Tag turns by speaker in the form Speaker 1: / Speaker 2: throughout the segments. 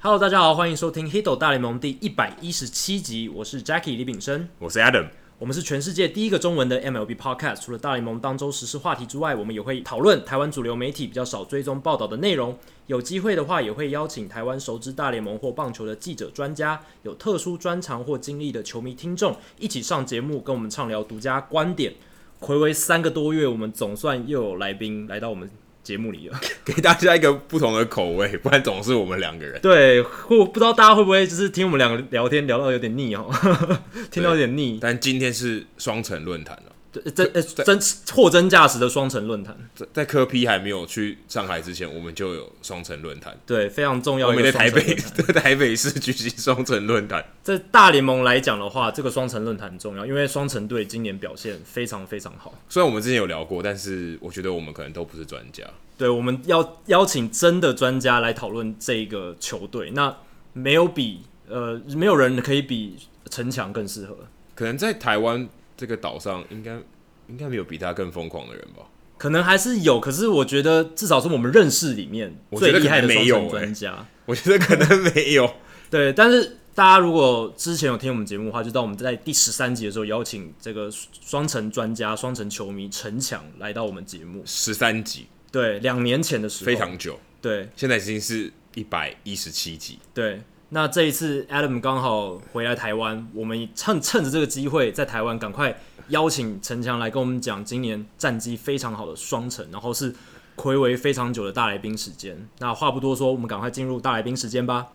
Speaker 1: Hello，大家好，欢迎收听《Hiddle 大联盟》第一百一十七集，我是 Jackie 李炳生。
Speaker 2: 我是 Adam。
Speaker 1: 我们是全世界第一个中文的 MLB Podcast。除了大联盟当周时事话题之外，我们也会讨论台湾主流媒体比较少追踪报道的内容。有机会的话，也会邀请台湾熟知大联盟或棒球的记者、专家，有特殊专长或经历的球迷听众，一起上节目跟我们畅聊独家观点。回违三个多月，我们总算又有来宾来到我们节目里了。
Speaker 2: 给大家一个不同的口味，不然总是我们两个人。
Speaker 1: 对，或不知道大家会不会就是听我们两个聊天聊到有点腻哦， 听到有点腻。
Speaker 2: 但今天是双城论坛哦了，
Speaker 1: 对真呃真货真价实的双城论坛，
Speaker 2: 在在科批还没有去上海之前，我们就有双城论坛。
Speaker 1: 对，非常重要
Speaker 2: 我
Speaker 1: 一
Speaker 2: 们
Speaker 1: 个
Speaker 2: 在
Speaker 1: 双
Speaker 2: 台
Speaker 1: 城论
Speaker 2: 北，
Speaker 1: 坛。
Speaker 2: 在台北市举行双城论坛，
Speaker 1: 在大联盟来讲的话，这个双城论坛很重要，因为双城队今年表现非常非常好。
Speaker 2: 虽然我们之前有聊过，但是我觉得我们可能都不是专家。
Speaker 1: 对，我们要邀请真的专家来讨论这个球队，那没有比呃没有人可以比陈强更适合。
Speaker 2: 可能在台湾这个岛上，应该应该没有比他更疯狂的人吧？
Speaker 1: 可能还是有，可是我觉得至少是我们认识里面
Speaker 2: 我觉
Speaker 1: 最
Speaker 2: 得
Speaker 1: 厉害的
Speaker 2: 可能
Speaker 1: 双
Speaker 2: 没有
Speaker 1: 城
Speaker 2: 欸
Speaker 1: 专家。
Speaker 2: 我觉得可能没有。
Speaker 1: 对，但是大家如果之前有听我们节目的话，就知道我们在第十三集的时候邀请这个双城专家、双城球迷陈强来到我们节目。
Speaker 2: 十三集
Speaker 1: 对，两年前的时候，
Speaker 2: 非常久，
Speaker 1: 对
Speaker 2: 现在已经是一百一十七集。
Speaker 1: 对。那这一次 Adam 刚好回来台湾，我们趁趁着这个机会，在台湾赶快邀请陈强来跟我们讲今年战绩非常好的双城，然后是暌违非常久的大来宾时间。那话不多说，我们赶快进入大来宾时间吧。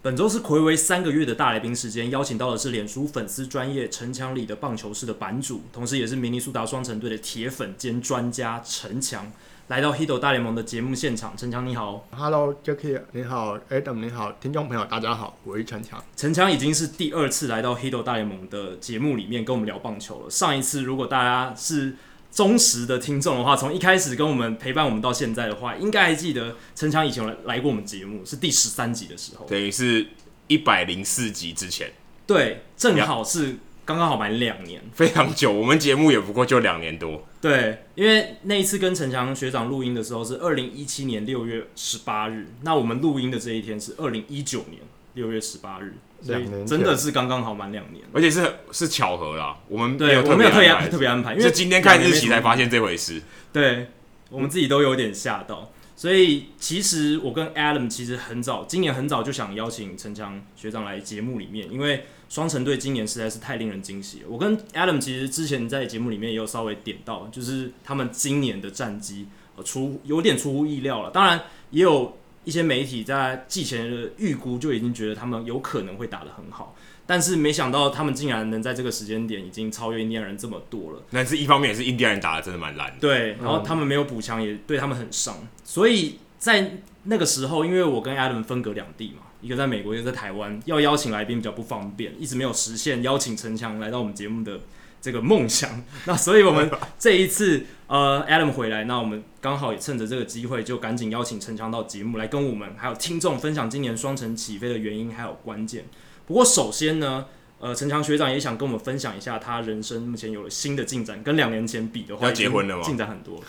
Speaker 1: 本周是暌违三个月的大来宾时间，邀请到的是脸书粉丝专业陈强里的棒球室的版主，同时也是明尼苏达双城队的铁粉兼专家陈强，来到 Hito 大联盟的节目现场。陈强你好，
Speaker 3: Hello Jackie，你好，Adam，你好，听众朋友大家好，我是陈强。
Speaker 1: 陈强已经是第二次来到 Hito 大联盟的节目里面跟我们聊棒球了。上一次如果大家是忠实的听众的话，从一开始跟我们陪伴我们到现在的话，应该还记得陈强以前有来来过我们节目，是第十三集的时候。
Speaker 2: 等于是一百零四集之前，
Speaker 1: 对，正好是刚刚好满两年。
Speaker 2: 非常久。我们节目也不过就两年多，
Speaker 1: 对，因为那一次跟陈强学长录音的时候是二零一七年六月十八日，那我们录音的这一天是二零一九年六月十八日，所以
Speaker 3: 两年前
Speaker 1: 真的是刚刚好满两年。
Speaker 2: 而且是是巧合啦。我们没
Speaker 1: 对，
Speaker 2: 有
Speaker 1: 我
Speaker 2: 特
Speaker 1: 没有特
Speaker 2: 别
Speaker 1: 别
Speaker 2: 安排
Speaker 1: 安特别安排，因为
Speaker 2: 是今天看日期才
Speaker 1: 发。
Speaker 2: 发现这回事。
Speaker 1: 对我们自己都有点吓到。所以其实我跟 Adam 其实很早，今年很早就想邀请陈强学长来节目里面，因为双城队今年实在是太令人惊喜了。我跟 Adam 其实之前在节目里面也有稍微点到，就是他们今年的战绩呃出有点出乎意料了。当然也有一些媒体在季前的预估就已经觉得他们有可能会打得很好，但是没想到他们竟然能在这个时间点已经超越印第安人这么多了。
Speaker 2: 那是一方面也是印第安人打的真的蛮烂的，
Speaker 1: 对，然后他们没有补强，也对他们很伤。所以在那个时候，因为我跟 Adam 分隔两地嘛，一个在美国，一个在台湾，要邀请来宾比较不方便，一直没有实现邀请陈强来到我们节目的这个梦想。那所以我们这一次呃 Adam 回来，那我们刚好也趁着这个机会，就赶紧邀请陈强到节目来跟我们还有听众分享今年双城起飞的原因还有关键。不过首先呢。呃，陈强学长也想跟我们分享一下他人生目前有了新的进展，跟两年前比的话，
Speaker 2: 要结婚了吗
Speaker 1: 进展很多了。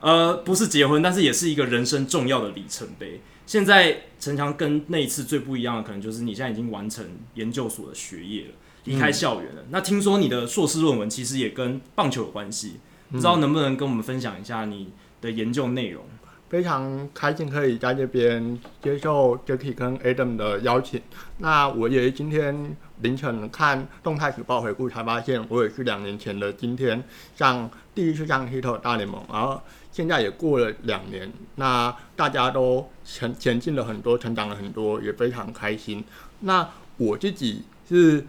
Speaker 1: 呃，不是结婚，但是也是一个人生重要的里程碑。现在陈强跟那一次最不一样的，可能就是你现在已经完成研究所的学业了，离开校园了。那听说你的硕士论文其实也跟棒球有关系，
Speaker 3: 嗯
Speaker 1: 不知道能不能跟我们分享一下你的研究内容？
Speaker 3: 非常开心可以在这边接受 Jackie 跟 Adam 的邀请。那我也今天凌晨看动态时报回顾才发现，我也是两年前的今天上第一次上 Hit 大联盟，然后现在也过了两年，那大家都前前进了很多，成长了很多，也非常开心。那我自己是。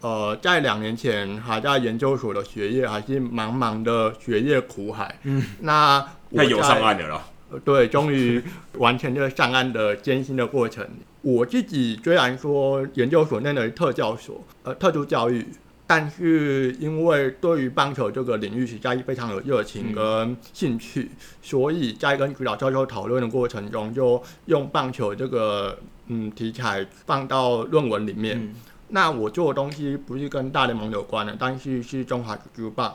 Speaker 3: 呃，在两年前还在研究所的学业还是茫茫的学业苦海，嗯，那我
Speaker 2: 那有
Speaker 3: 在
Speaker 2: 上岸了啦。
Speaker 3: 呃对，终于完成这个上岸的艰辛的过程。我自己虽然说研究所念的是特教所，呃，特殊教育，但是因为对于棒球这个领域实在是非常有热情跟兴趣，所以在跟指导教授讨论的过程中，就用棒球这个嗯题材放到论文里面。
Speaker 1: 嗯，
Speaker 3: 那我做的东西不是跟大联盟有关的，但是是中华职棒。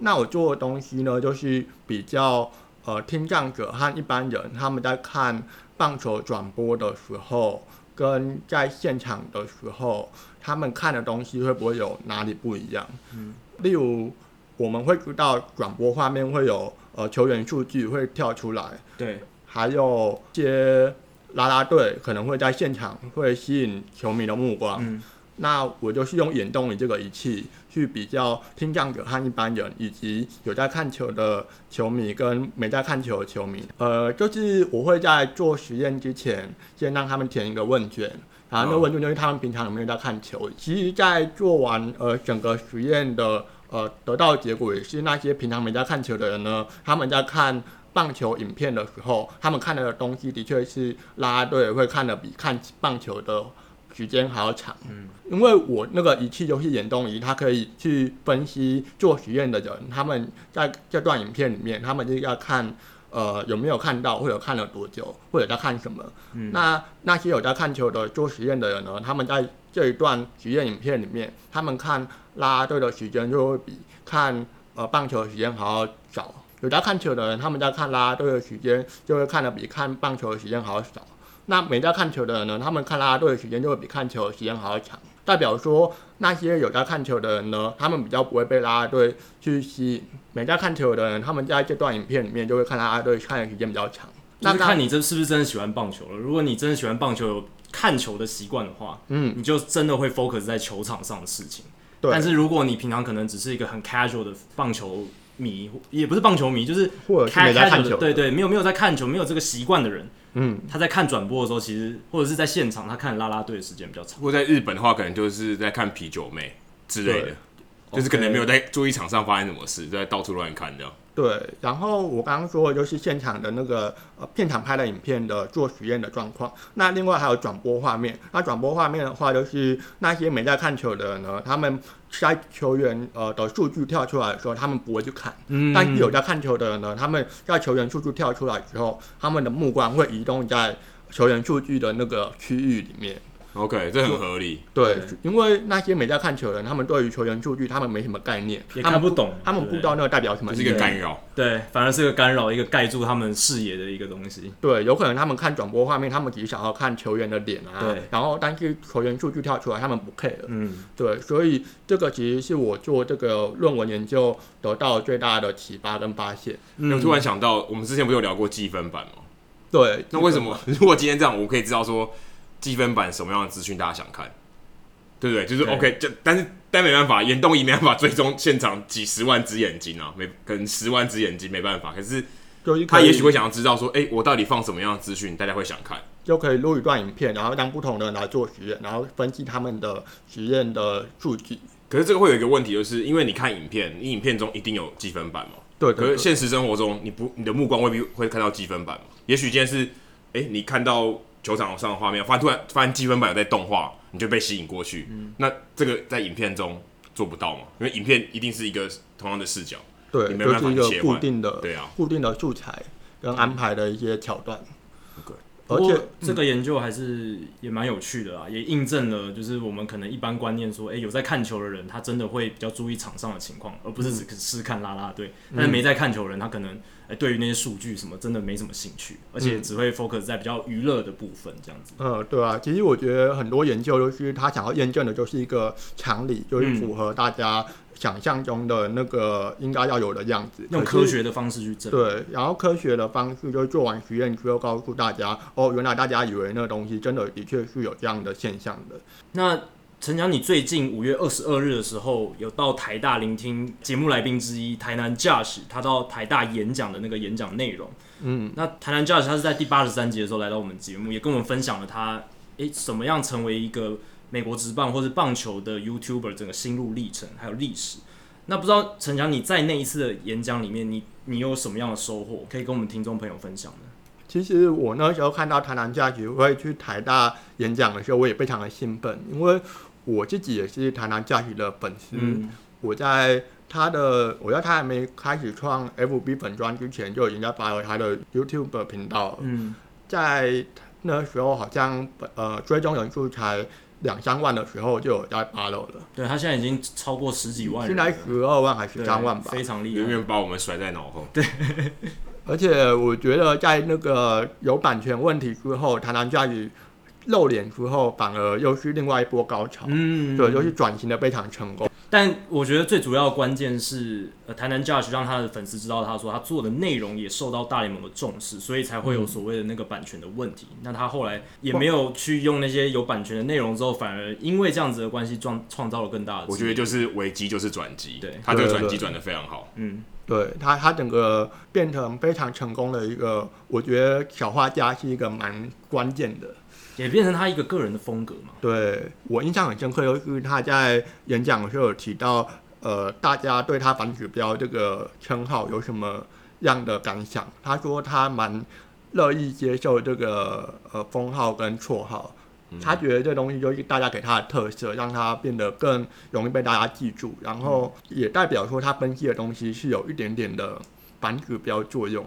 Speaker 3: 那我做的东西呢，就是比较呃听障者和一般人他们在看棒球转播的时候，跟在现场的时候，他们看的东西会不会有哪里不一样？例如我们会知道转播画面会有呃球员数据会跳出来，
Speaker 1: 对，
Speaker 3: 还有一些啦啦队可能会在现场会吸引球迷的目光。
Speaker 1: 嗯，
Speaker 3: 那我就是用眼动仪这个仪器去比较听障者和一般人，以及有在看球的球迷跟没在看球的球迷。呃，就是我会在做实验之前，先让他们填一个问卷，然后那
Speaker 2: 嗯
Speaker 3: 问卷就是他们平常有没有在看球。其实，在做完呃整个实验的呃得到的结果也是，那些平常没在看球的人呢，他们在看。棒球影片的时候，他们看的东西的确是啦啦队会看的比看棒球的呃时间还要长。因为我那个仪器就是眼动仪，它可以去分析做实验的人，他们在这段影片里面，他们就要看呃有没有看到，或者看了多久，或者在看什么。
Speaker 1: 嗯
Speaker 3: 那那些有在看球的做实验的人呢，他们在这一段实验影片里面，他们看啦啦队的时间就会比看呃棒球的时间还要少。有在看球的人，他们在看啦啦队的时间就会看的比看棒球的时间还要少。那没在看球的人呢，他们看啦啦队的时间就会比看球的时间还要长，代表说那些有在看球的人呢，他们比较不会被啦啦队去吸引；没在看球的人，他们在这段影片里面就会看啦啦队看的时间比较长。
Speaker 1: 那
Speaker 3: 那
Speaker 1: 看
Speaker 3: 你
Speaker 1: 你这是不是真的喜欢棒球了。如果你真的喜欢棒球，有看球的习惯的话，
Speaker 3: 嗯，
Speaker 1: 你就真的会 focus 在球场上的事情。
Speaker 3: 对
Speaker 1: 但是如果你平常可能只是一个很 casual 的棒球迷，也不是棒球迷，就是
Speaker 3: 或者是没在
Speaker 1: ca-
Speaker 3: 看
Speaker 1: casual
Speaker 3: 球
Speaker 1: 的，
Speaker 3: 的，
Speaker 1: 对对，没有没有在看球，没有这个习惯的人，
Speaker 3: 嗯，
Speaker 1: 他在看转播的时候，其实或者是在现场，他看啦啦队的时间比较长。
Speaker 2: 如果在日本的话，可能就是在看啤酒妹之类的，就是可能没有在注意场上发生什么事，就在到处乱看这样。
Speaker 3: 对，然后我刚刚说的就是现场的那个呃片场拍的影片的做实验的状况，那另外还有转播画面。那转播画面的话，就是那些没在看球的人呢，他们在球员呃的数据跳出来的时候，他们不会去看；
Speaker 1: 嗯
Speaker 3: 但是有在看球的人呢，他们在球员数据跳出来之后，他们的目光会移动在球员数据的那个区域里面。
Speaker 2: OK，这很合理。
Speaker 3: 对
Speaker 1: 对，
Speaker 3: 因为那些没在看球的人，他们对于球员数据他们没什么概念，
Speaker 1: 也
Speaker 3: 他
Speaker 1: 看
Speaker 3: 们
Speaker 1: 不懂
Speaker 3: 他们
Speaker 1: 对
Speaker 3: 不知道那个代表什么
Speaker 2: 这
Speaker 3: 意
Speaker 2: 是
Speaker 3: 思。
Speaker 2: 一个干扰，
Speaker 1: 对，反而是个干扰，一个盖住他们视野的一个东西。
Speaker 3: 对，有可能他们看转播画面，他们只想要看球员的脸啊。
Speaker 1: 对
Speaker 3: 然后，但是球员数据跳出来，他们不 care。
Speaker 1: 嗯，
Speaker 3: 对，所以这个其实是我做这个论文研究得到最大的启发跟发现。
Speaker 1: 嗯
Speaker 2: 我突然想到，我们之前不是有聊过积分板吗？
Speaker 3: 对，
Speaker 2: 那为什么如果今天这样，我可以知道说积分板什么样的资讯大家想看，对不对？就是
Speaker 1: 对
Speaker 2: OK，就但是但没办法，眼动仪没办法追踪现场几十万只眼睛啊，没可能十万只眼睛没办法。可是
Speaker 3: 就是可
Speaker 2: 他
Speaker 3: 以
Speaker 2: 也许会想要知道说，哎、我到底放什么样的资讯，大家会想看。
Speaker 3: 就可以录一段影片，然后让不同的人来做实验，然后分析他们的实验的数据。
Speaker 2: 可是这个会有一个问题，就是因为你看影片，你影片中一定有积分板嘛。
Speaker 3: 对
Speaker 2: 可
Speaker 3: 对
Speaker 2: 是
Speaker 3: 对，
Speaker 2: 现实生活中，你不你的目光未必会看到积分板嘛？也许今天是，哎、你看到球场上的画面，发现突然发现积分板有在动画，你就被吸引过去。
Speaker 1: 嗯
Speaker 2: 那这个在影片中做不到嘛？因为影片一定是一个同样的视角。你
Speaker 3: 对，
Speaker 2: 没
Speaker 3: 就
Speaker 2: 办法
Speaker 3: 是一个
Speaker 2: 切换
Speaker 3: 固定的、
Speaker 2: 对啊
Speaker 3: 固定的素材跟安排的一些桥段。
Speaker 1: 不
Speaker 3: 而
Speaker 1: 过
Speaker 3: 且嗯
Speaker 1: 这个研究还是也蛮有趣的啦，也印证了就是我们可能一般观念说，哎、有在看球的人，他真的会比较注意场上的情况，而不
Speaker 3: 嗯
Speaker 1: 是只是看啦啦队。但是没在看球的人，他可能哎、对于那些数据什么真的没什么兴趣，而且只会 focus 在比较娱乐的部分这样子。
Speaker 3: 嗯，对啊，其实我觉得很多研究就是他想要验证的就是一个常理，就是
Speaker 1: 嗯
Speaker 3: 符合大家想象中的那个应该要有的样子。
Speaker 1: 用
Speaker 3: 可
Speaker 1: 科
Speaker 3: 是
Speaker 1: 学的方式去证明。
Speaker 3: 对，然后科学的方式就是做完实验之后告诉大家，哦，原来大家以为那东西真的的确是有这样的现象的。
Speaker 1: 那陈强，你最近五月二十二日的时候，有到台大聆听节目来宾之一台南 Josh，他到台大演讲的那个演讲内容。
Speaker 3: 嗯，
Speaker 1: 那台南 Josh 他是在第八十三集的时候来到我们节目，也跟我们分享了他诶怎么样成为一个美国职棒或是棒球的 YouTuber 整个心路历程还有历史。那不知道陈强你在那一次的演讲里面，你你有什么样的收获，可以跟我们听众朋友分享呢？
Speaker 3: 其实我那时候看到台南价值会去台大演讲的时候，我也非常的兴奋，因为我自己也是台南价值的粉丝。
Speaker 1: 嗯，
Speaker 3: 我在他的，我在他还没开始创 FB 粉专之前，就已经在发了他的 YouTube 频道了。
Speaker 1: 嗯，
Speaker 3: 在那时候好像呃追踪人数才两三万的时候就有在八楼了，
Speaker 1: 对他现在已经超过十几万
Speaker 3: 现
Speaker 1: 人
Speaker 3: 在
Speaker 1: 了，
Speaker 3: 十二万还是
Speaker 1: 对啊
Speaker 3: 三万吧。
Speaker 1: 非常厉
Speaker 2: 远
Speaker 1: 害。
Speaker 2: 远把我们甩在脑后。
Speaker 3: 而且我觉得在那个有版权问题之后，台南教育露脸之后，反而又是另外一波高潮，
Speaker 1: 嗯，
Speaker 3: 对，就是转型的非常成功。
Speaker 1: 但我觉得最主要的关键是，呃，台南 Judge 让他的粉丝知道，他说他做的内容也受到大联盟的重视，所以才会有所谓的那个版权的问题。那他后来也没有去用那些有版权的内容，之后反而因为这样子的关系，创创造了更大的知名。
Speaker 2: 我觉得就是危机就是转机，
Speaker 1: 对
Speaker 2: 他这个
Speaker 3: 对啊
Speaker 2: 转机
Speaker 3: 对
Speaker 2: 转的非常 好。
Speaker 1: 嗯，
Speaker 3: 对他，他整个变成非常成功的一个，我觉得小画家是一个蛮关键的。
Speaker 1: 也变成他一个个人的风格嘛。
Speaker 3: 对我印象很深刻，就是他在演讲的时候有提到，呃，大家对他反指标这个称号有什么样的感想？他说他蛮乐意接受这个呃封号跟绰号，他觉得这东西就是大家给他的特色，让他变得更容易被大家记住，然后也代表说他分析的东西是有一点点的反指标作用，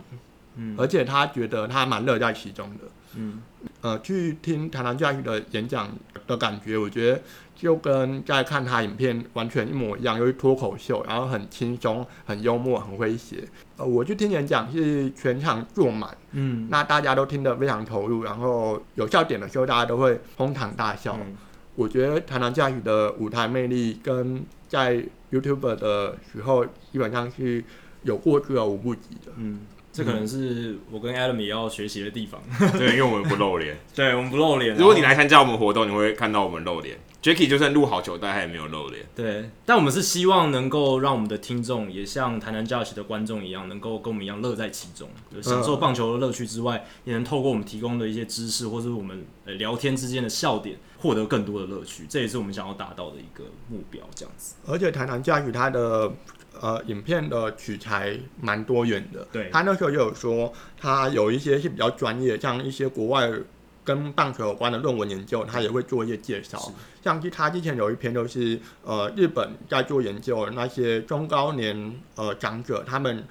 Speaker 1: 嗯
Speaker 3: 而且他觉得他蛮乐在其中的。
Speaker 1: 嗯，
Speaker 3: 呃，去听台南教育的演讲的感觉，我觉得就跟在看他影片完全一模一样，由于脱口秀，然后很轻松、很幽默、很诙谐。呃，我去听演讲是全场坐满，
Speaker 1: 嗯，
Speaker 3: 那大家都听得非常投入，然后有笑点的时候，大家都会哄堂大笑。
Speaker 1: 嗯
Speaker 3: 我觉得台南教育的舞台魅力跟在 YouTube 的时候基本上是有过之而无不及的。
Speaker 1: 嗯，这可能是我跟 Adam 也要学习的地方。
Speaker 2: 对，因为我们不露脸。
Speaker 1: 对，我们不露脸。啊
Speaker 2: 如果你
Speaker 1: 然后
Speaker 2: 来参加我们活动，你会看到我们露脸。Jacky 就算录好球，但他也没有露脸。
Speaker 1: 对，但我们是希望能够让我们的听众也像台南教学的观众一样，能够跟我们一样乐在其中，就享受棒球的乐趣之外，也能透过我们提供的一些知识，或是我们呃聊天之间的笑点，获得更多的乐趣。这也是我们想要达到的一个目标，这样子。
Speaker 3: 而且台南教育它的呃影片的取材蛮多元的，
Speaker 1: 对
Speaker 3: 他那时候也有说，他有一些是比较专业，像一些国外跟棒球有关的论文研究，他也会做一些介绍
Speaker 1: 是。
Speaker 3: 像是他之前有一篇就是呃日本在做研究，那些中高年呃长者他们。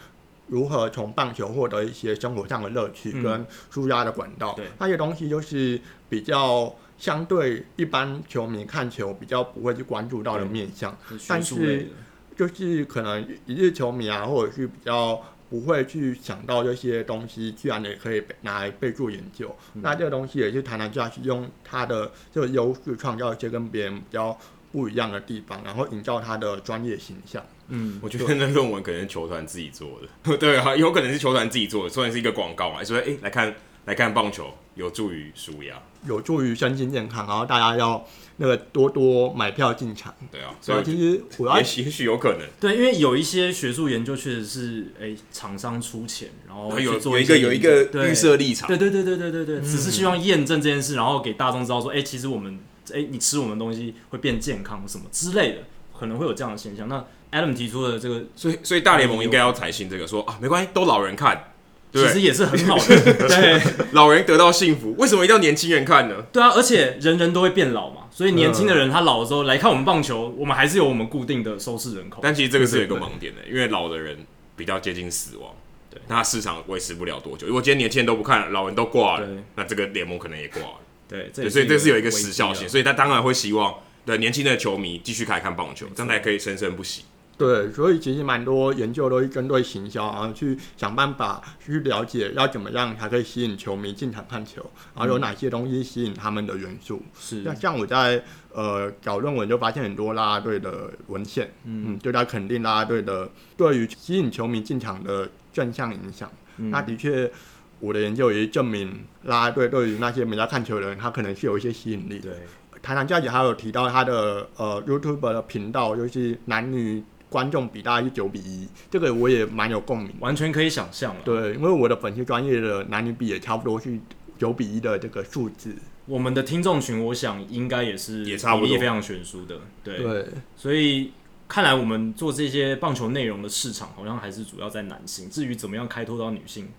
Speaker 3: 如何从棒球获得一些生活上的乐趣
Speaker 1: 嗯
Speaker 3: 跟舒压的管道？
Speaker 1: 对
Speaker 3: 那些东西就是比较相对一般球迷看球比较不会去关注到的
Speaker 1: 对
Speaker 3: 面向。
Speaker 1: 就是学
Speaker 3: 但
Speaker 1: 术类
Speaker 3: 是
Speaker 1: 的，
Speaker 3: 就是可能一日球迷啊，或者是比较不会去想到这些东西，居然也可以被拿来被做研究。那这个东西也是台南教去用它的这个优势创造一些跟别人比较不一样的地方，然后营造它的专业形象。
Speaker 1: 嗯，
Speaker 2: 我觉得那论文可能是球团自己做的， 对啊，有可能是球团自己做的，虽然是一个广告嘛，所以哎、来看来看棒球有助于舒压，
Speaker 3: 有助于身心健康，然后大家要那个多多买票进场。
Speaker 2: 对啊，所
Speaker 3: 所
Speaker 2: 以我觉
Speaker 3: 以其实
Speaker 2: 得
Speaker 3: 我要
Speaker 2: 也许也许有可能。
Speaker 1: 对，因为有一些学术研究确实是，诶，厂商出钱，然后
Speaker 2: 哦有
Speaker 1: 去做
Speaker 2: 有一
Speaker 1: 些
Speaker 2: 个有一
Speaker 1: 研究
Speaker 2: 个
Speaker 1: 对
Speaker 2: 预设立场嗯
Speaker 1: 对，对对对对对对，只是希望验证这件事，然后给大众知道说，哎、其实我们，哎、你吃我们的东西会变健康什么之类的，可能会有这样的现象。那 Adam 提出的这个，
Speaker 2: 所以所以大联盟应该要采信这个，说啊没关系，都老人看，对
Speaker 1: 其
Speaker 2: 不
Speaker 1: 实
Speaker 2: 对，
Speaker 1: 也是很好的， 对
Speaker 2: 老人得到幸福，为什么一定要年轻人看呢？
Speaker 1: 对啊，而且人人都会变老嘛，所以年轻的人他老的时候来看我们棒球，我们还是有我们固定的收视人口。
Speaker 2: 但其实这个是有一个盲点的，因为老的人比较接近死亡，
Speaker 1: 对，
Speaker 2: 那市场维持不了多久。如果今天年轻人都不看，老人都挂了
Speaker 1: 对，
Speaker 2: 那这个联盟可能也挂了，
Speaker 1: 对，这
Speaker 2: 对，
Speaker 1: 也
Speaker 2: 所以这是有一个
Speaker 1: 危机
Speaker 2: 时效性，
Speaker 1: 啊。
Speaker 2: 所以他当然会希望对年轻的球迷继续开始看棒球，这样才可以生生不息。
Speaker 3: 对，所以其实蛮多研究都是针对行销，然后去想办法去了解要怎么样才可以吸引球迷进场看球，然后有哪些东西吸引他们的元素。
Speaker 1: 是
Speaker 3: 像像我在呃搞论文就发现很多啦啦队的文献，嗯就在肯定啦啦队的对于吸引球迷进场的正向影响。
Speaker 1: 嗯
Speaker 3: 那的确，我的研究也证明啦啦队对于那些没在看球的人，他可能是有一些吸引力的。
Speaker 1: 对，
Speaker 3: 台南教姐还有提到她的呃 YouTube 的频道，就是男女观众比大概是九比一，这个我也蛮有共鸣。
Speaker 1: 完全可以想象了。
Speaker 3: 对，因为我的粉丝专业的男女比也差不多是九比一的这个数字。
Speaker 1: 我们的听众群，我想应该也是
Speaker 2: 也差不多
Speaker 1: 比例非常悬殊的。对，
Speaker 3: 对，
Speaker 1: 所以看来我们做这些棒球内容的市场，好像还是主要在男性。至于怎么样开拓到女性，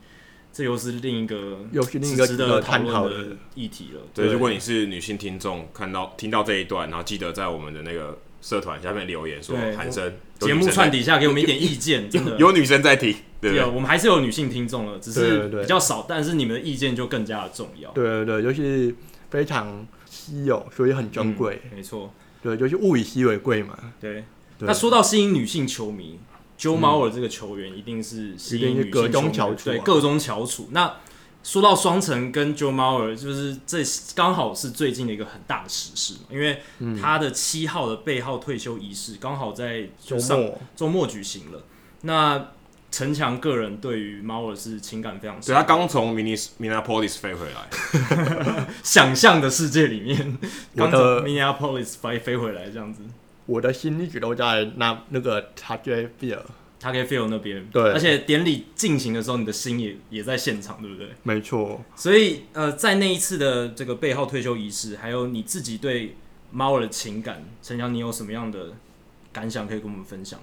Speaker 1: 这又是另一个
Speaker 3: 又是另一个
Speaker 1: 值
Speaker 3: 值得
Speaker 1: 得讨
Speaker 3: 探讨的
Speaker 1: 论的议题了。
Speaker 2: 对，如果你是女性听众，看到听到这一段，然后记得在我们的那个社团下面留言说
Speaker 1: 对
Speaker 2: 喊声，
Speaker 1: 节目串底下给我们一点意见，真的
Speaker 2: 有女生在听，对不
Speaker 1: 有
Speaker 2: 对？
Speaker 1: 我们还是有女性听众了，只
Speaker 3: 对
Speaker 1: 是
Speaker 3: 对对
Speaker 1: 比较少，但是你们的意见就更加的重要。
Speaker 3: 对对对，就是非常。稀有，所以很珍贵。
Speaker 1: 嗯没错，
Speaker 3: 对，就是物以稀为贵嘛。
Speaker 1: 对。
Speaker 3: 对嗯
Speaker 1: 那说到吸引女性球迷，Joe Mauer 这个球员一定是吸引
Speaker 3: 一
Speaker 1: 女
Speaker 3: 定
Speaker 1: 性球
Speaker 3: 是
Speaker 1: 迷
Speaker 3: 各中翘楚啊
Speaker 1: 对，各中翘楚。那说到双城跟 Joe Mauer，就是这刚好是最近的一个很大的时事嘛，因为
Speaker 3: 嗯
Speaker 1: 他的七号的背号退休仪式刚好在
Speaker 3: 周
Speaker 1: 就上
Speaker 3: 末
Speaker 1: 周末举行了。那陈强个人对于 Mauer 是情感非常
Speaker 2: 所
Speaker 1: 深
Speaker 2: 以，他啊刚从 Minis Minneapolis 飞回来，
Speaker 1: 想象的世界里面，
Speaker 3: 我
Speaker 1: 刚
Speaker 3: 的
Speaker 1: 从 Minneapolis 飞飞回来这样子。
Speaker 3: 我的心一直都在那那个 TJ b e r
Speaker 1: 他可以 feel 那边，
Speaker 3: 对
Speaker 1: 而且典礼进行的时候，你的心也也在现场，对不对？
Speaker 3: 没错，
Speaker 1: 所以呃，在那一次的这个背后退休仪式，还有你自己对猫儿的情感，陈翔，你有什么样的感想可以跟我们分享？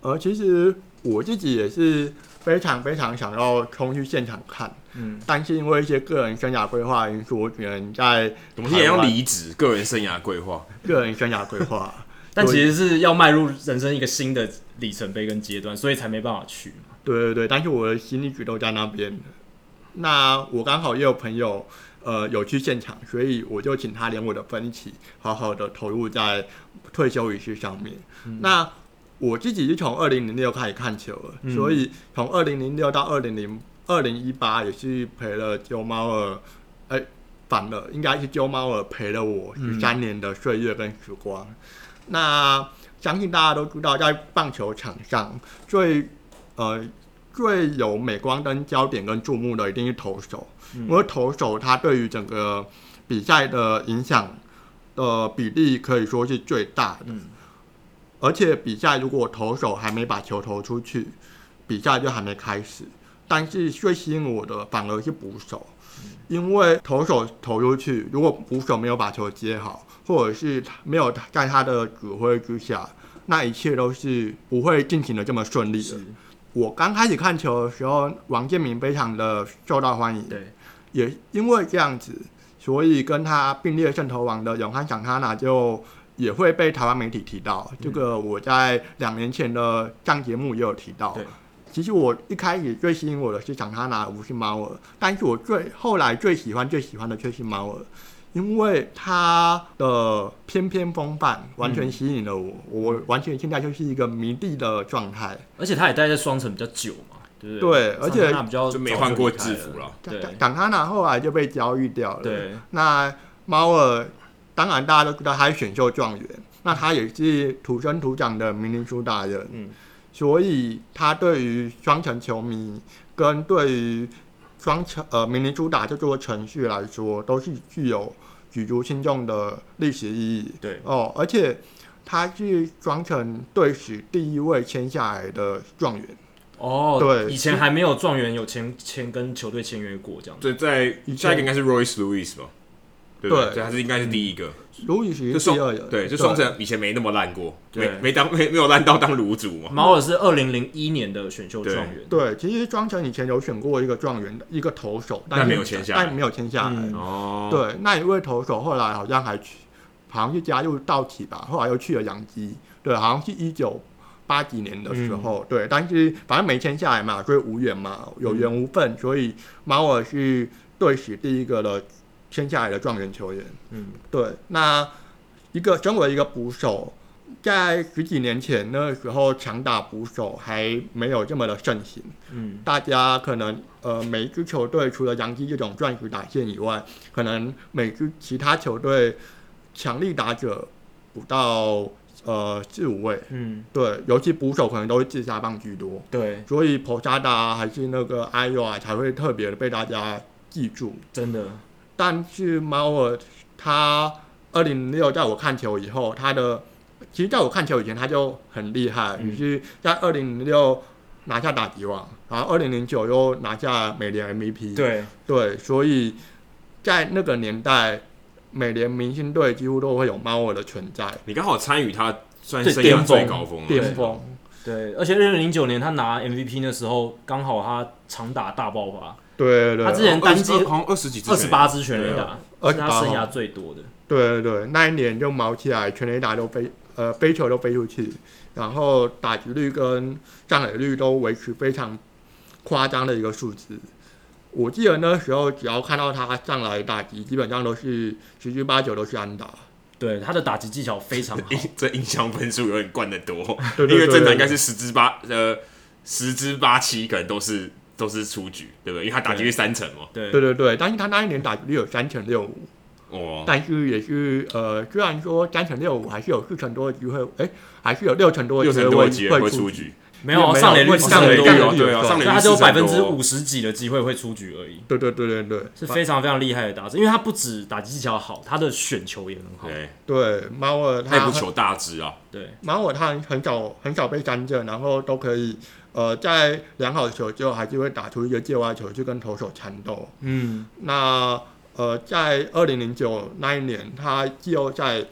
Speaker 3: 呃，其实我自己也是非常非常想要冲去现场看，
Speaker 1: 嗯，
Speaker 3: 但是因为一些个人生涯规划因素，我只能在
Speaker 2: 我们也要
Speaker 3: 台湾
Speaker 2: 离职，个人生涯规划。
Speaker 3: 个人生涯规划。
Speaker 1: 但其实是要迈入人生一个新的里程碑跟阶段，所以才没办法去嘛。
Speaker 3: 对对对，但是我的心一直都在那边。那我刚好也有朋友，呃，有去现场，所以我就请他连我的分歧，好好的投入在退休仪式上面。那我自己是从二零零六开始看球了，
Speaker 1: 嗯
Speaker 3: 所以从二零零六到二零零二零一八也是陪了九猫儿，哎、反了，应该是九猫儿陪了我十三年的岁月跟时光。那相信大家都知道，在棒球场上最呃最有镁光灯焦点跟注目的一定是投手，
Speaker 1: 嗯
Speaker 3: 因为投手他对于整个比赛的影响的比例可以说是最大的。
Speaker 1: 嗯
Speaker 3: 而且比赛如果投手还没把球投出去，比赛就还没开始。但是最吸引我的反而是捕手，
Speaker 1: 嗯
Speaker 3: 因为投手投出去，如果捕手没有把球接好，或者是没有在他的指挥之下，那一切都是不会进行的这么顺利的
Speaker 1: 是。，
Speaker 3: 我刚开始看球的时候，王建民非常的受到欢迎，
Speaker 1: 对，
Speaker 3: 也因为这样子，所以跟他并列圣头王的永汉蒋哈纳就也会被台湾媒体提到。这个我在两年前的上节目也有提到
Speaker 1: 对。
Speaker 3: 其实我一开始最吸引我的是蒋哈纳，不是猫儿，但是我最后来最喜欢最喜欢的却是猫儿。因为他的翩翩风范完全吸引了我，我完全现在就是一个迷弟的状态。
Speaker 1: 而且他也待在双城比较久嘛，对不
Speaker 3: 对而且
Speaker 1: 他比较
Speaker 2: 就没
Speaker 1: 早
Speaker 2: 换过
Speaker 1: 离开
Speaker 2: 制服了
Speaker 1: 对
Speaker 3: 港港哈纳后来就被交易掉了。
Speaker 1: 对，
Speaker 3: 那猫儿，当然大家都知道他是选秀状元，那他也是土生土长的明尼苏达人，
Speaker 1: 嗯
Speaker 3: 所以他对于双城球迷跟对于双城呃明尼苏达这座城市来说，都是具有举足轻重的历史意义。
Speaker 1: 对，
Speaker 3: 哦，而且他是双城队史第一位签下来的状元，
Speaker 1: 哦，
Speaker 3: 对
Speaker 1: 以前还没有状元有签签跟球队签约过这样子，
Speaker 2: 所以在
Speaker 3: 以前
Speaker 2: 下一个应该是 Royce Lewis 吧？对不对，
Speaker 3: 对
Speaker 2: 所以他是应该是第一个。
Speaker 3: 卢宇
Speaker 1: 嗯
Speaker 3: 是
Speaker 2: 就
Speaker 3: 第
Speaker 2: 双
Speaker 3: 二人，
Speaker 2: 对，就双城以前没那么烂过，没
Speaker 1: 对
Speaker 2: 没当没没有烂到当卤煮嘛。
Speaker 1: 猫儿是二零零一年的选秀状元，
Speaker 3: 对，其实庄城以前有选过一个状元的一个投手，
Speaker 2: 但
Speaker 3: 是
Speaker 2: 没有签下来
Speaker 3: 但没有签下来。
Speaker 1: 嗯
Speaker 2: 哦，
Speaker 3: 对，那一位投手后来好像还去，好像是加入道奇吧，后来又去了洋基，对，好像是一九八几年的时候，
Speaker 2: 嗯
Speaker 3: 对，但是反正没签下来嘛，所以无缘嘛，有缘
Speaker 2: 嗯
Speaker 3: 无分，所以猫儿是队史第一个的签下来的状元球员。
Speaker 1: 嗯，
Speaker 3: 对，那一个身为一个捕手，在十几年前那时候，强打捕手还没有这么的盛行。
Speaker 1: 嗯，
Speaker 3: 大家可能呃，每一支球队除了洋基这种钻石打线以外，可能每支其他球队强力打者不到呃四五位，
Speaker 1: 嗯，
Speaker 3: 对，尤其捕手可能都是自杀棒居多，
Speaker 1: 对，
Speaker 3: 所以 p o s a d a 还是那个 i o a 才会特别的被大家记住。
Speaker 1: 真的，
Speaker 3: 但是猫儿他二零六在我看球以后，他的其实在我看球以前他就很厉害，
Speaker 1: 嗯
Speaker 3: 只是在二零零六拿下打击王，然后二零零九又拿下美联 MVP。
Speaker 1: 对，
Speaker 3: 对，所以在那个年代，美联明星队几乎都会有猫儿的存在，
Speaker 2: 你刚好参与他算
Speaker 1: 最
Speaker 2: 生涯
Speaker 1: 巅峰
Speaker 2: 最高峰了，
Speaker 3: 巅峰。
Speaker 1: 对，而且二零零九年他拿 MVP 那时候，刚好他长打大爆发，
Speaker 3: 对对对，
Speaker 1: 他之前单季
Speaker 2: 二十好像二十几支，
Speaker 1: 二十八支全垒
Speaker 2: 对
Speaker 1: 打，
Speaker 3: 28
Speaker 1: 是他生涯最多的。
Speaker 3: 对对对，那一年就毛起来，全垒打都飞，呃，飞球都飞出去，然后打击率跟上垒率都维持非常夸张的一个数值。我记得那时候只要看到他上来打击，基本上都是十之八九都是安打。
Speaker 1: 对，他的打击技巧非常 好。
Speaker 2: 印这印象分数有点灌的多，
Speaker 3: 对对
Speaker 2: 因为正常应该
Speaker 3: 对
Speaker 2: 是十之八呃十之八七可能都是都是出局，对不对？因为他打击率三成嘛，
Speaker 1: 对
Speaker 3: 对对对，但是他那一年打击率有三成六五，
Speaker 2: 哦，
Speaker 3: 但是也是呃，虽然说三成六五还是有四成多的机会，哎，还是有六成多的
Speaker 2: 六
Speaker 3: 机
Speaker 2: 成
Speaker 3: 会
Speaker 2: 多
Speaker 3: 会
Speaker 2: 的机会会
Speaker 3: 会
Speaker 2: 出
Speaker 3: 出
Speaker 2: 局，
Speaker 1: 没有啊
Speaker 3: 没有
Speaker 1: 上垒率
Speaker 3: 会
Speaker 1: 是
Speaker 3: 上
Speaker 2: 垒
Speaker 1: 很
Speaker 2: 率
Speaker 1: 多
Speaker 2: 有
Speaker 1: 的
Speaker 2: 对啊，
Speaker 3: 对
Speaker 1: 所
Speaker 2: 上
Speaker 1: 以
Speaker 2: 垒率
Speaker 1: 他只有
Speaker 2: 40%
Speaker 1: 百分之
Speaker 2: 多
Speaker 1: 五十几的机会会出局而已，
Speaker 3: 对对对对对
Speaker 1: 是非常非常厉害的打者。因为他不止打击技巧好，他的选球也很好。
Speaker 2: 对，
Speaker 3: 对，猫儿
Speaker 2: 他也
Speaker 3: 他
Speaker 2: 不求大只啊，
Speaker 1: 对，
Speaker 3: 马我他很很少很少被三振，然后都可以，呃，在良好的球之后，还是会打出一个界外球去跟投手缠斗。
Speaker 1: 嗯，
Speaker 3: 那呃，在二零零九那一年，他季后赛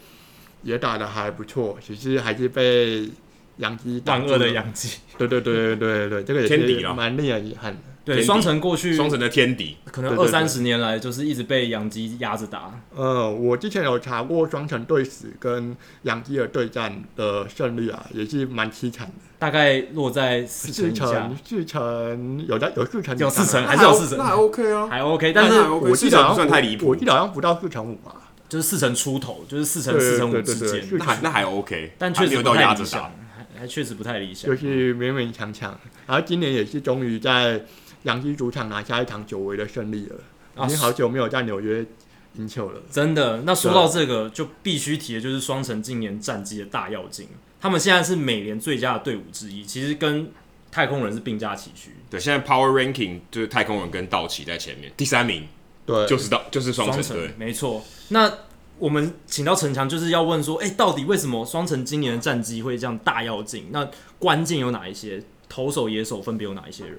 Speaker 3: 也打得还不错，只是还是被杨基打
Speaker 1: 万
Speaker 3: 住
Speaker 1: 恶的
Speaker 3: 了，
Speaker 1: 杨基，啊
Speaker 3: 对对对对对对，这个也
Speaker 2: 天敌
Speaker 3: 是
Speaker 2: 啦
Speaker 3: 蛮令人遗憾的。
Speaker 1: 对，
Speaker 2: 天敌
Speaker 1: 双城过去
Speaker 2: 双城的天敌，
Speaker 1: 可能
Speaker 3: 对
Speaker 1: 二
Speaker 3: 对对
Speaker 1: 三十年来就是一直被杨基压着打，
Speaker 3: 呃，我之前有查过双城队史跟杨基的对战的胜率啊，也是蛮凄惨的，
Speaker 1: 大概落在四成
Speaker 3: 四
Speaker 1: 以下
Speaker 3: 成，四成有的有四成以
Speaker 1: 有
Speaker 3: 上
Speaker 1: 四
Speaker 3: 啊
Speaker 1: 成还是有四
Speaker 2: 那还
Speaker 1: 成，
Speaker 2: OK 啊，
Speaker 1: 还 OK，但
Speaker 2: 那
Speaker 1: 是
Speaker 2: 还 OK，
Speaker 3: 我
Speaker 2: 四
Speaker 3: 记
Speaker 2: 成
Speaker 3: 得
Speaker 2: 不
Speaker 3: 好
Speaker 2: 算
Speaker 3: 像
Speaker 2: 太离谱
Speaker 3: 我记得好像不到四成五吧。
Speaker 1: 就是四成出头，就是四成
Speaker 3: 对
Speaker 1: 四成五
Speaker 3: 对
Speaker 1: 之
Speaker 3: 对对
Speaker 1: 间，
Speaker 2: 那还那还 OK，
Speaker 1: 但
Speaker 2: 他
Speaker 1: 确
Speaker 2: 没
Speaker 1: 实
Speaker 2: 有
Speaker 1: 不
Speaker 2: 到压
Speaker 1: 太
Speaker 2: 着
Speaker 1: 理
Speaker 2: 打
Speaker 1: 想，，还确实不太理想
Speaker 3: 就。是勉勉强强。然后今年也是终于在洋基主场拿下一场久违的胜利了，
Speaker 1: 啊
Speaker 3: 已经好啊久没有在纽约赢球了。
Speaker 1: 真的，那说到这个，就必须提的就是双城近年战绩的大跃进，他们现在是美联最佳的队伍之一，其实跟太空人是并驾齐驱。
Speaker 2: 对，现在 Power Ranking 就是太空人跟道奇在前面，第三名
Speaker 3: 对，
Speaker 2: 就是道就是双城
Speaker 1: 城
Speaker 2: 队，
Speaker 1: 没错。那我们请到城墙，就是要问说，哎、到底为什么双城今年的战绩会这样大跃进？那关键有哪一些？投手、野手分别有哪一些人？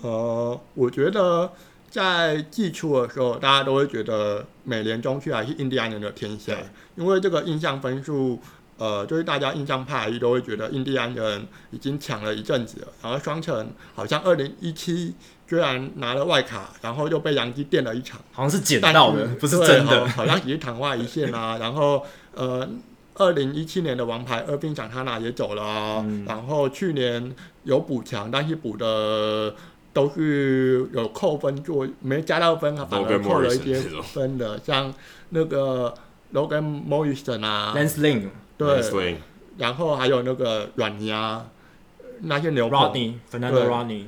Speaker 3: 呃，我觉得在季初的时候，大家都会觉得美联中区还是印第安人的天下，因为这个印象分数，呃，就是大家印象派都会觉得印第安人已经抢了一阵子了，然后双城好像二零一七居然拿了外卡，然后又被洋基垫了一场。
Speaker 1: 好像是捡
Speaker 3: 但
Speaker 1: 到的，不是真
Speaker 3: 对好
Speaker 1: 的。
Speaker 3: 好像只是昙花一现 啊。然后呃，二零一七年的王牌二兵长他拿也走了啊、
Speaker 1: 嗯
Speaker 3: 然后去年有补强，但是补的。都是有扣分做，没加到分，啊反
Speaker 2: Logan
Speaker 3: 而扣了一
Speaker 2: Morrison
Speaker 3: 些
Speaker 2: 这种
Speaker 3: 分的，像那个 Logan Morrison 啊，
Speaker 1: Lance Lynn、
Speaker 3: 对，
Speaker 2: 对，
Speaker 3: 然后还有那个软泥啊，那些牛棚
Speaker 1: Rodney、Fernando
Speaker 3: 对
Speaker 1: Rodney、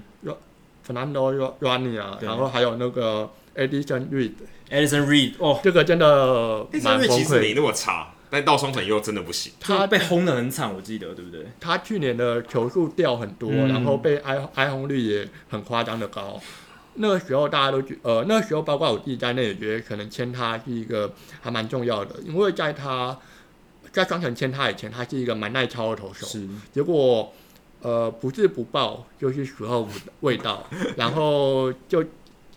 Speaker 3: Fernando Rodney 啊，
Speaker 1: 对
Speaker 3: 然后还有那个 Edison Reed，
Speaker 1: Edison Reed，哦，
Speaker 3: 这个真的
Speaker 2: 第三
Speaker 3: 蛮
Speaker 2: 位
Speaker 3: 崩
Speaker 2: 欸其实
Speaker 3: 溃
Speaker 2: 没那么差，但到双城又真的不行，
Speaker 1: 他
Speaker 3: 他
Speaker 1: 被轰得很惨，我记得，对不对？
Speaker 3: 他去年的球数掉很多，
Speaker 1: 嗯
Speaker 3: 然后被挨挨红率也很夸张的高。那个时候大家都觉，呃，那时候包括我自己在内，也觉得可能签他是一个还蛮重要的，因为在他在双城签他以前，他是一个蛮耐操的投手。
Speaker 1: 是，
Speaker 3: 结果呃不是不报，就是时候未到， 然后就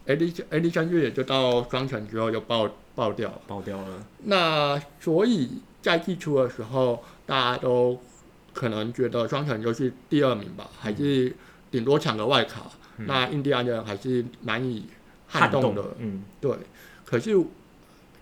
Speaker 3: A D A D 三月也就到双城之后就爆爆掉了。
Speaker 1: 爆掉了。
Speaker 3: 那所以在季初的时候，大家都可能觉得双城就是第二名吧，还是顶多抢个外卡。那印第安人还是难以嗯撼动的，
Speaker 1: 嗯，
Speaker 3: 对。可是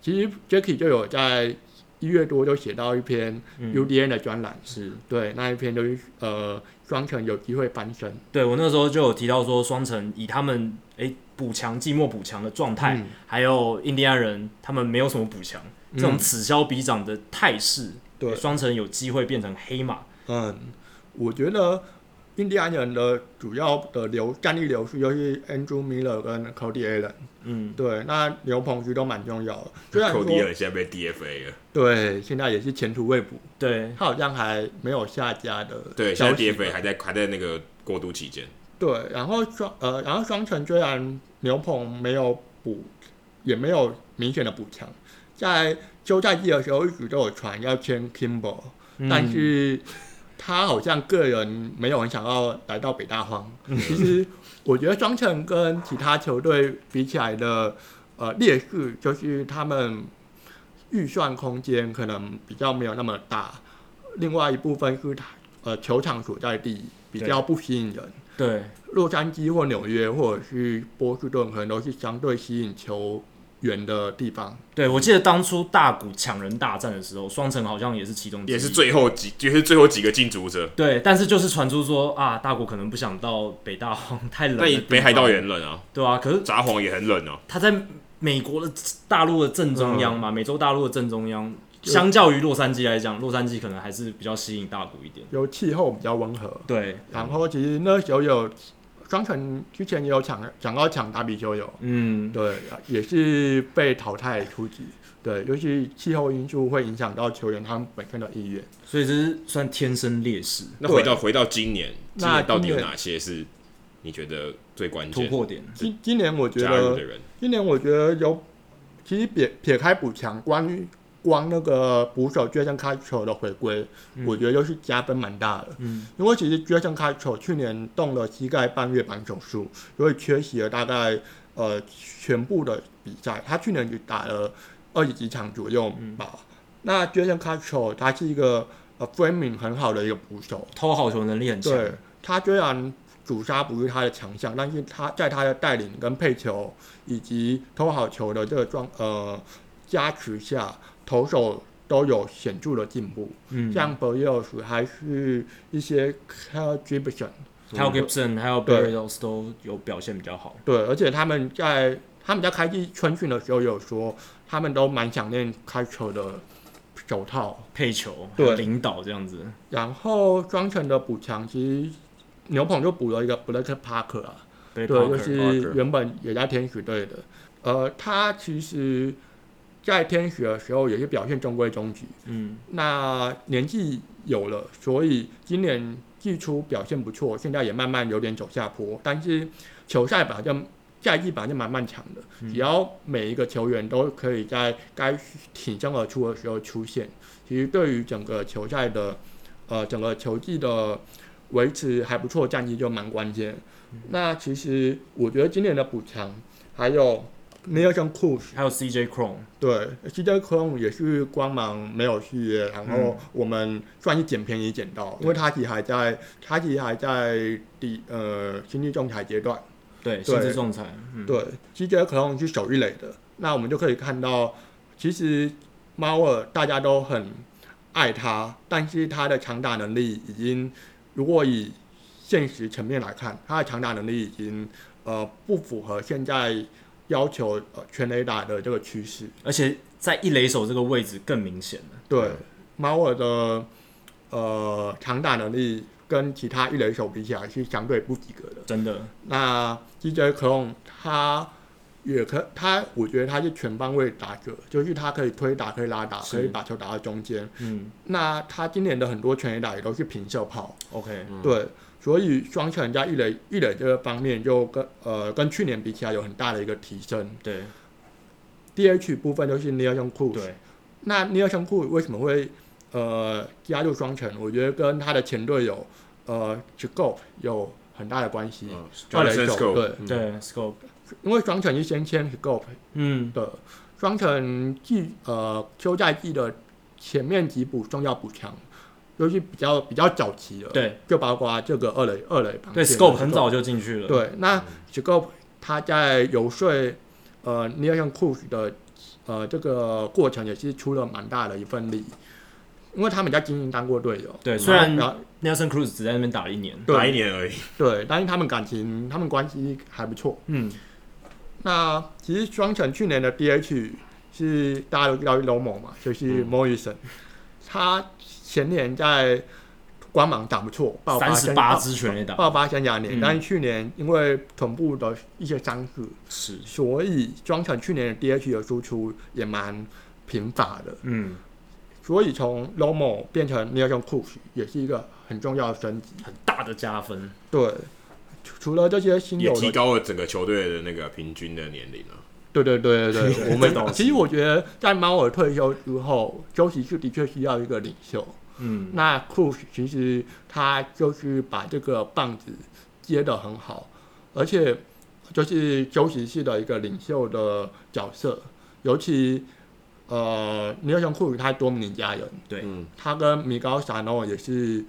Speaker 3: 其实 Jacky 就有在一月多就写到一篇
Speaker 1: 嗯
Speaker 3: UDN 的专栏，
Speaker 1: 是
Speaker 3: 对，那一篇就是呃双城有机会翻身，
Speaker 1: 对我那时候就有提到说，双城以他们诶补强、寂寞补强的状态，
Speaker 3: 嗯
Speaker 1: 还有印第安人他们没有什么补强，这种此消彼长的态势，
Speaker 3: 对
Speaker 1: 双城有机会变成黑马。
Speaker 3: 嗯，我觉得印第安人的主要的流战力流失就是 Andrew Miller 跟 Cody Allen。
Speaker 1: 嗯，
Speaker 3: 对，那牛棚区都蛮重要的。虽然
Speaker 2: 寇迪
Speaker 3: 说
Speaker 2: 尔现在被 DFA 了，
Speaker 3: 对，现在也是前途未卜，
Speaker 1: 对，
Speaker 3: 他好像还没有下家的
Speaker 2: 对，现
Speaker 3: 消
Speaker 2: 在
Speaker 3: 息
Speaker 2: DFA 还在还在那个过渡期间，
Speaker 3: 对，然后双呃，然后双城虽然牛棚没有补，也没有明显的补强，在休赛季的时候一直都有传要签 Kimball，、
Speaker 1: 嗯
Speaker 3: 但是他好像个人没有很想要来到北大荒。其实我觉得双城跟其他球队比起来的呃劣势就是他们预算空间可能比较没有那么大，另外一部分是他呃球场所在地比较不吸引人。
Speaker 1: 对
Speaker 3: 洛杉矶或纽约或者是波士顿，可能都是相对吸引球远的地方。
Speaker 1: 对，我记得当初大谷抢人大战的时候，双城好像也是其中之一
Speaker 2: 也是最后几，也是最后几个进组者。
Speaker 1: 对，但是就是传出说啊，大谷可能不想到北大荒太冷了
Speaker 2: 那你，北海道也很冷啊，
Speaker 1: 对啊，可是
Speaker 2: 札幌也很冷啊。
Speaker 1: 他在美国的大陆的正中央
Speaker 3: 嗯
Speaker 1: 嘛，美洲大陆的正中央，相较于洛杉矶来讲，洛杉矶可能还是比较吸引大谷一点。
Speaker 3: 有气候比较温和，
Speaker 1: 对，
Speaker 3: 然后其实那时候有双城之前也有抢讲到抢打比丘有，
Speaker 1: 嗯，
Speaker 3: 对，也是被淘汰出局。对，尤其气候因素会影响到球员他们本身的意愿。
Speaker 1: 所以这是算天生劣势
Speaker 2: 那回到回到今年，今
Speaker 3: 那
Speaker 2: 年到底有
Speaker 3: 今年
Speaker 2: 哪些是你觉得最关
Speaker 1: 突
Speaker 2: 键
Speaker 1: 破点。
Speaker 3: 今今年我觉
Speaker 2: 加入
Speaker 3: 得
Speaker 2: 的人？
Speaker 3: 今年我觉得有，其实撇撇开补强，关于光那个捕手 Jason Castro 的回归，我觉得又是加分蛮大的。
Speaker 1: 嗯，
Speaker 3: 因为其实 Jason Castro 去年动了膝盖半月板手术，所以缺席了大概呃全部的比赛。他去年只打了二十几场左右吧。那 Jason Castro 他是一个呃 framing 很好的一个捕手，
Speaker 1: 偷好球能力很强。
Speaker 3: 对他虽然主杀不是他的强项，但是他在他的带领跟配球以及投好球的这个状呃加持下，投手都有显著的进步。
Speaker 1: 嗯，
Speaker 3: 像 b e l s 还是一些 Cal Gibson，
Speaker 1: 还有 Gibson，还有
Speaker 3: 对
Speaker 1: Barrios 都有表现比较好。
Speaker 3: 对，而且他们在他们在开季春训的时候也有说，他们都蛮想念开球的手套。
Speaker 1: 配球、
Speaker 3: 对
Speaker 1: 领导这样子，
Speaker 3: 然后双城的补强，其实牛棚就补了一个 Blake Parker 啊，
Speaker 1: 对
Speaker 3: 对，
Speaker 1: Parker，
Speaker 3: 就是原本也在天使队的，呃，他其实，在天使的时候也是表现中规中矩，
Speaker 1: 嗯，
Speaker 3: 那年纪有了，所以今年季初表现不错，现在也慢慢有点走下坡。但是球赛本来就赛季本来就蛮漫长的，只要每一个球员都可以在该挺身而出的时候出现，其实对于整个球赛的呃整个球季的维持还不错的战绩就蛮关键。那其实我觉得今年的补强还有 n e l s o n Cruz
Speaker 1: 还有 CJ Cron，
Speaker 3: 对，CJ Cron 也是光芒没有续约，然后我们算是捡便宜捡到，因为他其实还在，他其实还在第呃经济仲裁阶段。
Speaker 1: 对，
Speaker 3: 对
Speaker 1: 薪资仲裁，嗯，
Speaker 3: 对，CJ Cron 是首一垒的，那我们就可以看到，其实猫儿大家都很爱他，但是他的长打能力已经，如果以现实层面来看，他的长打能力已经呃不符合现在要求呃全垒打的这个趋势。
Speaker 1: 而且在一垒手这个位置更明显了，
Speaker 3: 对，猫儿的呃长打能力跟其他一垒手比起来是相对不及格的。
Speaker 1: 真的，
Speaker 3: 那 DJ Clone 他也可他，我觉得他是全方位打者，就是他可以推打，可以拉打，
Speaker 1: 是
Speaker 3: 可以把球打到中间。
Speaker 1: 嗯
Speaker 3: 那他今年的很多全垒打也都是平射炮，
Speaker 1: ，OK，
Speaker 3: 对，所以双城在一垒一垒这个方面就跟呃跟去年比起来有很大的一个提升。
Speaker 1: 对
Speaker 3: DH 部分就是 n e l s o n Cruz，
Speaker 1: 对，
Speaker 3: 那尼尔香库为什么会呃加入双城？我觉得跟他的前队友呃 j g o 有很大的关系。
Speaker 2: 嗯
Speaker 3: 二垒
Speaker 2: Jonathan
Speaker 3: 手
Speaker 2: Scope
Speaker 3: 对，
Speaker 1: 对，Scope，
Speaker 3: 因为双城是先签 j g o
Speaker 1: 嗯，
Speaker 3: 的，双城季呃休赛季的前面几补重要补强，尤其比较比较早期的，，
Speaker 1: 对
Speaker 3: 就包括这个二垒二垒旁
Speaker 1: 对
Speaker 3: 边的
Speaker 1: ，Scope 很
Speaker 3: Jacob
Speaker 1: 早就进去了，
Speaker 3: 对，那 j g o 他在游说呃 n e l s o n Cruz 的呃这个过程也是出了蛮大的一份力，因为他们在经营当过队友，
Speaker 1: 对，虽然
Speaker 3: 后
Speaker 1: Nelson Cruz 只在那边打了一年，
Speaker 2: 打
Speaker 3: 对
Speaker 2: 一年而已。
Speaker 3: 对，但是他们感情他们关系还不错。
Speaker 1: 嗯，
Speaker 3: 那其实双城去年的 DH 是大家都知道是 Lomo 嘛，就是
Speaker 1: 嗯
Speaker 3: Morrison，、他前年在光芒打不错，爆发
Speaker 1: 三十
Speaker 3: 生
Speaker 1: 八支全垒打，
Speaker 3: 爆发生涯
Speaker 1: 嗯
Speaker 3: 年，但是去年因为臀部的一些伤势，
Speaker 1: 是，
Speaker 3: 所以庄臣去年的 DH 的输出也蛮贫乏的，
Speaker 1: 嗯，
Speaker 3: 所以从 Lomo 变成 Nelson Cruz 也是一个很重要的升级。
Speaker 1: 很大的加分，
Speaker 3: 对，除除了这些新
Speaker 2: 也
Speaker 3: 友
Speaker 2: 提
Speaker 3: 的，
Speaker 2: 高了整个球队的那个平均的年龄啊。
Speaker 3: 对对对对对，我
Speaker 1: 这倒
Speaker 3: 们
Speaker 1: 是
Speaker 3: 其实我觉得在猫儿退休之后，休息室的确需要一个领袖。
Speaker 1: 嗯，
Speaker 3: 那 Cruz 其实他就是把这个棒子接得很好，而且就是休息室的一个领袖的角色，尤其呃，尼尔熊库里他多米尼加人，
Speaker 1: 对
Speaker 2: 嗯，
Speaker 3: 他跟米高萨诺也是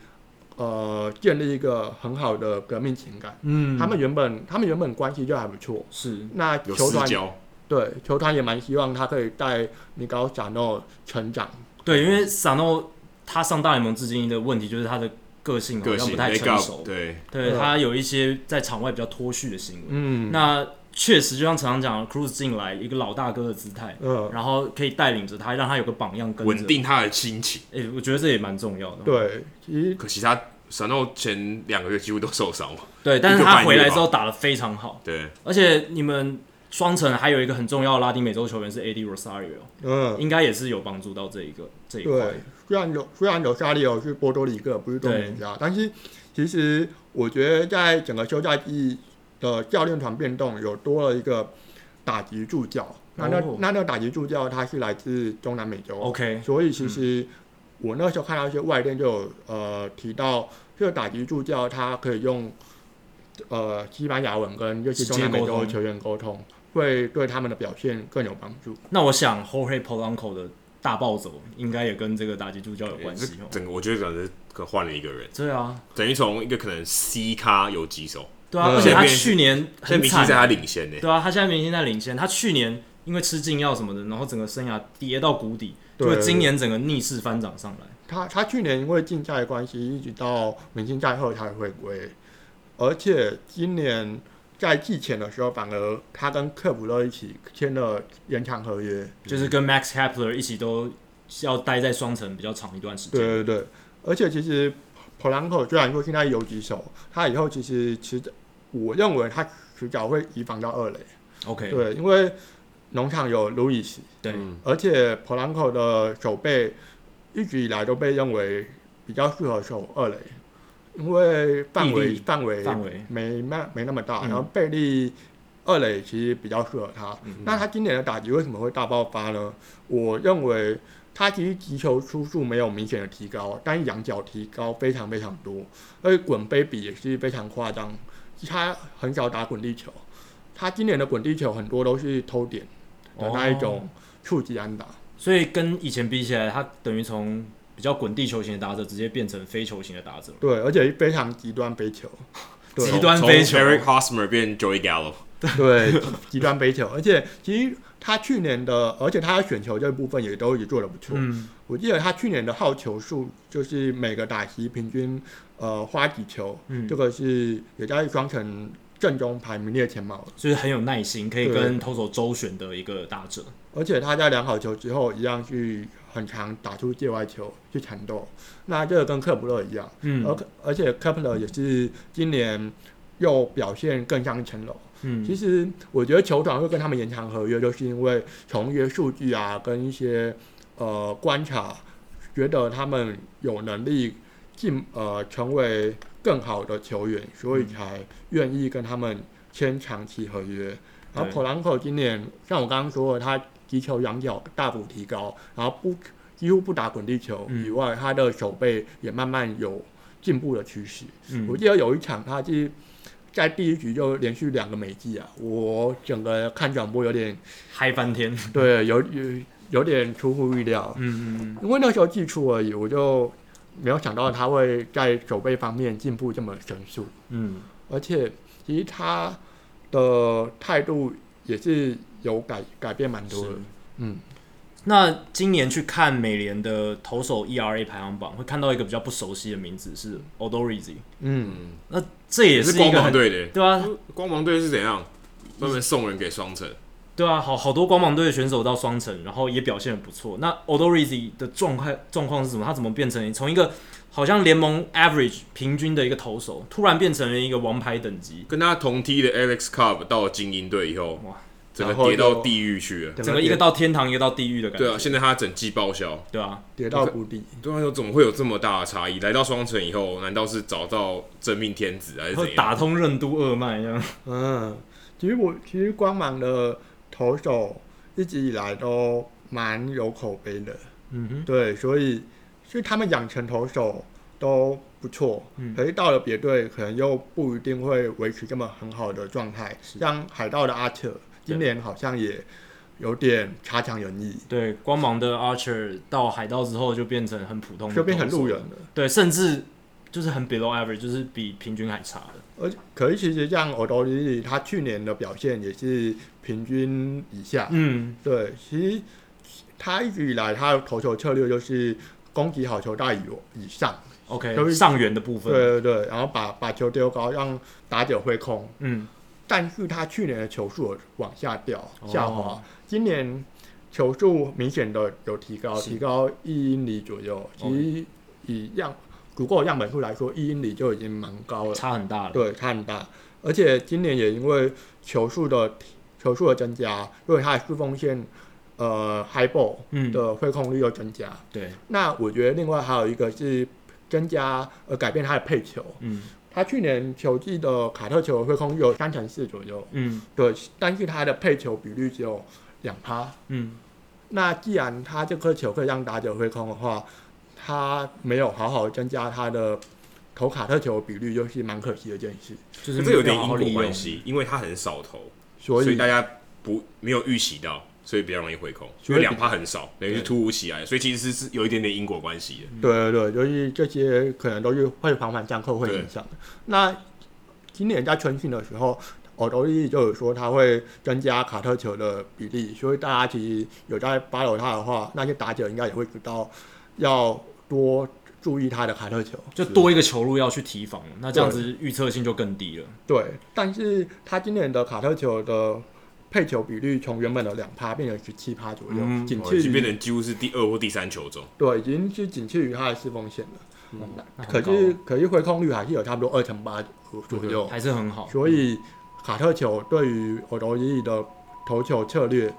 Speaker 3: 呃建立一个很好的革命情感。
Speaker 1: 嗯，
Speaker 3: 他们原本他们原本关系就还不错，
Speaker 1: 是
Speaker 3: 那
Speaker 2: 有
Speaker 3: 球
Speaker 2: 私
Speaker 3: 团
Speaker 2: 交，
Speaker 3: 对，球团也蛮希望他可以带米高贾诺成长。
Speaker 1: 对，因为萨诺他上大联盟至今的问题就是他的个性好
Speaker 2: 个
Speaker 1: 像
Speaker 2: 性
Speaker 1: 不太
Speaker 2: make
Speaker 1: 成
Speaker 2: up，
Speaker 1: 熟，
Speaker 2: 对，
Speaker 1: 对
Speaker 3: 对
Speaker 1: 他有一些在场外比较脱序的行为。
Speaker 3: 嗯，
Speaker 1: 那确实就像常常讲的，Cruz 进来一个老大哥的姿态，
Speaker 3: 呃，
Speaker 1: 然后可以带领着他，让他有个榜样跟着
Speaker 2: 稳。定他的心情。
Speaker 1: 哎、我觉得这也蛮重要的。
Speaker 3: 对，其实
Speaker 2: 可惜他闪到前两个月几乎都受伤 了，
Speaker 1: 对，但
Speaker 2: 一
Speaker 1: 是
Speaker 2: 个
Speaker 1: 他
Speaker 2: 半
Speaker 1: 回
Speaker 2: 月
Speaker 1: 来
Speaker 2: 吧
Speaker 1: 之后打得非常好，
Speaker 2: 对，
Speaker 1: 而且你们双城还有一个很重要的拉丁美洲球员是 AD Rosario，
Speaker 3: 嗯，
Speaker 2: 呃
Speaker 1: 应该也是有帮助到这一个这一块
Speaker 3: 对。，虽然有虽然有沙利奥是波多黎各，不是东南亚，但是其实我觉得在整个休赛季的教练团变动，有多了一个打击助教。那那、
Speaker 1: 哦
Speaker 3: 那那打击助教他是来自中南美洲。
Speaker 1: OK，嗯
Speaker 3: 所以其实我那时候看到一些外电就有呃提到，这个打击助教他可以用呃西班牙文跟就是中南美
Speaker 1: 直接沟
Speaker 3: 洲
Speaker 1: 通
Speaker 3: 球员沟通，会对他们的表现更有帮助。
Speaker 1: 那我想 Jorge Polanco 的大暴走应该也跟这个打击助教有关系哦。
Speaker 2: 整个我觉得可能是可换了一个人，
Speaker 1: 对啊，
Speaker 2: 等于从一个可能 C 咖游击手，
Speaker 1: 对啊，
Speaker 3: 嗯
Speaker 1: 而且他
Speaker 2: 呃现在变
Speaker 1: 去年
Speaker 2: 现在
Speaker 1: 很
Speaker 2: 明星在他
Speaker 1: 惨，
Speaker 2: 领先呢。
Speaker 1: 对啊，他现在明星在领先，他去年因为吃禁药什么的，然后整个生涯跌到谷底，
Speaker 3: 对
Speaker 1: 就今年整个逆势翻涨上来。
Speaker 3: 他他去年因为竞赛的关系，一直到明星赛后才回归，而且今年在季前的时候，反而他跟克卜勒一起签了延长合约。
Speaker 1: 就是跟 Max Kepler 一起都要待在双城比较长一段时间。
Speaker 3: 对对对，而且其实普兰克虽然说现在游击手，他以后其实迟早，我认为他迟早会移防到二垒。
Speaker 1: OK，
Speaker 3: 对，因为农场有路易斯，
Speaker 1: 对
Speaker 2: 嗯
Speaker 3: 而且普兰克的手背一直以来都被认为比较适合守二垒，因为范
Speaker 1: 臂
Speaker 3: 围
Speaker 1: 力
Speaker 3: 范围
Speaker 1: 范围
Speaker 3: 没那没那么大，
Speaker 1: 嗯
Speaker 3: 然后贝利二垒其实比较适合他。
Speaker 1: 嗯
Speaker 3: 那他今年的打击为什么会大爆发呢？我认为他其实击球出速没有明显的提高，但是仰角提高非常非常多，而且滚杯比也是非常夸张。他很少打滚地球，他今年的滚地球很多都是偷点的那一种
Speaker 1: 哦
Speaker 3: 触及安打。
Speaker 1: 所以跟以前比起来，他等于从比较滚地球型的打者，直接变成非球型的打者。
Speaker 3: 对，而且非常极端飞球，对
Speaker 1: 极端飞球
Speaker 2: 从 Eric Hosmer 变 Joey Gallo，
Speaker 3: 对，极极端飞球，而且其实他去年的，而且他选球这部分也都也做得不错。
Speaker 1: 嗯，
Speaker 3: 我记得他去年的好球数就是每个打席平均呃花几球，
Speaker 1: 嗯
Speaker 3: 这个是也在双城正中排名列前茅了。
Speaker 1: 就是很有耐心，可以
Speaker 3: 对
Speaker 1: 跟投手周旋的一个打者。
Speaker 3: 而且他在量好球之后，一样去很常打出界外球去缠斗。那这个跟克卜勒一样，而
Speaker 1: 嗯
Speaker 3: 而且克卜勒也是今年又表现更上一层楼。
Speaker 1: 嗯
Speaker 3: 其实我觉得球团会跟他们延长合约，就是因为从一些数据啊，跟一些呃观察，觉得他们有能力进呃成为更好的球员，所以才愿意跟他们签长期合约。然后
Speaker 1: 对
Speaker 3: 普兰克今年像我刚刚说的，他击球仰角大幅提高，然后不几乎不打滚地球
Speaker 1: 嗯
Speaker 3: 以外，他的手背也慢慢有进步的趋势。
Speaker 1: 嗯，
Speaker 3: 我记得有一场他是在第一局就连续两个美记啊，我整个看转播有 点
Speaker 1: 嗨翻 天。
Speaker 3: 对有有有点出乎预料，
Speaker 1: 嗯嗯嗯，
Speaker 3: 因为那时候记出而已，我就没有想到他会在守备方面进步这么神速，
Speaker 1: 嗯，
Speaker 3: 而且其实他的态度也是有改改变蛮多的
Speaker 1: 是，
Speaker 3: 嗯，
Speaker 1: 那今年去看美联的投手 ERA 排行榜，会看到一个比较不熟悉的名字是 Odorizzi，
Speaker 3: 嗯。
Speaker 2: 嗯，
Speaker 1: 那这也
Speaker 2: 也
Speaker 1: 是
Speaker 2: 是
Speaker 1: 一
Speaker 2: 光
Speaker 1: 个
Speaker 2: 芒
Speaker 1: 很
Speaker 2: 队的，
Speaker 1: 对啊，
Speaker 2: 光芒队是怎样？专门送人给双城，
Speaker 1: 对啊，好好多光芒队的选手到双城，然后也表现得不错。那 Odorizzi 的状况状况是什么？他怎么变成从一个好像联盟 average 平均的一个投手，突然变成了一个王牌等级？
Speaker 2: 跟他同梯的 Alex Cobb 到了精英队以后
Speaker 1: 哇，
Speaker 2: 整
Speaker 3: 然
Speaker 2: 个
Speaker 3: 后
Speaker 2: 跌到
Speaker 3: 就
Speaker 2: 地狱去了。
Speaker 1: 整个一个到天堂，一个到地狱的感觉。
Speaker 2: 对啊，现在他整季报销，
Speaker 1: 对啊，
Speaker 3: 跌到谷底，
Speaker 2: 对啊，怎么会有这么大的差异？来到双城以后，难道是找到真命天子还是
Speaker 1: 然后
Speaker 2: 怎样？
Speaker 1: 打通任督二脉这样。
Speaker 3: 嗯，其实我其实光芒的投手一直以来都蛮有口碑的，
Speaker 1: 嗯哼，
Speaker 3: 对，所以是他们养成投手都不错，
Speaker 1: 嗯
Speaker 3: 可是到了别队可能又不一定会维持这么很好的状态。像海盗的阿彻，今年好像也有点差强人意，
Speaker 1: 对，光芒的 Archer 到海盗之后就变成很普通的投手，
Speaker 3: 就变成路人了。
Speaker 1: 对，甚至就是很 below average，就是比平均还差的。
Speaker 3: 而且可是其实像 o d o l 他去年的表现也是平均以下，
Speaker 1: 嗯，
Speaker 3: 对，其实他一直以来他的投球策略就是攻击好球带以以上，就
Speaker 1: OK，
Speaker 3: 是
Speaker 1: 上缘的部
Speaker 3: 对
Speaker 1: 分，
Speaker 3: 对对，然后把把球丢高，让打者挥空。
Speaker 1: 嗯，
Speaker 3: 但是他去年的球速有往下掉
Speaker 1: 哦
Speaker 3: 下滑，今年球速明显的有提高，
Speaker 1: 是哦
Speaker 3: 提高一英里左右。其实以样足够样本数来说，一英里就已经蛮高了。
Speaker 1: 差很大了。
Speaker 3: 对，差很大。而且今年也因为球速的球速的增加，所以它的四缝线呃 high ball
Speaker 1: 嗯，
Speaker 3: 的挥空率又增加。
Speaker 1: 对，
Speaker 3: 那我觉得另外还有一个是增加呃改变它的配球。
Speaker 1: 嗯
Speaker 3: 他去年球季的卡特球挥空率有三成四左右，
Speaker 1: 嗯
Speaker 3: 对，但是他的配球比率只有两趴。
Speaker 1: 嗯，
Speaker 3: 那既然他这颗球可以让打者挥空的话，他没有好好增加他的投卡特球比率，就是蛮可惜的一件事。
Speaker 1: 就
Speaker 2: 可
Speaker 1: 是
Speaker 2: 这
Speaker 1: 嗯
Speaker 2: 有
Speaker 1: 没
Speaker 2: 点
Speaker 1: 好
Speaker 2: 因
Speaker 1: 好利
Speaker 2: 果
Speaker 1: 用
Speaker 2: 关。系，因为他很少投，所
Speaker 3: 所以
Speaker 2: 以大家不没有预期到，所以比较容易回空，因
Speaker 3: 所以
Speaker 2: 为两趴很少，等于是
Speaker 1: 对
Speaker 2: 突如其来，所以其实是有一点点因果关系的。
Speaker 3: 对对对，就是这些可能都是会防反降扣会影响的。那今年在春训的时候，欧洲利就有说他会增加卡特球的比例，所以大家其实有在 follow 他的话，那些打者应该也会知道要多注意他的卡特球。
Speaker 1: 就多一个球路要去提防了，那这样子预测性就更低了。
Speaker 3: 对，但是他今年的卡特球的配球比率从原本的两趴变成十七趴左右，
Speaker 1: 嗯
Speaker 3: 仅
Speaker 2: 哦
Speaker 3: 次
Speaker 2: 已经变
Speaker 3: 于
Speaker 2: 成几乎是第二或第三球中，
Speaker 3: 对，已经是仅次于他的四缝线了。
Speaker 1: 那很
Speaker 3: 可
Speaker 1: 高
Speaker 3: 是可是回空率还是有差不多二乘八左右。
Speaker 1: 还是很好。
Speaker 3: 所以卡特球对于欧洲裔的投球策略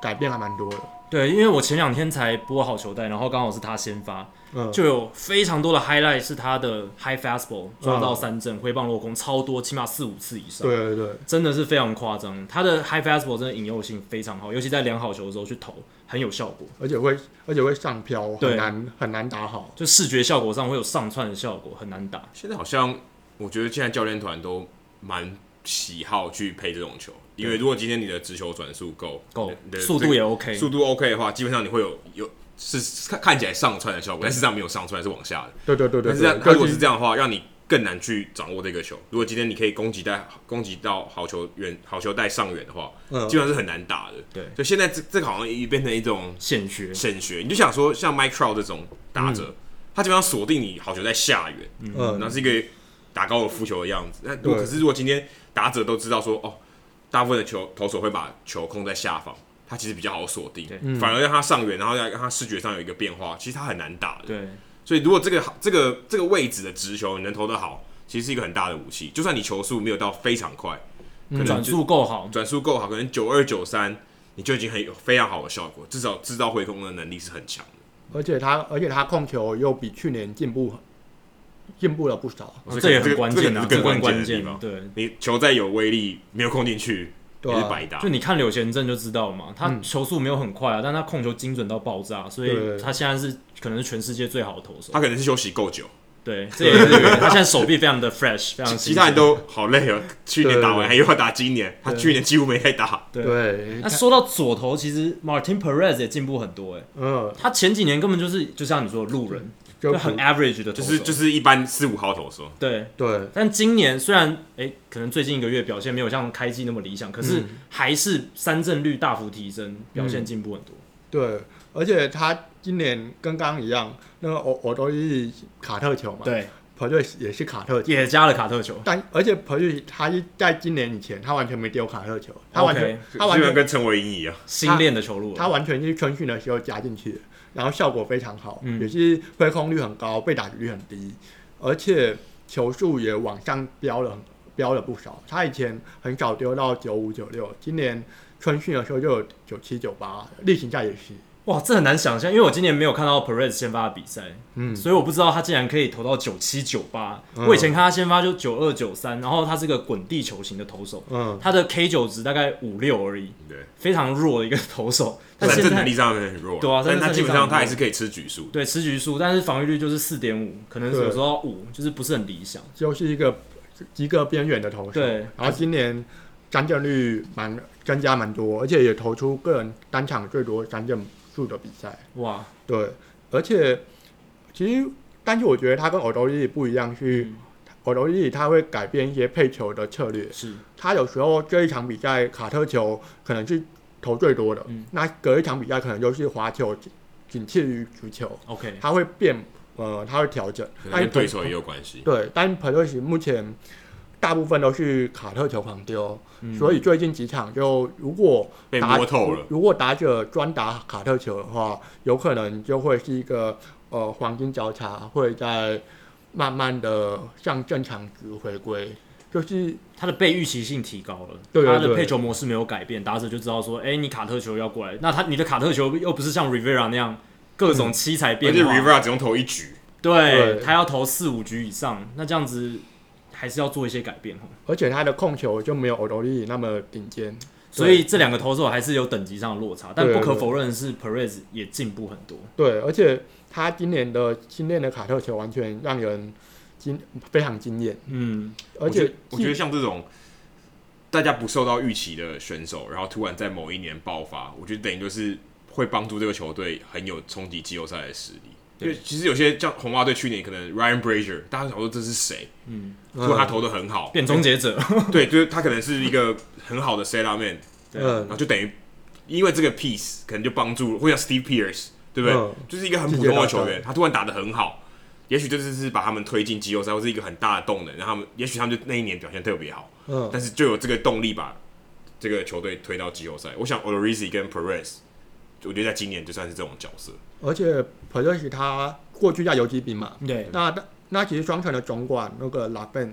Speaker 3: 改变还蛮多的。
Speaker 1: 对，因为我前两天才播好球带，然后刚好是他先发，
Speaker 3: 嗯，
Speaker 1: 就有非常多的 highlight 是他的 high fastball 抓到三振，挥棒落空，超多，起码四五次以上。
Speaker 3: 对对对，
Speaker 1: 真的是非常夸张，他的 high fastball 真的引诱性非常好，尤其在量好球的时候去投，很有效果。
Speaker 3: 而且会而且会上飘，
Speaker 1: 对
Speaker 3: 很难很难打好。
Speaker 1: 就视觉效果上会有上窜的效果，很难打。
Speaker 2: 现在好像我觉得现在教练团都蛮喜好去配这种球，因为如果今天你的直球转速够
Speaker 1: 够
Speaker 2: 你的
Speaker 1: 速
Speaker 2: 这
Speaker 1: 度
Speaker 2: 个
Speaker 1: 也 OK，
Speaker 2: 速度 OK 的话，基本上你会有有是是看看起来上窜的效果，但事实际上没有上窜，是往下的。
Speaker 3: 对对对对
Speaker 2: 但是这
Speaker 3: 对，
Speaker 2: 样，它如
Speaker 3: 就
Speaker 2: 果是这样的话，让你更难去掌握这个球。如果今天你可以攻击带攻击到好球远好球带上远的话，
Speaker 3: 嗯
Speaker 2: 基本上是很难打的。
Speaker 1: 对
Speaker 2: 所以现在这这个好像已变成一种
Speaker 1: 现学。
Speaker 2: 神学。你就想说，像 Mike Trout 这种打者，他基本上锁定你好球在下缘，
Speaker 3: 嗯
Speaker 2: 然后是一个打高尔夫球的样子。那如果
Speaker 3: 对
Speaker 2: 可是如果今天打者都知道说，哦，大部分的球投手会把球控在下方，他其实比较好锁定
Speaker 1: 对，
Speaker 2: 反而让他上缘，然后让让他视觉上有一个变化，其实他很难打的。
Speaker 1: 对，
Speaker 2: 所以如果这个这个这个位置的直球你能投得好，其实是一个很大的武器。就算你球速没有到非常快，可能
Speaker 1: 转
Speaker 2: 就
Speaker 1: 速够好，
Speaker 2: 转速够好，可能九二九三，你就已经很有非常好的效果，至少制造回空的能力是很强的。
Speaker 3: 而且他而且他控球又比去年进步进步了不少。
Speaker 2: 所以
Speaker 1: 这也
Speaker 2: 哦这
Speaker 1: 很
Speaker 2: 个
Speaker 1: 关键啊，这
Speaker 2: 这个是更
Speaker 1: 更
Speaker 2: 关
Speaker 1: 关
Speaker 2: 键的地
Speaker 1: 键
Speaker 2: 方。
Speaker 1: 对，
Speaker 2: 你球再有威力，没有空进去，
Speaker 3: 对啊
Speaker 2: 也是白搭
Speaker 1: 就。你看柳贤正就知道嘛，他
Speaker 2: 嗯
Speaker 1: 球速没有很快啊，但他控球精准到爆炸，所
Speaker 3: 对
Speaker 1: 以他现在是可能是全世界最好的投手
Speaker 2: 他。可能是休息够久，
Speaker 1: 对，这也是一个他现在手臂非常的 fresh，非常
Speaker 2: 其
Speaker 1: 新
Speaker 2: 其
Speaker 1: 鲜
Speaker 2: 他人都好累哦。去年打
Speaker 3: 对
Speaker 2: 完
Speaker 3: 对对
Speaker 2: 还又要打今年，他去年几乎没在打。
Speaker 1: 对
Speaker 3: 对
Speaker 1: 那，说到左投，其实 Martin Perez 也进步很多哎、
Speaker 3: 嗯，
Speaker 1: 他前几年根本就是就像你说的路人，
Speaker 3: 就
Speaker 1: 就很 average 的投
Speaker 2: 就
Speaker 1: 手，
Speaker 2: 是就是一般四五号投手，
Speaker 1: 对。
Speaker 3: 对
Speaker 1: 但今年虽然哎、诶可能最近一个月表现没有像开季那么理想，可
Speaker 2: 嗯
Speaker 1: 是还是三振率大幅提升，表现进步很多。
Speaker 3: 对，而且他今年跟刚刚一样，那个我我都是卡特球嘛，，
Speaker 1: 对，
Speaker 3: 跑队也是卡特球。
Speaker 1: 也加了卡特球。
Speaker 3: 但而且培育他一在今年以前，他完全没丢卡特球，他完全
Speaker 1: OK，
Speaker 3: 他完
Speaker 2: 就像
Speaker 3: 全
Speaker 2: 跟陈伟英一样。
Speaker 1: 新练的球路了，
Speaker 3: 他完全是春训的时候加进去的，然后效果非常好，
Speaker 1: 嗯
Speaker 3: 也是挥空率很高，被打击率很低，而且球速也往上飙了很飙了不少。他以前很少丢到九五九六，今年春训的时候就有九七九八，例行赛也是，
Speaker 1: 哇，这很难想象，因为我今年没有看到 Perez 先发的比赛，
Speaker 3: 嗯，
Speaker 1: 所以我不知道他竟然可以投到九七九八。
Speaker 3: 嗯
Speaker 1: 我以前看他先发就九二九三，然后他是个滚地球型的投手，
Speaker 3: 嗯，
Speaker 1: 他的 K 九值大概五六而已，
Speaker 2: 对，
Speaker 1: 非常弱的一个投 手。但
Speaker 2: 但
Speaker 1: 现
Speaker 2: 这能
Speaker 1: 在
Speaker 2: 力上面很弱，
Speaker 1: 对啊
Speaker 2: 但
Speaker 1: 三振
Speaker 2: 他
Speaker 1: 能力
Speaker 2: 基本上
Speaker 1: 上
Speaker 2: 他还是可以吃局数。
Speaker 1: 对吃局数，但是防御率就是四点五，可能
Speaker 3: 对
Speaker 1: 有时候五，就是不是很理想。
Speaker 3: 就是一个一个边缘的投手。
Speaker 1: 对
Speaker 3: 然后今年三振率蛮增加蛮多，而且也投出个人单场最多三振数的比赛。
Speaker 1: 哇，
Speaker 3: 对，而且其实但是我觉得他跟欧洲利不一样是，
Speaker 2: 嗯
Speaker 3: 欧洲利他会改变一些配球的策略。
Speaker 1: 是
Speaker 3: 他有时候这一场比赛卡特球可能是投最多的，
Speaker 1: 嗯
Speaker 3: 那隔一场比赛可能就是滑球仅仅次于足球，
Speaker 1: OK，
Speaker 3: 他会变呃，他会调整。
Speaker 2: 可能
Speaker 3: 但
Speaker 2: 跟
Speaker 3: 是
Speaker 2: 对手也有关系。
Speaker 3: 对，但彭瑞奇目前大部分都是卡特球狂丢，
Speaker 1: 嗯
Speaker 3: 所以最近几场就如果
Speaker 2: 被
Speaker 3: 打
Speaker 2: 摸透了
Speaker 3: 如果打者专打卡特球的话，有可能就会是一个呃黄金交叉，会在慢慢的向正常值回归。就是
Speaker 1: 他的被预期性提高了，
Speaker 3: 对对
Speaker 1: 他的
Speaker 3: 对
Speaker 1: 配球模式没有改变，打者就知道说，哎、你卡特球要过来，那他你的卡特球又不是像 Rivera 那样各种七彩
Speaker 2: 而
Speaker 1: 变
Speaker 2: 且
Speaker 1: 化，
Speaker 2: Rivera 只用投一局，
Speaker 1: 对
Speaker 3: 对
Speaker 1: 他要投四五局以上，那这样子还是要做一些改变哦。
Speaker 3: 而且他的控球就没有欧多利那么顶尖，
Speaker 1: 所以这两个投手还是有等级上的落差，但
Speaker 3: 对
Speaker 1: 不可
Speaker 3: 对
Speaker 1: 否认的是 Perez 也进步很多。
Speaker 3: 对，而且他今年的新练的卡特球完全让人惊非常惊艳，
Speaker 1: 嗯，
Speaker 3: 而
Speaker 2: 我觉
Speaker 3: 且
Speaker 2: 得我觉得像这种大家不受到预期的选手，然后突然在某一年爆发，我觉得等于就是会帮助这个球队很有冲击季后赛的实力。因为其实有些像红袜队去年可能 Ryan Brazier，大家想说这是谁？嗯，如果他投的很好，
Speaker 1: 嗯变终结者，
Speaker 2: 对，就是他可能是一个很好的 set up man，
Speaker 3: 嗯
Speaker 2: 然后就等于因为这个 piece 可能就帮助，会像 Steve Pierce，对不对？
Speaker 3: 嗯
Speaker 2: 就是一个很普通的球员，他突然打得很好，也许这次是把他们推进季后赛，或是一个很大的动能，让他们，也许他们就那一年表现特别好，
Speaker 3: 嗯
Speaker 2: 但是就有这个动力把这个球队推到季后赛。我想 o l o r i z i 跟 Perez，我觉得在今年就算是这种角色，
Speaker 3: 而且 p e r e 他过去在游击兵嘛，
Speaker 1: 对
Speaker 3: 那那其实双城的总管那个拉贝，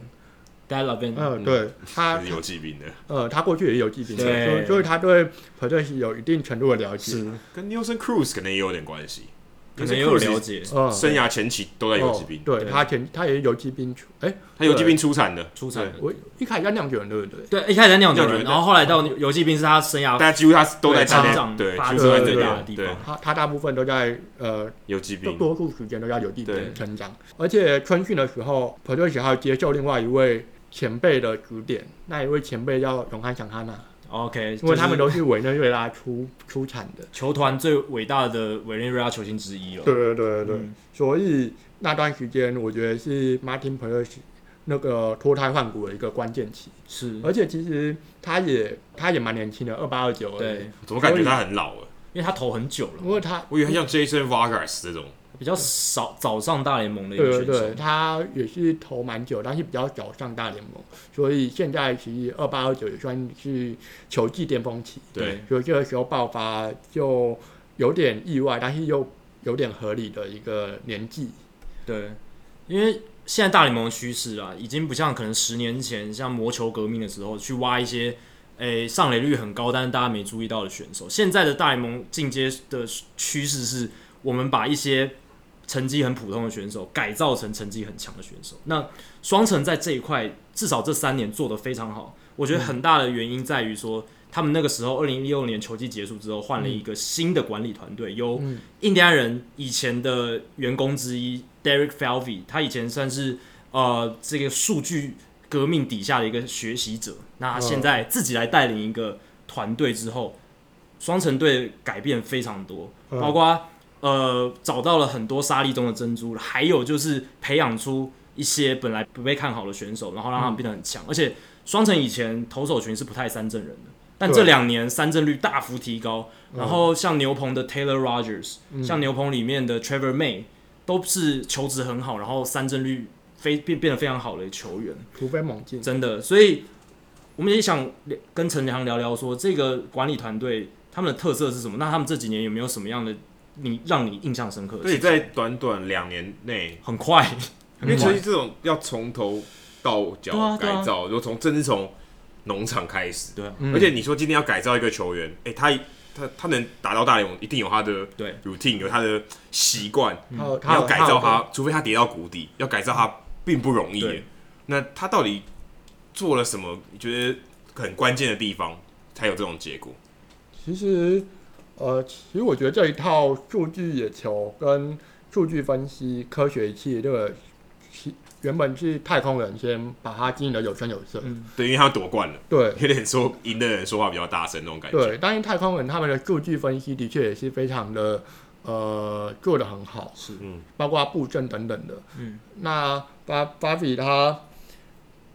Speaker 1: d a l a v i n
Speaker 3: 嗯，对
Speaker 1: 啊
Speaker 3: 他
Speaker 2: 就是游击兵的，
Speaker 3: 呃他过去也是游击兵嘛，所
Speaker 1: 对
Speaker 3: 以所以他对 p e r e 有一定程度的了解，
Speaker 1: 是
Speaker 2: 跟 Nelson Cruz 可能也有点关系，
Speaker 1: 嗯可能也有了解嗯
Speaker 3: 嗯，
Speaker 2: 生涯前期都在游击兵
Speaker 3: 哦，对
Speaker 1: 对
Speaker 3: 他前他也是游击兵出，哎，
Speaker 2: 他游击兵出产的，
Speaker 1: 出场的。
Speaker 3: 我一开始在酿酒人对不对？
Speaker 1: 对，一开始在酿酒
Speaker 2: 酿酒
Speaker 1: 人，
Speaker 2: 人
Speaker 1: 然后后来到游戏兵是他生涯
Speaker 2: 大家几乎他都在
Speaker 1: 对
Speaker 2: 战
Speaker 1: 成
Speaker 2: 内，
Speaker 1: 长
Speaker 2: 对，
Speaker 1: 发
Speaker 2: 就
Speaker 1: 展
Speaker 2: 是在
Speaker 3: 对
Speaker 2: 这
Speaker 3: 对
Speaker 2: 边，
Speaker 1: 对
Speaker 2: 对，
Speaker 3: 他他大部分都在呃
Speaker 2: 游击
Speaker 3: 多
Speaker 2: 兵，
Speaker 3: 多数时间都在游击
Speaker 2: 对
Speaker 3: 兵成长，而且春训的时候，彭队喜还要接受另外一位前辈的指点，那一位前辈叫永汉想汉娜，
Speaker 1: OK，
Speaker 3: 因为他们
Speaker 1: 就是
Speaker 3: 都是委内瑞拉出出产的。
Speaker 1: 球团最伟大的委内瑞拉球星之一了。
Speaker 3: 对对对对，
Speaker 1: 嗯
Speaker 3: 所以那段时间我觉得是 Martin p e r e 那个脱胎换骨的一个关键期，
Speaker 1: 是，
Speaker 3: 而且其实他也他也蛮年轻的，二八二九而
Speaker 1: 对
Speaker 3: 已。，
Speaker 2: 怎么感觉他很老了？
Speaker 1: 因为他投很久
Speaker 3: 因为
Speaker 1: 了，
Speaker 3: 他
Speaker 2: 我以为他像 Jason Vargas 这种，
Speaker 1: 比较少早上大联盟的一个选
Speaker 3: 对对对，
Speaker 1: 手。
Speaker 3: 他也是投蛮久，但是比较早上大联盟，所以现在其实二八二九也算是球季巅峰期，
Speaker 2: 对，
Speaker 3: 所以这个时候爆发就有点意外，但是又有点合理的一个年纪。
Speaker 1: 对，因为现在大联盟的趋势啊，已经不像可能十年前像魔球革命的时候去挖一些诶、上垒率很高但是大家没注意到的选手。现在的大联盟进阶的趋势是，我们把一些成绩很普通的选手改造成成绩很强的选手。那双城在这一块，至少这三年做得非常好。我觉得很大的原因在于说，他们那个时候二零一六年球季结束之后，换了一个新的管理团队，由
Speaker 3: 嗯
Speaker 1: 印第安人以前的员工之一 Derek Falvey，他以前算是呃这个数据革命底下的一个学习者，那他
Speaker 3: 嗯
Speaker 1: 现在自己来带领一个团队之后，双城队改变非常多，
Speaker 3: 嗯
Speaker 1: 包括呃找到了很多沙粒中的珍珠，还有就是培养出一些本来不被看好的选手，然后让他们变得很强，而且双城以前投手群是不太三振人的。但嗯这
Speaker 3: 对
Speaker 1: 两年三振率大幅提高，然后像牛棚的 Taylor Rogers，、像牛棚里面的 Trevor May，都是球质很好，然后三振率非变变得非常好的球员，
Speaker 3: 突飞猛进，
Speaker 1: 真的。所以我们也想跟陈良聊聊说，这个管理团队他们的特色是什么？那他们这几年有没有什么样的你让你印象深刻的
Speaker 2: 所以
Speaker 1: 事情？
Speaker 2: 在短短两年内，
Speaker 1: 很快，
Speaker 2: 因为其实这种要从头到
Speaker 1: 对
Speaker 2: 脚
Speaker 1: 啊对啊
Speaker 2: 改造，如果从甚至从农场开始，
Speaker 1: 对啊
Speaker 3: 嗯
Speaker 2: 而且你说今天要改造一个球员，哎，他他他能达到大联盟，一定有他的
Speaker 1: 对
Speaker 2: routine，有他的习惯，
Speaker 3: 他有
Speaker 2: 你要
Speaker 3: 有
Speaker 2: 改造
Speaker 3: 有
Speaker 2: 他，除非他跌到谷底，要改造他并不容易
Speaker 1: 对
Speaker 2: 耶。那他到底做了什么？你觉得很关键的地方才有这种结果？
Speaker 3: 其实，呃，其实我觉得这一套数据野球跟数据分析、科学仪器这个，其原本是太空人先把它经营的有声有色，
Speaker 1: 嗯
Speaker 2: 对，因为他夺冠了，
Speaker 3: 对
Speaker 2: 有点说赢的人说话比较大声那种感觉。
Speaker 3: 对。但是太空人他们的数据分析的确也是非常的呃做得很好，
Speaker 1: 是
Speaker 2: 嗯
Speaker 3: 包括布阵等等的。
Speaker 1: 嗯，
Speaker 3: 那巴巴比他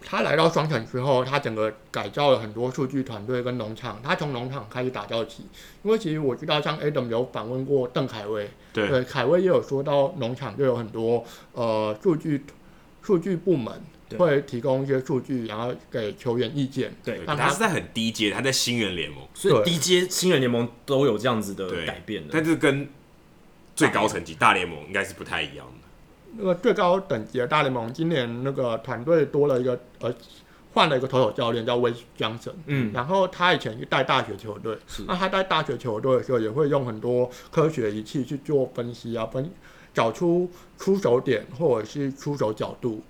Speaker 3: 他来到双城之后，他整个改造了很多数据团队跟农场，他从农场开始打造起。因为其实我知道，像 Adam 有访问过邓凯威，
Speaker 2: 对
Speaker 3: 对，凯威也有说到农场就有很多呃数据数据部门
Speaker 1: 对
Speaker 3: 会提供一些数据，然后给球员意见。
Speaker 1: 对，
Speaker 3: 让
Speaker 2: 他
Speaker 3: 他
Speaker 2: 是在很低阶，他在新人联盟，
Speaker 1: 所以低阶新人联盟都有这样子的
Speaker 2: 对
Speaker 1: 改变的，
Speaker 2: 但是跟最高层级大联盟应该是不太一样的。
Speaker 3: 那个最高等级的大联盟，今年那个团队多了一个呃，换了一个投手教练叫威江森，
Speaker 1: 嗯，
Speaker 3: 然后他以前是带大学球队
Speaker 1: 是，
Speaker 3: 那他带大学球队的时候也会用很多科学仪器去做分析啊，分找出出手点或者是出手角度，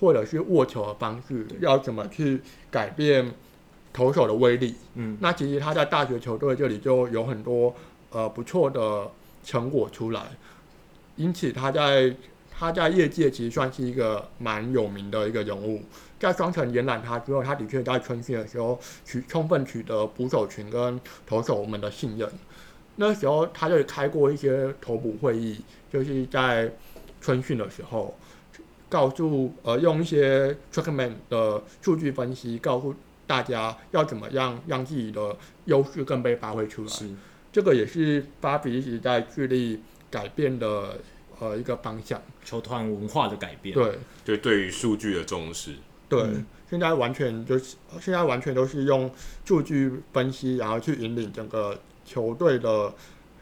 Speaker 3: 或者是握球的方式，要怎么去改变投手的威力。
Speaker 1: 嗯，
Speaker 3: 那其实他在大学球队这里就有很多呃不错的成果出来，因此他在他在业界其实算是一个蛮有名的一个人物。在双城延揽他之后，他的确在春训的时候取充分取得捕手群跟投手们的信任。那时候他就开过一些投捕会议，就是在春训的时候，告诉呃用一些 Trackman 的数据分析，告诉大家要怎么样让自己的优势更被发挥出来。
Speaker 1: 是
Speaker 3: 这个也是巴比一直在致力改变的呃一个方向。
Speaker 1: 球团文化的改变，
Speaker 3: 对
Speaker 2: 就对于数据的重视，
Speaker 3: 对，
Speaker 1: 嗯
Speaker 3: 现在完全就是呃现在完全都是用数据分析，然后去引领整个球队的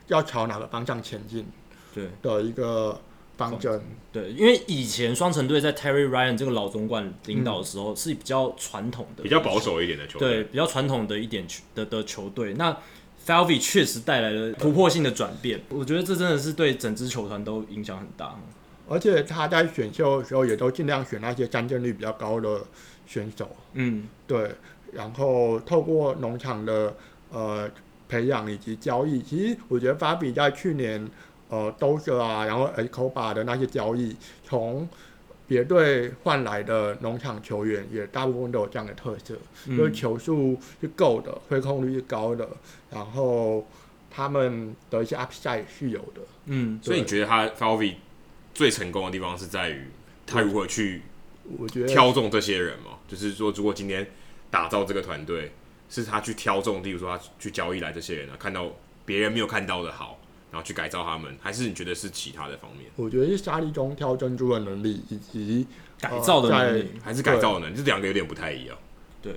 Speaker 3: 要朝哪个方向前进
Speaker 1: 对
Speaker 3: 的一个方针。
Speaker 1: 对，因为以前双城队在 Terry Ryan 这个老总管领导的时候是比较传统的，
Speaker 2: 嗯比较保守一点的球队。
Speaker 1: 对，比较传统的一点球的的球队。那 Falvey 确实带来了突破性的转变，我觉得这真的是对整支球团都影响很大。
Speaker 3: 而且他在选秀的时候也都尽量选那些战胜率比较高的选手，
Speaker 1: 嗯，
Speaker 3: 对，然后透过农场的呃培养以及交易，其实我觉得法比在去年呃 Dozer 啊，然后 a c o b a 的那些交易，从别队换来的农场球员也大部分都有这样的特色，
Speaker 1: 嗯
Speaker 3: 就是球速是够的，挥空率是高的，然后他们的一些 upside 是有的。
Speaker 1: 嗯，
Speaker 2: 所以你觉得他 f a l v i 最成功的地方是在于他如何去
Speaker 3: 我觉得
Speaker 2: 挑中这些人嘛？就是说，如果今天打造这个团队，是他去挑中，例如说他去交易来这些人啊，看到别人没有看到的好，然后去改造他们，还是你觉得是其他的方面，
Speaker 3: 我觉得是沙利中挑珍珠的能力，以及
Speaker 1: 改造的能
Speaker 3: 呃
Speaker 1: 力
Speaker 3: 在，
Speaker 2: 还是改造的能力？这两个有点不太一样。
Speaker 1: 对，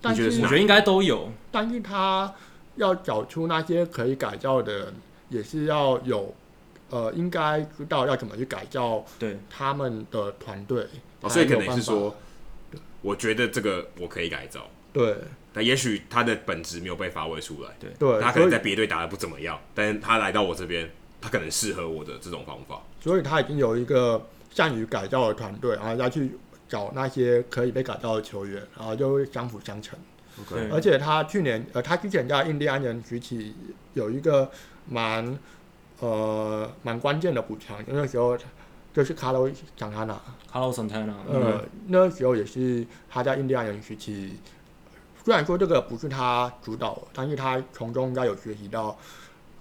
Speaker 3: 但
Speaker 2: 觉得是
Speaker 1: 我
Speaker 2: 哪
Speaker 1: 觉得应该都有。
Speaker 3: 但是他要找出那些可以改造的人，也是要有，呃，应该知道要怎么去改造
Speaker 1: 对，
Speaker 3: 他们的团队。
Speaker 2: 哦，所以可
Speaker 3: 才有
Speaker 2: 能也是
Speaker 3: 办
Speaker 2: 说
Speaker 3: 法，
Speaker 2: 我觉得这个我可以改造，
Speaker 3: 对
Speaker 2: 但也许他的本质没有被发挥出来。
Speaker 3: 对，
Speaker 2: 他可
Speaker 3: 所
Speaker 2: 能在
Speaker 3: 以
Speaker 2: 别队打的不怎么样，但是他来到我这边，他可能适合我的这种方法。
Speaker 3: 所以他已经有一个善于改造的团队，然后要去找那些可以被改造的球员，然后就会相辅相成。
Speaker 1: 对
Speaker 3: 而且他去年，呃，他之前在印第安人时期有一个蛮，呃，蛮关键的补强，那时候就是卡罗讲他拿。
Speaker 1: Hello Santana，
Speaker 2: 嗯
Speaker 3: 呃，那时候也是他在印第安人时期，虽然说这个不是他主导，但是他从中应该有学习到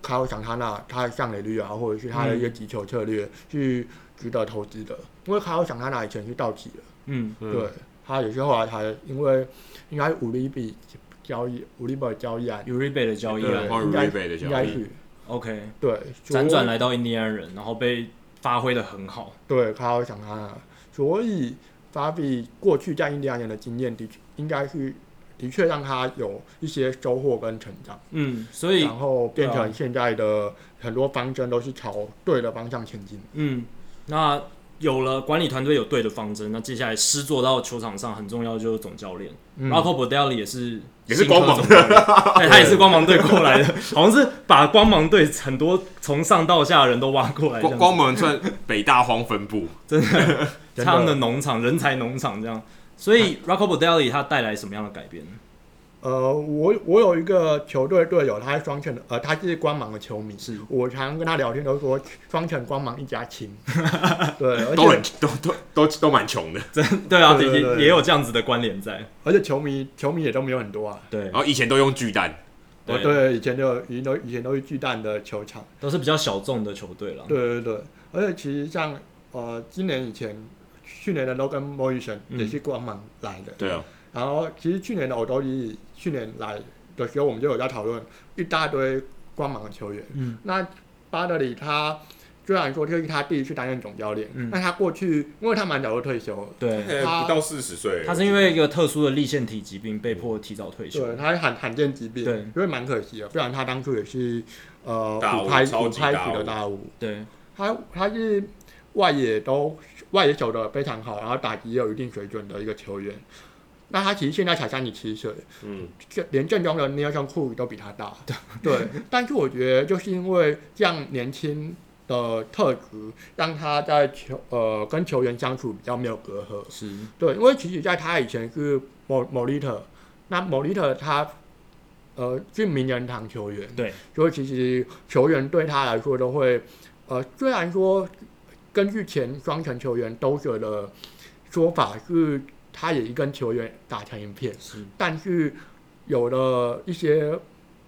Speaker 3: 卡尔桑塔纳他的上垒率啊，或者是他的一些击球策略是值得投资的。因为卡尔桑塔纳以前是道奇的，
Speaker 1: 嗯，
Speaker 2: 嗯
Speaker 3: 对啊他也是后来才因为应该是五利比交易，五利比交易案，
Speaker 1: u r i b e 的交易
Speaker 2: 对
Speaker 1: 案
Speaker 2: 换
Speaker 3: 应该
Speaker 2: Uribe 的交易
Speaker 3: 应该是
Speaker 1: OK，
Speaker 3: 对
Speaker 1: 辗转
Speaker 3: 来
Speaker 1: 来到印第安人，然后被发挥的很好。
Speaker 3: 对卡尔桑塔纳，啊所以法比过去在印第安人的经验的确应该是的确让他有一些收获跟成长。
Speaker 1: 嗯，所以
Speaker 3: 然后变
Speaker 1: 对啊
Speaker 3: 成现在的很多方针都是朝对的方向前进。
Speaker 1: 嗯，那有了管理团队有对的方针，那接下来施做到球场上很重要的就是总教练、
Speaker 3: 嗯
Speaker 1: r o c c o b o d e l l i 也是
Speaker 2: 也是光芒
Speaker 1: 新科总教练，对，他也是光芒队过来的，好像是把光芒队很多从上到下的人都挖过来，这
Speaker 2: 光
Speaker 1: 样
Speaker 2: 光
Speaker 1: 子
Speaker 2: 芒算北大荒分部，
Speaker 3: 真的
Speaker 1: 他们的农场人才农场这样。所以 r o c c o b o d e l l i 他带来什么样的改变？
Speaker 3: 呃，我我有一个球队队友，他是双城的，呃，他是光芒的球迷。
Speaker 1: 是
Speaker 3: 我常跟他聊天都说双城光芒一家 亲。对， 而
Speaker 2: 都
Speaker 3: 且
Speaker 2: 很都都都都蛮穷的。
Speaker 1: 对啊，
Speaker 3: 对对
Speaker 1: 也
Speaker 3: 对
Speaker 1: 也有这样子的关联在。
Speaker 3: 而且球迷球迷也都没有很多啊。
Speaker 2: 哦
Speaker 1: 对
Speaker 2: 然，后以前都用巨蛋，
Speaker 3: 我
Speaker 1: 对
Speaker 3: 对以前都有以都以前都是巨蛋的球场。
Speaker 1: 都是比较小众的球队了。
Speaker 3: 对对对，而且其实像呃，今年以前，去年的 Logan Morrison
Speaker 1: 嗯
Speaker 3: 也是光芒来的。
Speaker 2: 对啊，
Speaker 3: 然后其实去年的欧洲一去年来的时候，我们就有在讨论一大堆光芒的球员。
Speaker 1: 嗯，
Speaker 3: 那巴德里他虽然说这是他第一次担任总教练，
Speaker 1: 嗯
Speaker 3: 但他过去因为他蛮早就退休了，
Speaker 1: 对，
Speaker 2: 呃
Speaker 3: 他
Speaker 2: 不到四十岁，
Speaker 1: 他是因为一个特殊的立腺体疾病被迫提早退休。
Speaker 3: 对，他罕罕见疾病，
Speaker 1: 对
Speaker 3: 因为蛮可惜的，不然他当初也是呃
Speaker 2: 大物
Speaker 3: 五拍
Speaker 2: 超
Speaker 3: 五
Speaker 2: 级
Speaker 3: 拍
Speaker 2: 大
Speaker 3: 子的
Speaker 2: 物
Speaker 3: 大物，
Speaker 1: 对，
Speaker 3: 他他是外野都外野守的非常好，然后打击也有一定水准的一个球员。那他其实现在才三十七岁，
Speaker 2: 嗯，
Speaker 3: 这连正中的 Nelson Cruz 都比他大。对，但是我觉得就是因为这样年轻的特质，让他在球呃跟球员相处比较没有隔阂。
Speaker 1: 是，
Speaker 3: 对，因为其实在他以前是某某利特，那某利特他呃是名人堂球员，
Speaker 1: 对，
Speaker 3: 所以其实球员对他来说都会呃，虽然说根据前双城球员都者的说法是，他也跟球员打成一片，
Speaker 1: 是，
Speaker 3: 但是有了一些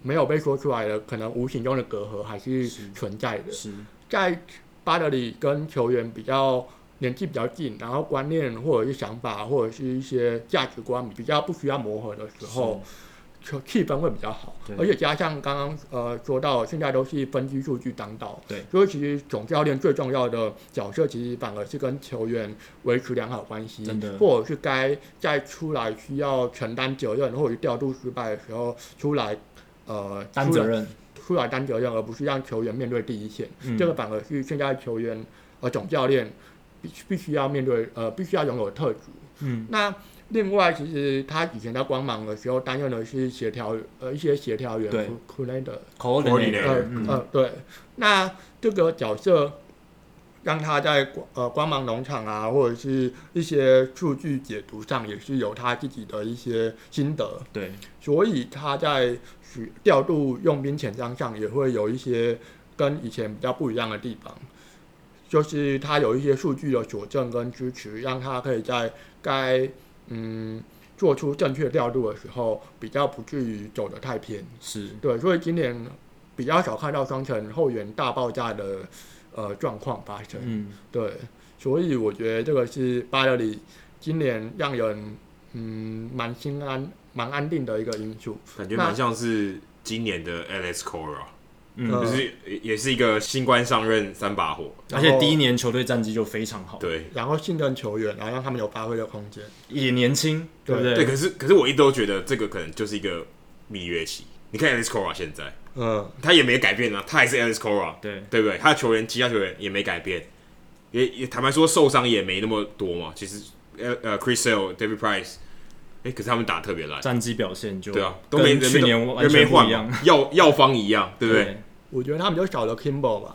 Speaker 3: 没有被说出来的，可能无形中的隔阂还是
Speaker 1: 是
Speaker 3: 存在的。
Speaker 1: 是，
Speaker 3: 在巴德里跟球员比较年纪比较近，然后观念或者是想法或者是一些价值观比较不需要磨合的时候，球气氛会比较好
Speaker 1: 对，
Speaker 3: 而且加上刚刚呃说到，现在都是分析数据当道，
Speaker 1: 对，
Speaker 3: 所以其实总教练最重要的角色，其实反而是跟球员维持良好关系
Speaker 1: 真的，
Speaker 3: 或者是该在出来需要承担责任或者是调度失败的时候出来。呃，
Speaker 1: 担
Speaker 3: 出来
Speaker 1: 责任，
Speaker 3: 出来担责任，而不是让球员面对第一线。
Speaker 1: 嗯
Speaker 3: 这个反而是现在球员呃总教练必必须要面对呃必须要拥有的特质。
Speaker 1: 嗯，
Speaker 3: 那另外，其实他以前在光芒的时候担任的是协调呃一些协调员
Speaker 1: 对
Speaker 3: c o o 的
Speaker 1: 口
Speaker 3: 呃
Speaker 2: Coordinator，
Speaker 1: 嗯，
Speaker 3: 呃对，那这个角色让他在光呃光芒农场啊，或者是一些数据解读上也是有他自己的一些心得。
Speaker 1: 对，
Speaker 3: 所以他在使调度用兵遣将上也会有一些跟以前比较不一样的地方，就是他有一些数据的佐证跟支持，让他可以在该嗯做出正确调度的时候，比较不至于走得太偏。
Speaker 1: 是，
Speaker 3: 对，所以今年比较少看到双城后援大爆炸的呃状况发生。
Speaker 1: 嗯，
Speaker 3: 对，所以我觉得这个是巴勒里今年让人嗯蛮心安、蛮安定的一个因素。
Speaker 2: 感觉蛮像是今年的 Alex Cora，
Speaker 1: 嗯
Speaker 3: 呃，
Speaker 2: 就是也也是一个新官上任三把火，
Speaker 1: 而
Speaker 3: 然
Speaker 1: 且
Speaker 3: 后
Speaker 1: 第一年球队战绩就非常好，
Speaker 2: 对
Speaker 3: 然后信任球员，然后让他们有发挥的空间。
Speaker 1: 也年轻，对不
Speaker 3: 对
Speaker 2: 对，？可是可是我一直都觉得这个可能就是一个蜜月期。你看 Alex Cora 现在，
Speaker 3: 嗯，
Speaker 2: 他也没改变啊，他还是 Alex Cora，
Speaker 1: 对，
Speaker 2: 对不对？他的球员，其他球员也没改变，也也坦白说受伤也没那么多嘛。其实呃呃，Chris Sale、David Price，哎、可是他们打得特别烂，
Speaker 1: 战绩表现就
Speaker 2: 对啊，都没
Speaker 1: 跟
Speaker 2: 人
Speaker 1: 去
Speaker 2: 没
Speaker 1: 年完
Speaker 2: 人没
Speaker 1: 全不
Speaker 2: 换
Speaker 1: 一样
Speaker 2: 嘛，，药药方一样，对不对？
Speaker 1: 对？
Speaker 3: 我觉得他们就少了 Kimbo 吧。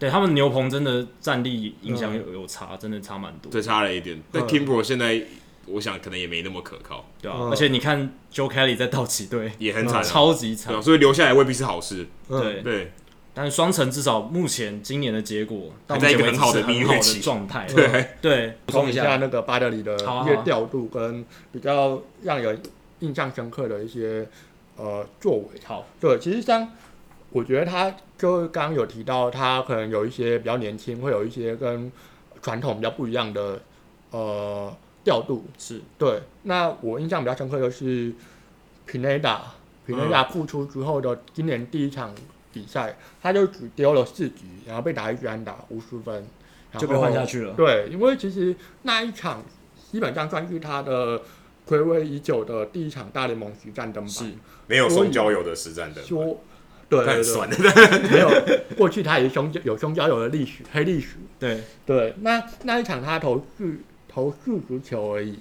Speaker 1: 对他们牛棚真的战力影
Speaker 2: 嗯
Speaker 1: 响有有差，真的差蛮多，
Speaker 2: 这差了一点。但
Speaker 3: 嗯
Speaker 2: Kimbro 现在，我想可能也没那么可靠，
Speaker 1: 对啊
Speaker 3: 嗯，
Speaker 1: 而且你看 Joe Kelly 在道奇队
Speaker 2: 也很惨、啊，
Speaker 1: 超级
Speaker 2: 对啊，
Speaker 1: 惨，
Speaker 2: 所以留下来未必是好事。
Speaker 3: 嗯、
Speaker 1: 对，
Speaker 2: 对，
Speaker 1: 但是双城至少目前今年的结果到
Speaker 2: 还在一个
Speaker 1: 目前为止
Speaker 2: 很好的
Speaker 1: 是
Speaker 2: 蜜
Speaker 1: 很
Speaker 2: 月
Speaker 1: 好的
Speaker 2: 期
Speaker 1: 状态，
Speaker 2: 对
Speaker 1: 对，补
Speaker 3: 补充
Speaker 1: 充
Speaker 3: 一
Speaker 1: 一
Speaker 3: 下
Speaker 1: 下，
Speaker 3: 那个巴德里的
Speaker 1: 好啊
Speaker 3: 一些调度跟比较让人印象深刻的一些呃作为。
Speaker 1: 好，
Speaker 3: 对，其实像我觉得他就刚刚有提到，他可能有一些比较年轻，会有一些跟传统比较不一样的呃调度。
Speaker 1: 是
Speaker 3: 对，那我印象比较深刻的是 Pineda Pineda
Speaker 1: 嗯
Speaker 3: 复出之后的今年第一场比赛，他就只丢了四局，然后被打一局安打无失分，然
Speaker 1: 就被换下
Speaker 3: 后
Speaker 1: 去了，
Speaker 3: 对，因为其实那一场基本上算是他的暌违已久的第一场大联盟实战登板。
Speaker 1: 是
Speaker 2: 没有送交友的实战的，
Speaker 3: 说，对
Speaker 2: 但
Speaker 3: 对
Speaker 2: 很酸
Speaker 3: 对，
Speaker 2: 的。
Speaker 3: 没有过去他也胸有胸交有的历史黑历史，
Speaker 1: 对，
Speaker 3: 对，那那一场他投四投四足球而已，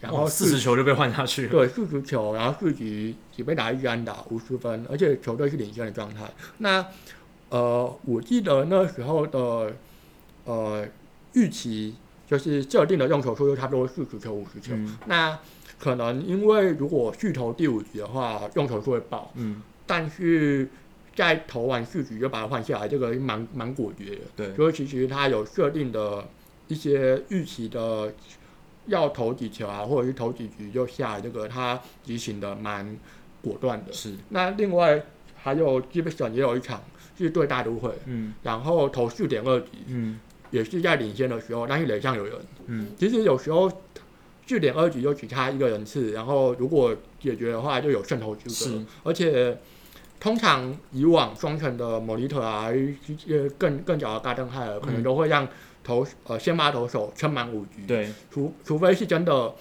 Speaker 3: 然后
Speaker 1: 哦四十球就被换下去了，
Speaker 3: 对四足球，然后四局只被打一支安打无失分，而且球队是领先的状态。那呃，我记得那时候的呃预期就是设定的用球数就差不多四十球五十球，
Speaker 1: 嗯
Speaker 3: 那可能因为如果续投第五局的话，用球数会爆。
Speaker 1: 嗯，
Speaker 3: 但是在投完四局就把它换下来，这个蛮蛮果决的。
Speaker 1: 对，
Speaker 3: 所以其实他有设定的一些预期的要投几球啊，或者是投几局就下来，这个他执行的蛮果断的。
Speaker 1: 是，
Speaker 3: 那另外还有基本上也有一场是对大都会，
Speaker 1: 嗯
Speaker 3: 然后投四点二局，
Speaker 1: 嗯
Speaker 3: 也是在领先的时候，但是垒上有人。
Speaker 1: 嗯
Speaker 3: 其实有时候四点二局就只差一个人次，然后如果解决的话就有胜投资格
Speaker 1: 是。
Speaker 3: 而且通常以往双城的 Monitor 啊，呃更更早的 g a r d e n h i g h 可能都会让投呃先发投手撑满五局，
Speaker 1: 对，
Speaker 3: 除除非是真的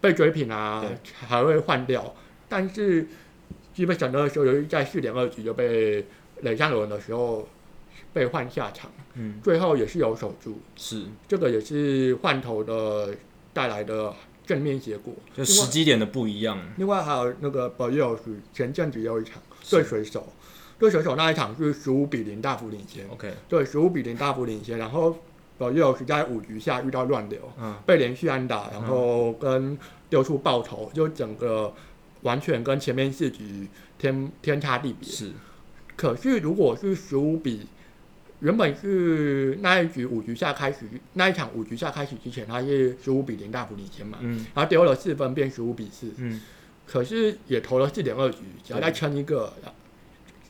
Speaker 3: 被追平啊
Speaker 1: 对，
Speaker 3: 还会换掉。但是基本上的时候，由于在四点二局就被垒上有人的时候被换下场，
Speaker 1: 嗯
Speaker 3: 最后也是有守住。
Speaker 1: 是，
Speaker 3: 这个也是换头的带来的正面结果。
Speaker 1: 就
Speaker 3: 另
Speaker 1: 时
Speaker 3: 外，
Speaker 1: 机点的不一样，
Speaker 3: 另外还有那个 b e l 前阵子也有一场
Speaker 1: 是
Speaker 3: 对水手，对水手那一场是十五比零大幅领先，
Speaker 1: OK，
Speaker 3: 对十五比零大幅领先，然后 b e l 在五局下遇到乱流，
Speaker 1: 嗯
Speaker 3: 被连续安打，然后跟六处爆头，就整个完全跟前面四局天天差地别。
Speaker 1: 是，
Speaker 3: 可是如果是十五比，原本是那一局五局下开始，那一场五局下开始之前，他是十五比零大幅领先嘛，
Speaker 1: 嗯
Speaker 3: 然后丢了四分变十五比四，
Speaker 1: 嗯
Speaker 3: 可是也投了四点二局，只要再撑一个，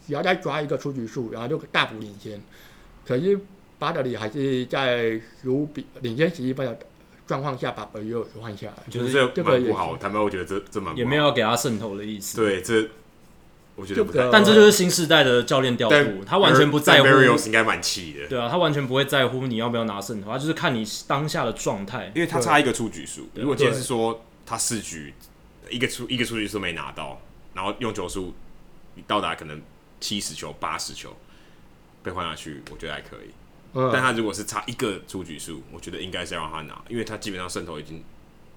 Speaker 3: 只要再抓一个出局数，然后就大幅领先。可是巴德里还是在十五比领先十一分的状况下把本约给换下来。
Speaker 2: 就是
Speaker 1: 就是
Speaker 2: 这蛮不好。坦白，我觉得这这蛮不好
Speaker 1: 也没有要给他渗透的意思，
Speaker 2: 对这，我觉得不太
Speaker 3: 这个
Speaker 1: 但这就是新时代的教练调
Speaker 2: 但
Speaker 1: 度，他完全不在乎
Speaker 2: 但 Barrios 应该蛮气的，
Speaker 1: 对啊，他完全不会在乎你要不要拿胜投，他就是看你当下的状态。
Speaker 2: 因为他差一个出局数。
Speaker 1: 对
Speaker 2: 如果今天是说他四局一个出一个出局数没拿到，然后用球数你到达可能七十球、八十球被换下去，我觉得还可以。但
Speaker 3: 嗯，
Speaker 2: 他如果是差一个出局数，我觉得应该是要让他拿，因为他基本上渗透已经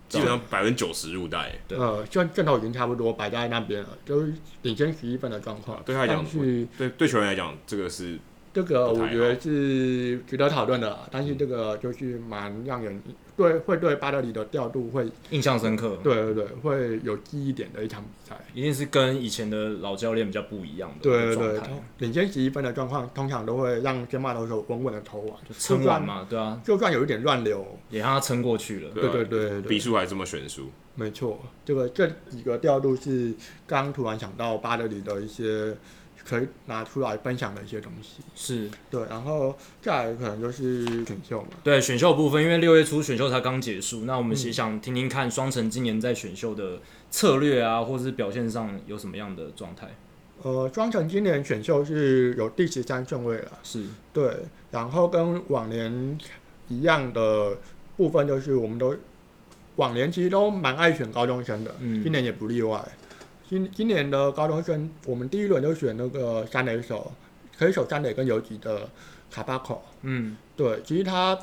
Speaker 2: 基本上百分之九十入袋。
Speaker 1: 对
Speaker 3: 呃，正正头已经差不多摆在那边了，就是领先十一分的状况。
Speaker 2: 对他来讲
Speaker 3: 但，是
Speaker 2: 对对球员来讲，这个是
Speaker 3: 这个
Speaker 2: 不太
Speaker 3: 我
Speaker 2: 好
Speaker 3: 觉得是值得讨论的，但是这个就是蛮让人对会对巴德里的调度会，
Speaker 1: 印象深刻，
Speaker 3: 对对对，会有记忆点的一场比赛。
Speaker 1: 一定是跟以前的老教练比较不一样的
Speaker 3: 对对
Speaker 1: 状
Speaker 3: 对，
Speaker 1: 态，
Speaker 3: 通领先十一分的状况，通常都会让先发投手稳稳的投完，
Speaker 1: 就撑完嘛，对啊，
Speaker 3: 就算，就算有一点乱流，
Speaker 1: 也让他撑过去了。
Speaker 2: 对啊
Speaker 3: 对对对
Speaker 2: 比
Speaker 3: 对，
Speaker 2: 数还这么悬殊。
Speaker 3: 没错，这个这几个调度是刚突然想到巴德里的一些可以拿出来分享的一些东西。
Speaker 1: 是
Speaker 3: 对，然后再来可能就是选秀嘛，
Speaker 1: 对选秀部分，因为六月初选秀才刚结束，那我们
Speaker 3: 嗯
Speaker 1: 也想听听看双城今年在选秀的策略啊，或者是表现上有什么样的状态？
Speaker 3: 呃，庄城今年选秀是有第十三顺位了，
Speaker 1: 是
Speaker 3: 对，然后跟往年一样的部分就是，我们都往年其实都蛮爱选高中生的，
Speaker 1: 嗯
Speaker 3: 今年也不例外。今今年的高中生，我们第一轮就选那个三垒手，可以守三垒跟游击的卡巴口。
Speaker 1: 嗯
Speaker 3: 对，其实他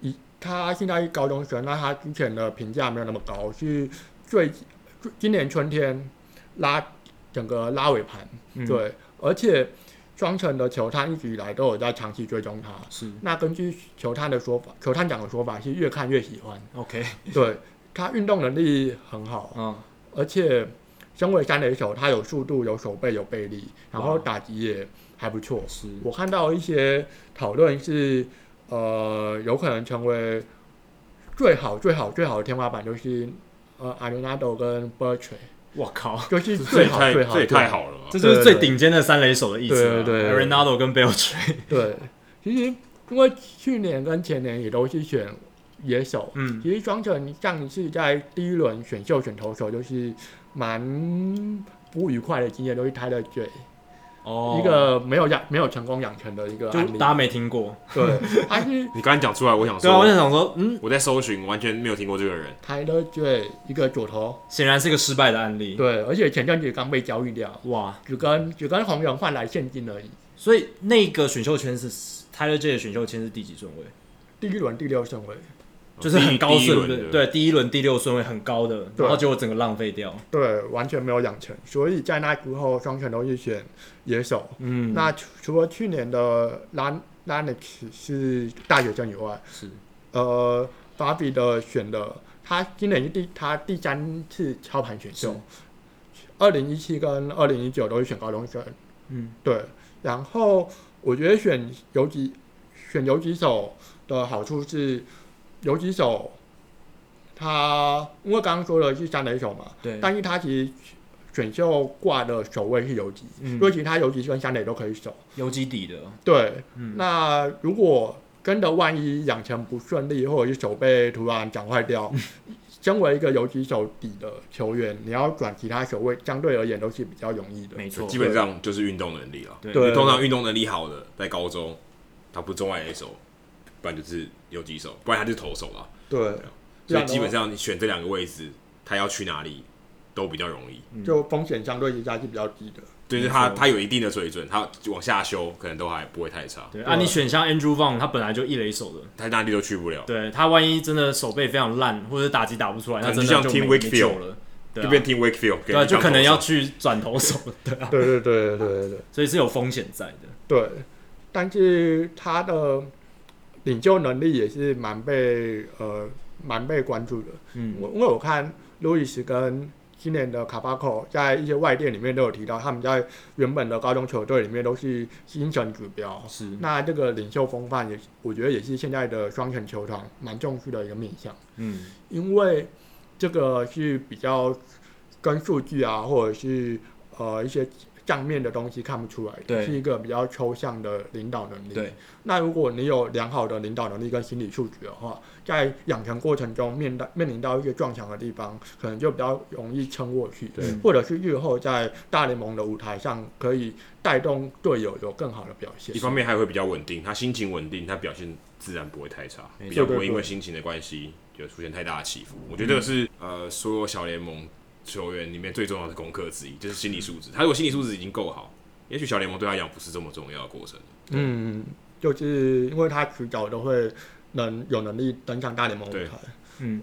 Speaker 3: 以他现在是高中生，那他之前的评价没有那么高，是最最今年春天拉整个拉尾盘。
Speaker 1: 嗯
Speaker 3: 对，而且双城的球探一直以来都有在长期追踪他。
Speaker 1: 是
Speaker 3: 那根据球探的说法，球探长的说法是越看越喜 欢。
Speaker 1: OK
Speaker 3: 对他运动能力很好，
Speaker 1: 啊
Speaker 3: 而且身为三垒手，他有速度、有手背、有背力，然后
Speaker 1: 哇
Speaker 3: 打击也还不错。
Speaker 1: 是
Speaker 3: 我看到一些讨论是，呃，有可能成为最好、最好、最好的天花板就是。呃，阿雷纳多跟 b e r t r a
Speaker 1: 我靠，
Speaker 3: 就是
Speaker 2: 这
Speaker 3: 最
Speaker 2: 也
Speaker 3: 好
Speaker 2: 太
Speaker 3: 最好
Speaker 2: 这也
Speaker 3: 最
Speaker 2: 太好了吧？
Speaker 1: 这就是
Speaker 3: 对
Speaker 1: 最顶尖的三垒手的意思啊。
Speaker 3: 对对对
Speaker 1: a r e n a d o 跟 b e l t r
Speaker 3: 对，其实因为去年跟前年也都是选野手，
Speaker 1: 嗯
Speaker 3: 其实庄臣上一次在第一轮选秀选投手就是蛮不愉快的经验，都是 Tyler J，、
Speaker 1: 哦
Speaker 3: 一个没有养没有成功养成的一个案
Speaker 1: 就
Speaker 3: 例
Speaker 1: 大。家没听过，
Speaker 3: 对，他是
Speaker 2: 你刚才讲出来，我想
Speaker 1: 对啊，我
Speaker 2: 说
Speaker 1: 就，想说，嗯，
Speaker 2: 我在搜寻，完全没有听过这个人。
Speaker 3: Tyler J 一个左投，
Speaker 1: 显然是个失败的案例。
Speaker 3: 对，而且前阵子刚被交易掉，
Speaker 1: 哇，
Speaker 3: 只跟只跟红人换来现金而已。所
Speaker 1: 所以那个选秀圈是 Tyler J 的选秀圈是第几顺位？
Speaker 3: 第一轮第六顺位，
Speaker 1: 就是很高
Speaker 2: 第一
Speaker 1: 顺
Speaker 2: 轮
Speaker 1: 位，
Speaker 2: 的
Speaker 1: 对，第一轮第六顺位很高的，
Speaker 3: 对
Speaker 1: 然
Speaker 3: 啊
Speaker 1: 后结果整个浪费掉。
Speaker 3: 对，完全没有养成，所以在那之后，双拳都是选野手。
Speaker 1: 嗯，
Speaker 3: 那除除了去年的拉拉尼奇是大学生以外，
Speaker 1: 是
Speaker 3: 呃，法比的选的他今年是第他第三次操盘选秀，二零一七跟二零一九都是选高中生，
Speaker 1: 嗯
Speaker 3: 对。然后我觉得选游击选游击手的好处是，游击手他因为刚刚说的是三垒手嘛，
Speaker 1: 对，
Speaker 3: 但是他其实选秀挂的守卫是游击，
Speaker 1: 嗯
Speaker 3: 因为其他游击跟三垒都可以守。
Speaker 1: 游击底的，
Speaker 3: 对，
Speaker 1: 嗯
Speaker 3: 那如果真的万一养成不顺利，或者是手背突然长坏掉，身为一个游击手底的球员，你要转其他手位，相对而言都是比较容易的。
Speaker 1: 没错，
Speaker 2: 基本上就是运动能力了。
Speaker 1: 对
Speaker 2: 因为
Speaker 3: 对
Speaker 2: 通常运动能力好的，在高中他不是中外野手，不然就是游击手，不然他就是投手了。
Speaker 3: 对，
Speaker 1: 啊
Speaker 3: 啊
Speaker 2: 所以基本上你选这两个位置，他要去哪里都比较容易。
Speaker 3: 就风险相对之下是比较低的。
Speaker 2: 对，
Speaker 1: 没
Speaker 2: 就是他
Speaker 1: 错
Speaker 2: 他有一定的水准，他往下修可能都还不会太差，
Speaker 1: 对啊，你选像 Andrew Vaughn，他本来就一垒手的，
Speaker 2: 他哪里都去不了，
Speaker 1: 对他万一真的手背非常烂，或者打击打不出来，
Speaker 2: 可
Speaker 1: 他
Speaker 2: 能
Speaker 1: 真的
Speaker 2: 就像
Speaker 1: 就
Speaker 2: Tim
Speaker 1: 没没
Speaker 2: Wakefield
Speaker 1: 救了，对
Speaker 2: 就
Speaker 1: 啊
Speaker 2: 变 Team Wakefield，给
Speaker 1: 对啊，
Speaker 2: 你
Speaker 1: 就
Speaker 2: 当
Speaker 1: 可能
Speaker 2: 投
Speaker 1: 要
Speaker 2: 手
Speaker 1: 去转投手， 对啊，
Speaker 3: 对对对对对对
Speaker 1: 所以是有风险在的，
Speaker 3: 对，但是他的领袖能力也是蛮被呃蛮被关注的。
Speaker 1: 嗯，
Speaker 3: 我因为我看路易斯跟今年的卡巴寇在一些外电里面都有提到，他们在原本的高中球队里面都是精神指标。
Speaker 1: 是，
Speaker 3: 那这个领袖风范也，我觉得也是现在的双城球场蛮重视的一个面向，
Speaker 1: 嗯，
Speaker 3: 因为这个是比较跟数据啊，或者是呃一些账面的东西看不出来的，
Speaker 1: 对
Speaker 3: 是一个比较抽象的领导能力。
Speaker 1: 对，
Speaker 3: 那如果你有良好的领导能力跟心理素质的话，在养成过程中面到面临到一些撞墙的地方，可能就比较容易撑过去，
Speaker 1: 对
Speaker 3: 或者是日后在大联盟的舞台上可以带动队友有更好的表现
Speaker 2: 一。方面还会比较稳定，他心情稳定，他表现自然不会太差，
Speaker 1: 没错
Speaker 2: 比较不会因为心情的关系就出现太大的起伏。我觉得这个是呃，所有小联盟球员里面最重要的功课之一，就是心理素质。他如果心理素质已经够好，也许小联盟对他来讲不是这么重要的过程。
Speaker 3: 嗯，就是因为他迟早都会能有能力登上大联盟舞
Speaker 2: 对
Speaker 3: 台，
Speaker 1: 嗯，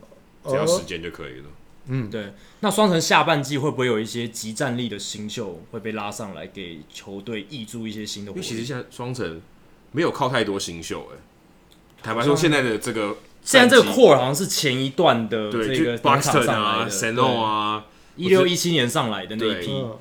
Speaker 2: 只要
Speaker 3: 而
Speaker 2: 时间就可以了。
Speaker 3: 嗯，
Speaker 1: 对。那双城下半季会不会有一些集战力的新秀会被拉上来，给球队挹注一些新的
Speaker 2: 因
Speaker 1: 活
Speaker 2: 为其实
Speaker 1: 力？
Speaker 2: 现在双城没有靠太多新秀、哎，坦白说，现在的这个
Speaker 1: 现在这个
Speaker 2: 战绩
Speaker 1: core 好像是前一段的
Speaker 2: 对，
Speaker 1: 这
Speaker 2: 就
Speaker 1: 个农场
Speaker 2: Buxton
Speaker 1: 上来
Speaker 2: 啊、
Speaker 1: 的
Speaker 2: Sano，啊、
Speaker 1: 一六一七年上来的那一
Speaker 2: 对
Speaker 1: 批，
Speaker 3: 嗯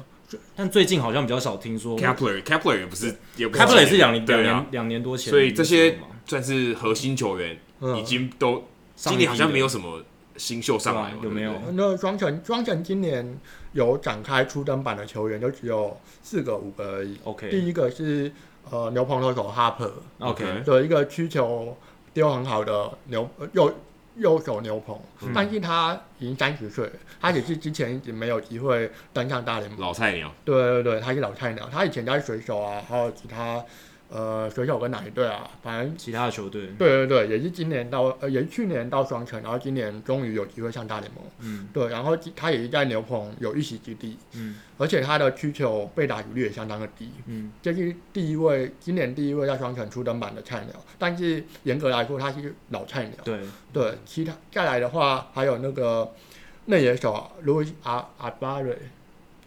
Speaker 1: 但最近好像比较少听说。
Speaker 2: Kepler、Kepler 也不是，也不
Speaker 1: Kepler 也是两年两
Speaker 2: 对啊
Speaker 1: 年，两年多前
Speaker 2: 所
Speaker 1: 的时候嘛，
Speaker 2: 以这些算是核心球员，
Speaker 3: 嗯
Speaker 2: 已经都
Speaker 1: 上一
Speaker 2: 今
Speaker 1: 批
Speaker 2: 年好像
Speaker 1: 的
Speaker 2: 没有什么新秀上来嘛，
Speaker 1: 对啊有没有
Speaker 2: 对不对
Speaker 3: 那双城双城今年有展开初登版的球员就只有四个五个而已。
Speaker 1: OK
Speaker 3: 第一个是呃牛棚投手 Harper，
Speaker 1: OK，
Speaker 2: OK
Speaker 3: 有一个曲球丢很好的牛呃右右手牛棚，
Speaker 2: 嗯
Speaker 3: 但是他已经三十岁了，他也是之前一直没有机会登上大联盟。
Speaker 2: 老菜鸟，
Speaker 3: 对对对，他是老菜鸟，他以前在水手啊，还有其他呃水手跟哪一队啊，反正。
Speaker 1: 其他的球队，
Speaker 3: 对对对，也是今年到呃，也是去年到双城，然后今年终于有机会上大联盟。
Speaker 1: 嗯
Speaker 3: 对，然后他也是在牛棚有一席之地，
Speaker 1: 嗯
Speaker 3: 而且他的曲球被打击率也相当的低。
Speaker 1: 嗯，
Speaker 3: 这是第一位，今年第一位在双城出登版的菜鸟，但是严格来说，他是老菜鸟。
Speaker 1: 对，
Speaker 3: 对，其他再来的话，还有那个内野手路易阿阿巴瑞，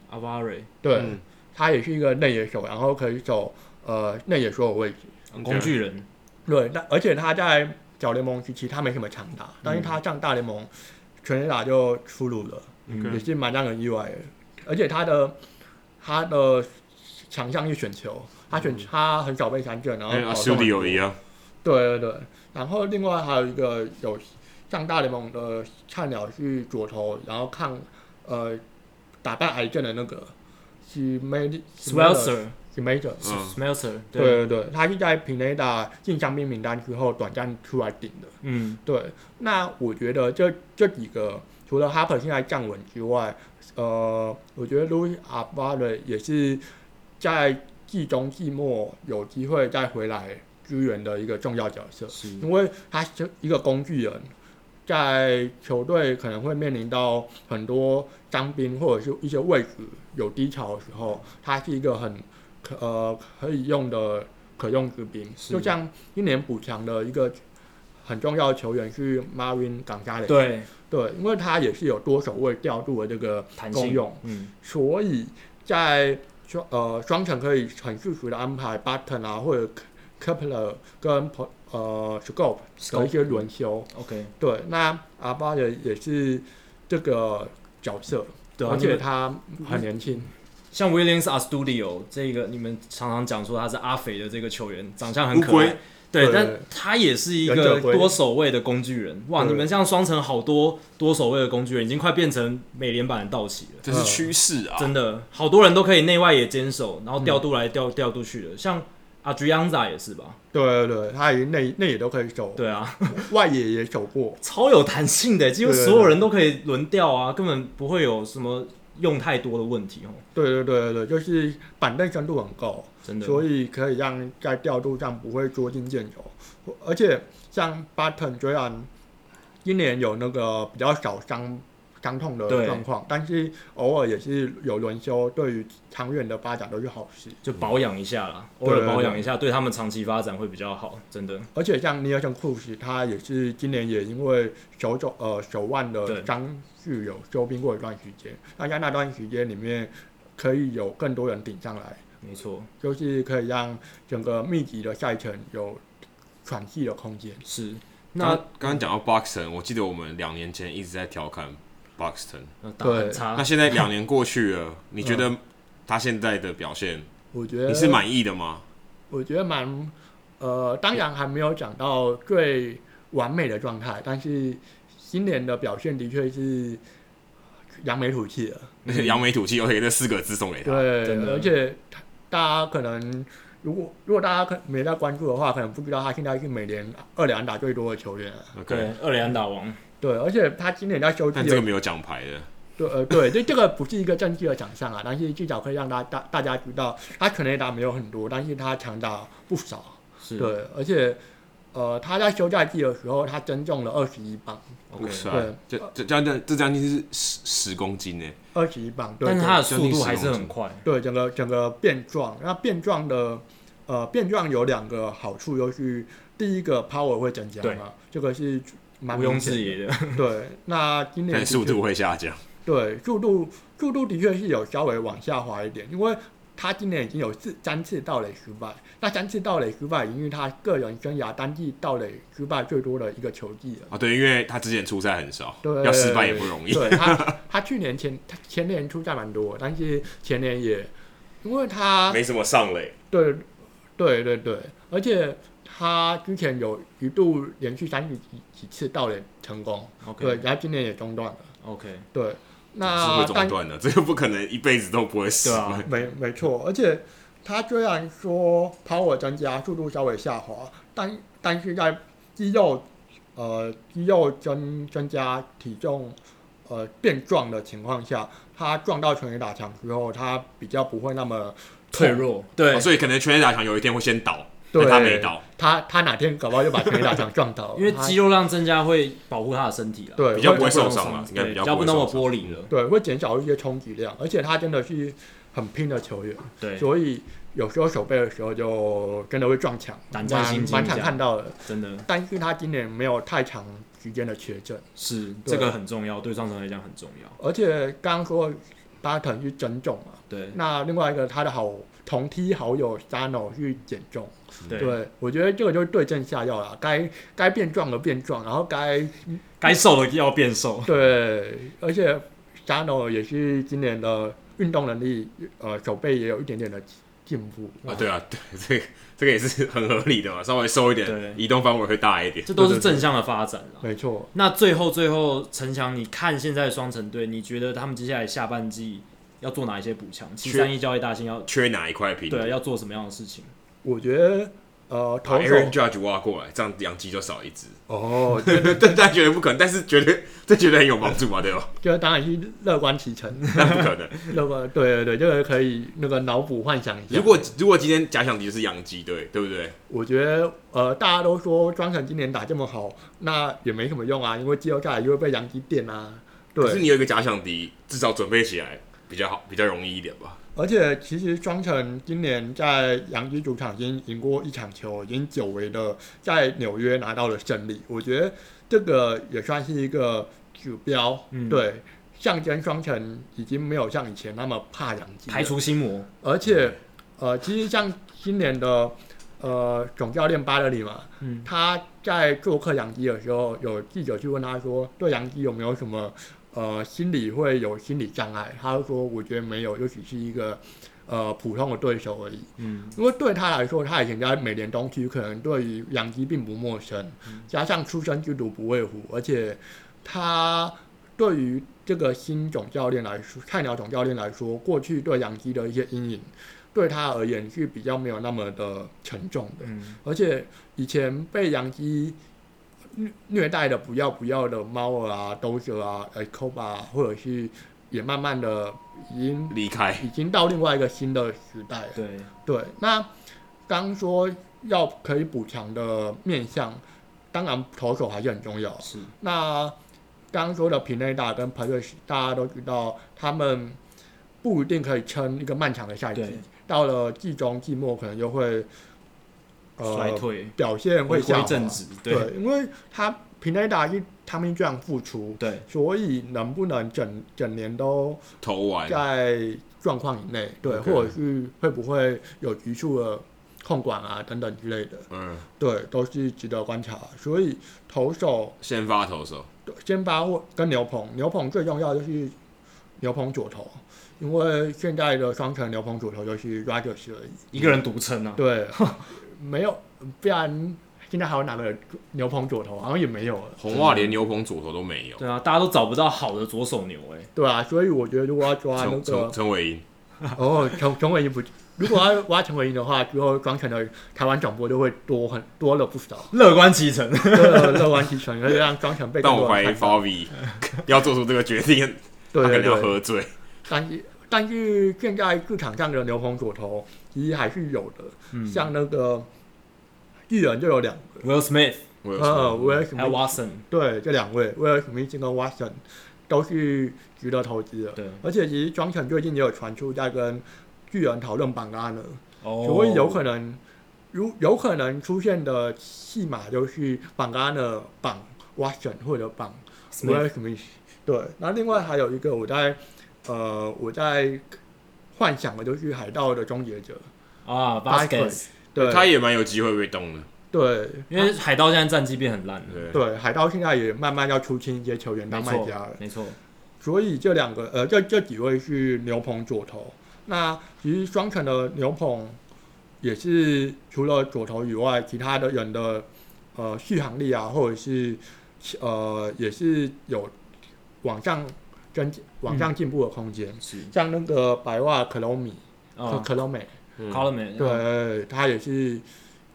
Speaker 1: 阿巴瑞
Speaker 3: 对、
Speaker 2: 嗯
Speaker 3: 他也是一个内野手，然后可以守呃内野所有位置。
Speaker 2: OK
Speaker 1: 工具人，
Speaker 3: 对，但而且他在小联盟时期他没什么长打，但是他上大联盟全垒打就出炉了，
Speaker 1: 嗯
Speaker 2: OK
Speaker 3: 也是蛮让人意外的。而且他的他的强项是选球，他选、
Speaker 2: 嗯
Speaker 3: 他很少被三振，然后
Speaker 2: 跟阿
Speaker 3: 保
Speaker 2: 修
Speaker 3: 送很
Speaker 2: 哎啊迪有
Speaker 3: 多
Speaker 2: 一样，
Speaker 3: 对对对，然后另外还有一个有上大联盟的菜鸟是左投，然后抗呃打败癌症的那个是 Made
Speaker 1: Swelser
Speaker 3: 是 Major，
Speaker 2: 嗯
Speaker 1: Smelter，
Speaker 3: 对，对对，他是在平内打进伤病名单之后短暂出来顶的。
Speaker 1: 嗯
Speaker 3: 对，那我觉得这这几个除了 Harper 现在站稳之外，呃，我觉得 Louis a b a r 也是在季中季末有机会再回来支援的一个重要角色。
Speaker 1: 是，
Speaker 3: 因为他是一个工具人，在球队可能会面临到很多伤兵或者是一些位置有低潮的时候，他是一个很可呃可以用的可用之兵。
Speaker 1: 是
Speaker 3: 就像今年补强的一个很重要的球员是 Marvin 港加雷，
Speaker 1: 对，
Speaker 3: 对，因为他也是有多守卫调度的这个
Speaker 1: 弹
Speaker 3: 功
Speaker 1: 性
Speaker 3: 用，，
Speaker 1: 嗯
Speaker 3: 所以在双呃双城可以很适时的安排 Button 啊或者 Kepler 跟 Po- 呃 Scope 的一些轮休。
Speaker 1: ，OK，
Speaker 3: 对，那阿巴也也是这个角色，
Speaker 1: 对啊，
Speaker 3: 而
Speaker 1: 你
Speaker 3: 且
Speaker 1: 们
Speaker 3: 他很年轻。
Speaker 1: 像 Williams a Studio 这个，你们常常讲说他是阿肥的这个球员，长相很
Speaker 2: 乌
Speaker 1: 可
Speaker 2: 龟
Speaker 1: 爱，对，
Speaker 3: 对
Speaker 1: 但他也是一
Speaker 3: 忍
Speaker 1: 个
Speaker 3: 者龟
Speaker 1: 多守卫的工具人。哇，
Speaker 3: 对
Speaker 1: 你们像双城好多多守卫的工具人，已经快变成美联版的道奇了。
Speaker 4: 这是趋势
Speaker 3: 嗯
Speaker 4: 啊！
Speaker 1: 真的，好多人都可以内外也坚守，然后调度来调调度去的。像
Speaker 3: 啊
Speaker 1: 阿吉扬仔也是吧？
Speaker 3: 对对对，他也内内野都可以守，
Speaker 1: 对啊，
Speaker 3: 外野也守过。
Speaker 1: 超有弹性的，几乎
Speaker 3: 对对
Speaker 1: 所有人都可以轮调啊，根本不会有什么用太多的问题哦。
Speaker 3: 对对对对，就是板凳深度很高，
Speaker 1: 真的，
Speaker 3: 所以可以让在调度上不会捉襟见肘。而且像 Button 虽然今年有那个比较少伤伤痛的
Speaker 1: 对
Speaker 3: 状况，但是偶尔也是有轮休，对于长远的发展都是好事。
Speaker 1: 就保养一下啦，
Speaker 3: 对
Speaker 1: 偶尔保
Speaker 3: 对
Speaker 1: 养一下，对他们长期发展会比较好。真的，
Speaker 3: 而且像尼尔森库斯，他也是今年也因为手肘呃手腕
Speaker 1: 对
Speaker 3: 的伤势有休兵过一段时间，那在那段时间里面，可以有更多人顶上来，
Speaker 1: 没错，
Speaker 3: 就是可以让整个密集的赛程有喘气的空间。
Speaker 1: 是。
Speaker 2: 那
Speaker 1: 那
Speaker 2: 刚刚讲到 Buxton，我记得我们两年前一直在调侃 Buxton，
Speaker 1: 呃打得很
Speaker 3: 对
Speaker 1: 差
Speaker 2: 那，现在两年过去了，你觉得他现在的表现
Speaker 3: 我嗯觉得
Speaker 2: 你是满意的吗？
Speaker 3: 我觉得蛮呃，当然还没有讲到最完美的状态，但是今年的表现的确是扬眉吐气了。
Speaker 2: 扬眉吐气，而且这四个字送给他，
Speaker 1: 真
Speaker 3: 嗯对，
Speaker 1: 的
Speaker 3: 而且他大家可能如果如果大家可没在关注的话，可能不知道他现在是美联二连打最多的球员啊。
Speaker 2: OK，
Speaker 1: 对，二连打王，
Speaker 3: 对，而且他今年在休季
Speaker 2: 但
Speaker 3: 的
Speaker 2: 这个没有奖牌的，
Speaker 3: 对，呃，对，这这个不是一个正式的奖项啊，但是至少可以让大大大家知道，他全垒打没有很多，但是他强打不少。
Speaker 1: 是
Speaker 3: 对，而且呃，他在休假季的时候，他增重了二十一磅，
Speaker 1: OK，
Speaker 2: 是啊，这这将近这将近是十十公斤呢，
Speaker 3: 二十一磅。对
Speaker 1: 但是
Speaker 3: 对
Speaker 1: 他的速度还是很快，
Speaker 3: 对整个整个变壮，那变壮的呃变壮有两个好处，就是第一个 power 会增加
Speaker 1: 对
Speaker 3: 嘛，这个是蛮
Speaker 1: 毋庸置
Speaker 3: 疑。
Speaker 1: 疑的。
Speaker 3: 对，那今 年
Speaker 2: 但
Speaker 3: 的
Speaker 2: 速
Speaker 3: 确
Speaker 2: 度会下降。
Speaker 3: 对速度速度的确是有稍微往下滑一点，因为他今年已经有四三次盗垒失败，那三次盗垒失败已经是他个人生涯单季盗垒失败最多的一个球季了。
Speaker 2: 啊，对，因为他之前出赛很少
Speaker 3: 对，，
Speaker 2: 要失败也不容易。
Speaker 3: 对他，他去年前他前年出价蛮多，但是前年也因为他
Speaker 2: 没什么上垒，
Speaker 3: 对对对对，而且他之前有一度连续三十几几次盗垒成功，对，
Speaker 1: OK
Speaker 3: 然后今年也中断了，
Speaker 1: OK，
Speaker 3: 对。
Speaker 2: 是
Speaker 3: 那
Speaker 2: 会中
Speaker 3: 但
Speaker 2: 断的，这个不可能一辈子都不会失
Speaker 1: 对啊
Speaker 2: 败。
Speaker 3: 没没错，而且他虽然说 power 增加，速度稍微下滑，但但是在肌肉呃肌肉增增加、体重呃变壮的情况下，他撞到全垒打墙之后，他比较不会那么
Speaker 1: 脆
Speaker 3: 痛。
Speaker 1: 弱，对，
Speaker 2: 哦，所以可能全垒打墙有一天会先倒，
Speaker 3: 对
Speaker 2: 但他没倒，
Speaker 3: 他他哪天搞不好就把全垒打墙撞倒
Speaker 1: 因为
Speaker 3: 他
Speaker 1: 肌肉量增加会保护他的身体了，
Speaker 3: 对
Speaker 2: 比较不会
Speaker 1: 那
Speaker 2: 受
Speaker 1: 么
Speaker 2: 伤了，应该
Speaker 1: 对
Speaker 2: 比较
Speaker 1: 比较不
Speaker 2: 不会
Speaker 1: 那么
Speaker 2: 受伤。
Speaker 1: 玻璃了，
Speaker 3: 对会减少一些冲击量，而且他真的是很拼的球员。
Speaker 1: 对，
Speaker 3: 所以有时候手背的时候就真的会撞墙，
Speaker 1: 胆
Speaker 3: 蛮
Speaker 1: 战心惊
Speaker 3: 蛮
Speaker 1: 一
Speaker 3: 常
Speaker 1: 下
Speaker 3: 看到的。
Speaker 1: 真的
Speaker 3: 但是他今年没有太长时间的缺阵，
Speaker 1: 是
Speaker 3: 对
Speaker 1: 这个很重要，对上层来讲很重要，
Speaker 3: 而且刚刚说巴腾是增重嘛，
Speaker 1: 对
Speaker 3: 那另外一个他的好同梯好友 Sano 去减重，
Speaker 1: 对，
Speaker 3: 我觉得这个就是对症下药啦，该该变壮的变壮，然后该
Speaker 1: 该瘦的要变 瘦，
Speaker 3: 对，而且 Sano 也是今年的运动能力，呃，手背也有一点点的进步，
Speaker 2: 啊，对啊，对，这个这个也是很合理的嘛，稍微瘦一
Speaker 1: 对
Speaker 2: 点，移动范围会大一点。
Speaker 1: 这都是
Speaker 3: 对对
Speaker 1: 正向的发展啊啦。
Speaker 3: 没错。
Speaker 1: 那最后最后，陈翔，你看现在的双城队，你觉得他们接下来下半季要做哪一些补强？七三一交易大星要
Speaker 2: 缺哪一块屏？
Speaker 1: 对啊要做什么样的事情？
Speaker 3: 我觉得呃，
Speaker 2: 把
Speaker 3: 投手
Speaker 2: Aaron Judge 挖过来，这样养鸡就少一只。
Speaker 3: 哦，
Speaker 2: 对对对，大家觉得不可能， 但是觉得这觉得很有帮助嘛，对吧？
Speaker 3: 这当然是乐观其成，
Speaker 2: 但不可能。
Speaker 3: 乐观对对对，这个可以那个脑补幻想一下。
Speaker 2: 如果如果今天假想敌是养鸡队，对不对？
Speaker 3: 我觉得呃，大家都说庄臣今年打这么好，那也没什么用啊，因为季后赛就会被洋基垫啊。
Speaker 2: 可是
Speaker 3: 对，
Speaker 2: 你有一个假想敌，至少准备起来比较好，比较容易一点吧。
Speaker 3: 而且其实庄臣今年在洋基主场已经赢过一场球，已经久违的在纽约拿到了胜利。我觉得这个也算是一个指标，
Speaker 1: 嗯
Speaker 3: 对，象征双城已经没有像以前那么怕洋基了，
Speaker 1: 排除心魔，
Speaker 3: 而且，呃，其实像今年的呃总教练巴勒里嘛，
Speaker 1: 嗯，
Speaker 3: 他在做客杨基的时候，有记者去问他说，对杨基有没有什么呃心理会有心理障碍？他就说，我觉得没有，就只是一个呃普通的对手而已。嗯，因为对他来说，他以前在美联东区可能对于养鸡并不陌生，加上出生之犊不畏虎，而且他对于这个新总教练来说，菜鸟总教练来说，过去对养鸡的一些阴影，对他而言是比较没有那么的沉重的。
Speaker 1: 嗯，
Speaker 3: 而且以前被养鸡虐虐待的不要不要的猫儿啊、兜着啊、呃、抠吧、啊，或者是也慢慢的已经
Speaker 2: 离开，
Speaker 3: 已经到另外一个新的时代了。
Speaker 1: 对，
Speaker 3: 对，那刚说要可以补强的面向，当然投手还是很重要。
Speaker 1: 是，
Speaker 3: 那刚刚说的皮内达跟彭瑞斯，大家都知道他们不一定可以撑一个漫长的赛季
Speaker 1: 对，
Speaker 3: 到了季中、季末可能就会
Speaker 1: 衰
Speaker 3: 呃
Speaker 1: 退，
Speaker 3: 表现
Speaker 1: 回
Speaker 3: 会下
Speaker 1: 归
Speaker 3: 滑。
Speaker 1: 正职，对
Speaker 3: 对，因为他皮内达是他们这样付出，
Speaker 1: 对，
Speaker 3: 所以能不能整整年都
Speaker 2: 投完
Speaker 3: 在状况以内，对
Speaker 2: OK
Speaker 3: 或者是会不会有局数的控管啊等等之类的，
Speaker 2: 嗯，
Speaker 3: 对，都是值得观察。所以投手
Speaker 2: 先发投手，
Speaker 3: 先发或跟牛棚，牛棚最重要就是牛棚左投，因为现在的双城牛棚左投就是 r a d e r s 而已。
Speaker 1: 一个人独撑啊，
Speaker 3: 对，没有，不然现在还有哪个牛棚左啊投？好像也没有了，
Speaker 2: 红袜连牛棚左投都没有，
Speaker 1: 对啊，大家都找不到好的左手牛， 哎，
Speaker 3: 对啊，所以我觉得如果要抓那
Speaker 2: 陈陈
Speaker 3: 个，
Speaker 2: 陈伟英
Speaker 3: 哦，陈陈伟英不，如果要挖陈伟英的话，之后双城的台湾转播就会多很多了不少，
Speaker 1: 乐观其成，
Speaker 3: 乐乐观其成，可以让双城被
Speaker 2: 但
Speaker 3: 更
Speaker 2: 我
Speaker 3: 多
Speaker 2: 怀
Speaker 3: 人
Speaker 2: 疑
Speaker 3: 看到。
Speaker 2: Favi 要做出这个决定，他
Speaker 3: 对
Speaker 2: 可
Speaker 3: 对
Speaker 2: 能要
Speaker 3: 对。
Speaker 2: 喝醉。
Speaker 3: 但是但是现在市场上的牛棚左投其实还是有的，
Speaker 2: 嗯
Speaker 3: 像那个艺人就有两个，
Speaker 1: Will Smith
Speaker 2: 我有
Speaker 3: 呃，
Speaker 2: 说
Speaker 3: 威尔史密
Speaker 1: 还有 Watson，
Speaker 3: 对这两位，威尔史密斯跟 Watson 都是值得投资的。
Speaker 1: 对，
Speaker 3: 而且其实庄臣最近也有传出在跟巨人讨论榜单了，
Speaker 1: 哦，
Speaker 3: 所以 有可啊能如有可能出现的戏码就是榜单的榜 Watson 或者榜 w
Speaker 1: Smith，
Speaker 3: i 什么意思？对，那另外还有一个我在呃我在幻想的就是海盗的终结者，
Speaker 1: 啊 v a s q u e
Speaker 3: Vasquez
Speaker 1: z
Speaker 3: 对，
Speaker 2: 他也蛮有机会被动的，
Speaker 3: 对
Speaker 1: 因为海盗现在战绩变很烂了，
Speaker 2: 对，
Speaker 3: 对，海盗现在也慢慢要出清一些球员
Speaker 1: 没
Speaker 3: 当卖家
Speaker 1: 错
Speaker 3: 了，，
Speaker 1: 没错，
Speaker 3: 所以这两个呃这这几位是牛棚左投，那其实双城的牛棚也是除了左投以外，其他的人的呃续航力啊，或者是呃也是有往上增往上进步的空间。
Speaker 1: 是，
Speaker 3: 像那个白袜克隆米、克
Speaker 1: 啊
Speaker 3: 克隆美，
Speaker 2: 嗯
Speaker 1: c o l u m n
Speaker 3: 对，他也是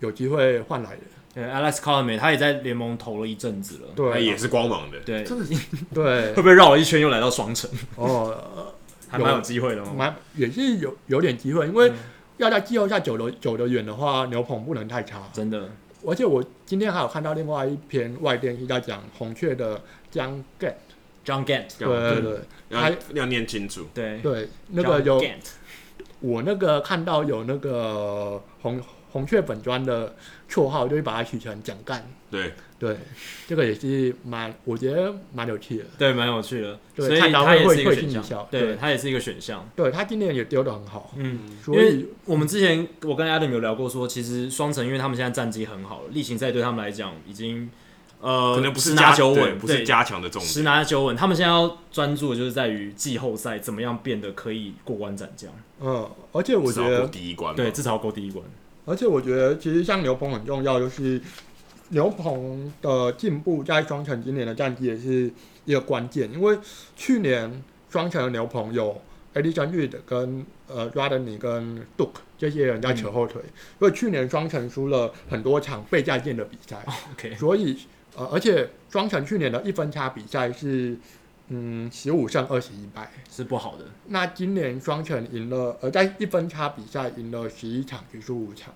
Speaker 3: 有机会换来的。
Speaker 1: 对，Alex c o l u m n 他也在联盟投了一阵子了，
Speaker 2: 他
Speaker 3: 对，
Speaker 2: 也是光芒的，
Speaker 1: 对，会
Speaker 3: 对，
Speaker 1: 不会绕了一圈又来到双城，
Speaker 3: 哦，
Speaker 1: 还蛮有机会的哦，
Speaker 3: 蛮也是有有点机会，因为
Speaker 1: 嗯
Speaker 3: 要在季后赛走得走得远的话，牛棚不能太差。
Speaker 1: 真的，
Speaker 3: 而且我今天还有看到另外一篇外电是在讲红雀的江 get，
Speaker 1: John Gant，
Speaker 3: 对对对
Speaker 2: 要要念清楚，
Speaker 1: 对，
Speaker 3: 对，那个有
Speaker 1: John Gant，
Speaker 3: 我那个看到有那个红红雀本专的绰号，就是把它取成蒋干。
Speaker 2: 对，
Speaker 3: 对，这个也是蛮，我觉得蛮有趣的。
Speaker 1: 对，蛮有趣的，
Speaker 3: 对
Speaker 1: 所以
Speaker 3: 看到
Speaker 1: 他
Speaker 3: 会
Speaker 1: 也是一个
Speaker 3: 会
Speaker 1: 选
Speaker 3: 心一
Speaker 1: 项
Speaker 3: 笑，
Speaker 1: 对
Speaker 3: 对
Speaker 1: 他也是一个选项，
Speaker 3: 对他今年也丢得很好，
Speaker 1: 嗯。
Speaker 3: 所
Speaker 1: 因为
Speaker 3: 以
Speaker 1: 我们之前我跟 Adam 有聊过说其实双城因为他们现在战绩很好，例行赛对他们来讲已经呃
Speaker 2: 可能不是
Speaker 1: 十拿
Speaker 2: 加
Speaker 1: 九
Speaker 2: 对
Speaker 1: 稳，
Speaker 2: 不是
Speaker 1: 对
Speaker 2: 加强的重点，
Speaker 1: 十拿九稳。他们现在要专注的就是在于季后赛怎么样变得可以过关斩将，
Speaker 3: 嗯，而且我
Speaker 2: 至
Speaker 3: 觉
Speaker 2: 少过
Speaker 3: 得，
Speaker 2: 第一关嘛，
Speaker 1: 对，至少要过第一关。
Speaker 3: 而且我觉得其实像牛棚很重要，就是牛棚的进步在双城今年的战绩也是一个关键，因为去年双城的牛棚有 Edison Reed 跟呃 r a d e n y 跟 Duke 这些人在扯后腿，所以去年双城输了很多场被再见的比赛。
Speaker 1: OK，
Speaker 3: 所以呃，而且双城去年的一分差比赛是嗯十五胜二十一败，
Speaker 1: 是不好的，
Speaker 3: 那今年双城赢了，呃，在一分差比赛赢了十一场，只输五场，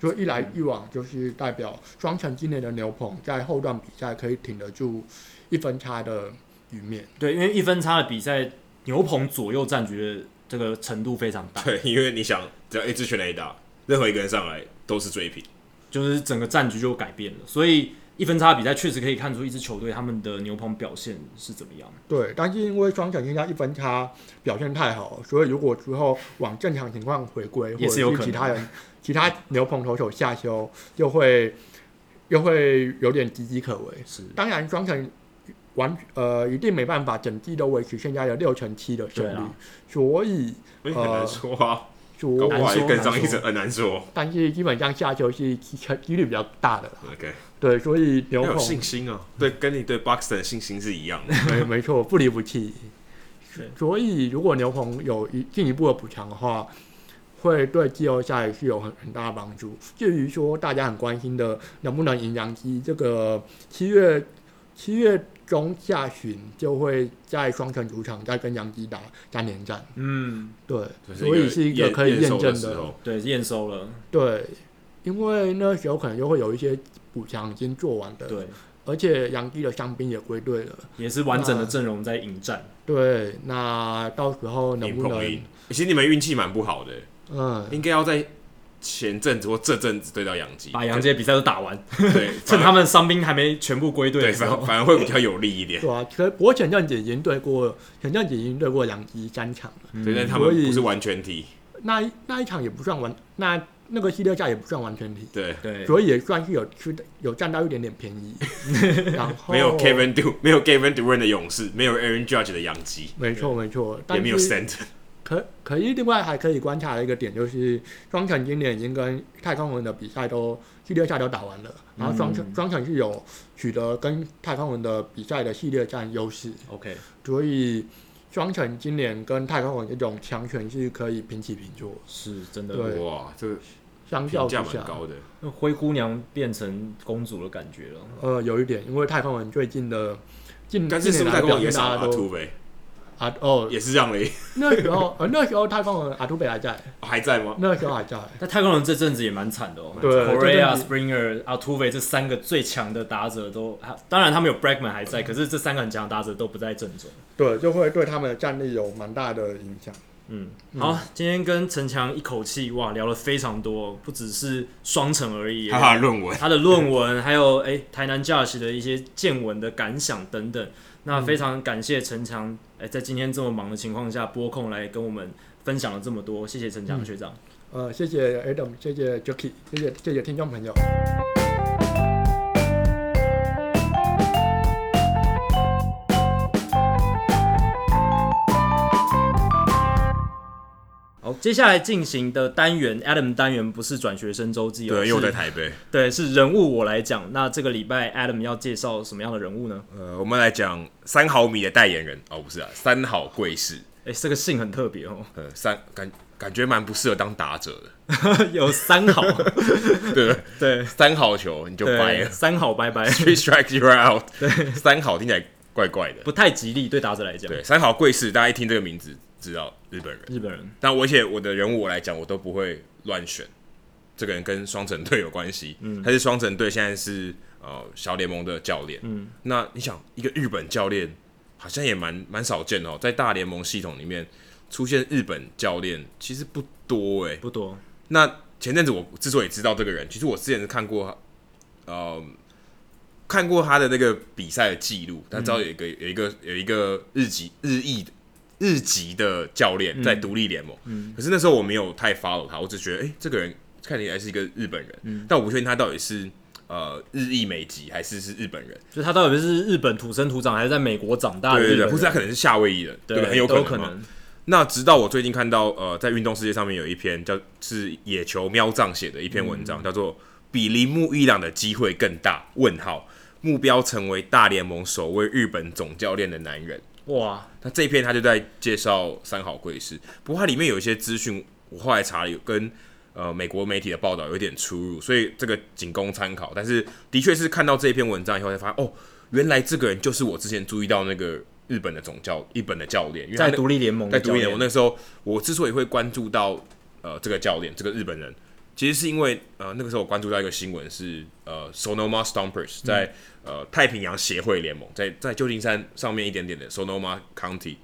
Speaker 3: 所以一来一往就是代表双城今年的牛棚在后段比赛可以挺得住一分差的局面。
Speaker 1: 对，因为一分差的比赛，牛棚左右战局的这个程度非常大，
Speaker 2: 对，因为你想，只要一支全垒打，任何一个人上来都是追平，
Speaker 1: 就是整个战局就改变了，所以。一分差的比赛确实可以看出一支球队他们的牛棚表现是怎么样。
Speaker 3: 对，但是因为双城现在一分差表现太好，所以如果之后往正常情况回归，
Speaker 1: 也
Speaker 3: 或
Speaker 1: 是有
Speaker 3: 者
Speaker 1: 可
Speaker 3: 是
Speaker 1: 能
Speaker 3: 其他人、其他牛棚投手下修，就会又会有点岌岌可危。
Speaker 1: 是，
Speaker 3: 当然，双城完呃一定没办法整季都维持现在的六成七的胜
Speaker 1: 对
Speaker 3: 率
Speaker 1: 啊，
Speaker 3: 所以
Speaker 2: 哎所以很难说啊。
Speaker 3: 哦说
Speaker 2: 搞，不好
Speaker 1: 难
Speaker 2: 也
Speaker 1: 说
Speaker 2: 更上一层，很难说。
Speaker 3: 但是基本上下球是几几率比较大的啦。
Speaker 2: OK，
Speaker 3: 对，所以
Speaker 2: 要
Speaker 3: 牛
Speaker 2: 有
Speaker 3: 棚
Speaker 2: 信心啊，对，跟你对 Buxton 的信心是一样的。
Speaker 3: 没没错，不离不弃
Speaker 1: 对。
Speaker 3: 所以，如果牛棚有一进一步的补强的话，会对季后赛是有很很大的帮助。至于说大家很关心的能不能赢杨基，这个七月七月中下旬就会在双城主场再跟杨基打三连战，
Speaker 1: 嗯，
Speaker 3: 对，
Speaker 2: 就
Speaker 3: 所以是一个
Speaker 2: 验
Speaker 3: 可以
Speaker 2: 验
Speaker 3: 验
Speaker 2: 收
Speaker 3: 证
Speaker 2: 时
Speaker 3: 的
Speaker 2: 候，
Speaker 1: 对，验收了，
Speaker 3: 对，因为那时候可能就会有一些补强已经做完的，
Speaker 1: 对，
Speaker 3: 而且杨基的伤兵也归队了，
Speaker 1: 也是完整的阵容在迎战，
Speaker 3: 对，那到时候能
Speaker 2: 硬
Speaker 3: 不
Speaker 2: 碰
Speaker 3: 能
Speaker 2: 硬。其实你们运气蛮不好的，
Speaker 3: 嗯，
Speaker 2: 应该要在前阵子或这阵子对到杨基，
Speaker 1: 把杨杰比赛都打完，
Speaker 2: 对，
Speaker 1: 趁
Speaker 2: 反而
Speaker 1: 他们伤兵还没全部归队
Speaker 2: 对
Speaker 1: 的时
Speaker 2: 反
Speaker 1: 候，
Speaker 2: 反而会比较有利一点，
Speaker 3: 对啊，可不过前阵子已经对过，前阵子已经对过两极三场了。
Speaker 2: 所以
Speaker 1: 嗯
Speaker 2: 但他们
Speaker 3: 所以
Speaker 2: 不是完全踢，
Speaker 3: 那一那一场也不算完，那那个系列赛也不算完全体，
Speaker 2: 对，
Speaker 1: 对，
Speaker 3: 所以也算是有吃的有占到一点点 便宜。然后
Speaker 2: 没有 Kevin Du 没有 Kevin Durant 的勇士，没有 Aaron Judge 的杨基，
Speaker 3: 没错没错，
Speaker 2: 也
Speaker 3: 但
Speaker 2: 没有
Speaker 3: 是
Speaker 2: Cent，
Speaker 3: 可可以另外还可以观察的一个点就是，双城今年已经跟太空人的比赛都系列赛都打完了，然后双城、
Speaker 1: 嗯
Speaker 3: 双城是有取得跟太空人的比赛的系列战优势，
Speaker 1: OK，
Speaker 3: 所以双城今年跟太空人这种强权是可以平起平坐，
Speaker 1: 是真的。
Speaker 3: 对
Speaker 2: 哇，这个
Speaker 3: 相较
Speaker 2: 评
Speaker 3: 之
Speaker 2: 价蛮
Speaker 3: 下，
Speaker 2: 高的，
Speaker 1: 那灰姑娘变成公主的感觉了，
Speaker 3: 呃，有一点，因为太空人最近的近
Speaker 2: 但是是
Speaker 3: 近
Speaker 2: 不是在
Speaker 3: 年来
Speaker 2: 跟我
Speaker 3: 表
Speaker 2: 也
Speaker 3: 现大
Speaker 2: 少
Speaker 3: 家
Speaker 2: 阿
Speaker 3: 都
Speaker 2: 图呗，
Speaker 3: 啊哦，
Speaker 2: 也是让 了一
Speaker 3: 那时候呃那时候太空人阿图哦北还在，
Speaker 2: 还在吗？
Speaker 3: 那时候还在，
Speaker 1: 那太空人这阵子也蛮惨的哦。
Speaker 3: 对
Speaker 1: ，Korea、
Speaker 3: 这阵子
Speaker 1: Springer、a t u v e 这三个最强的打者都，啊当然他们有 Bragman 还在，可
Speaker 3: 嗯
Speaker 1: 是这三个很强的打者都不在阵中。
Speaker 3: 对，就会对他们的战力有蛮大的影响。
Speaker 1: 嗯，好，今天跟陈强一口气哇聊了非常多，不只是双城而已，
Speaker 2: 哈哈，论文
Speaker 1: 他的论文，还有哎、台南 Judge 的一些见闻的感想等等。那非常感谢陈强，哎、在今天这么忙的情况下，拨空来跟我们分享了这么多，谢谢陈强学长。
Speaker 3: 呃，谢谢 Adam，谢谢 Jacky，谢谢谢谢听众朋友。
Speaker 1: 好，接下来进行的单元 Adam 单元不是转学生周记哦，
Speaker 2: 对，又
Speaker 1: 是
Speaker 2: 在台北。
Speaker 1: 对是人物我来讲。那这个礼拜 Adam 要介绍什么样的人物呢？
Speaker 2: 呃，我们来讲三毫米的代言人哦，不是啊，三好贵士，
Speaker 1: 哎、这个姓很特别哦，
Speaker 2: 呃，三感感觉蛮不适合当打者的，
Speaker 1: 有三 好，
Speaker 2: 对不对？
Speaker 1: 对
Speaker 2: 三好球你就掰
Speaker 1: 对，
Speaker 2: 了
Speaker 1: 三好拜 拜，
Speaker 2: ，three strike you're out。三好听起来怪怪的，
Speaker 1: 不太吉利对打者来讲。
Speaker 2: 对，三好贵士，大家一听这个名字知道日本人。
Speaker 1: 日本人，
Speaker 2: 但我而且我的人物我来讲，我都不会乱选。这个人跟双城队有关系，他是双城队现在是呃小联盟的教练，嗯，那你想一个日本教练好像也蛮蛮少见哦，在大联盟系统里面出现日本教练其实不多欸诶。
Speaker 1: 不多，
Speaker 2: 那前阵子我之所以知道这个人，其实我之前是看过，呃，看过他的那个比赛的记录，他知
Speaker 1: 嗯
Speaker 2: 道有一个、有一个有一个日籍日裔日籍的教练
Speaker 1: 嗯
Speaker 2: 在独立联盟，可是那时候我没有太 follow 他，我只觉得哎、诶这个人看起来是一个日本人，
Speaker 1: 嗯
Speaker 2: 但我不确定他到底是呃日裔美籍还是是日本人，
Speaker 1: 就他到底是日本土生土长，还是在美国长大的啊日
Speaker 2: 对对
Speaker 1: 本
Speaker 2: 对，
Speaker 1: 人？
Speaker 2: 或是他可能是夏威夷人，对
Speaker 1: 对，
Speaker 2: 吧，很有
Speaker 1: 都
Speaker 2: 可
Speaker 1: 可
Speaker 2: 能嘛。哦
Speaker 1: 能。
Speaker 2: 那直到我最近看到，呃，在运动世界上面有一篇叫是野球喵藏写的一篇文章，叫做《比铃木一朗的机会更大？问号目标成为大联盟首位日本总教练的男人》。
Speaker 1: 哇，
Speaker 2: 那这一篇他就在介绍三好贵士，不过它里面有一些资讯，我后来查了有跟呃美国媒体的报道有一点出入，所以这个仅供参考。但是的确是看到这一篇文章以后才发现，哦，原来这个人就是我之前注意到那个日本的总教日本的教练，因为他
Speaker 1: 在
Speaker 2: 那
Speaker 1: 独立联盟
Speaker 2: 在
Speaker 1: 的
Speaker 2: 独
Speaker 1: 教
Speaker 2: 立
Speaker 1: 练，
Speaker 2: 联盟那时候，我之所以会关注到呃这个教练这个日本人，其实是因为呃那个时候我关注到一个新闻是呃 Sonoma Stompers
Speaker 1: 嗯
Speaker 2: 在、呃太平洋协会联盟在在旧金山上面一点点的 Sonoma County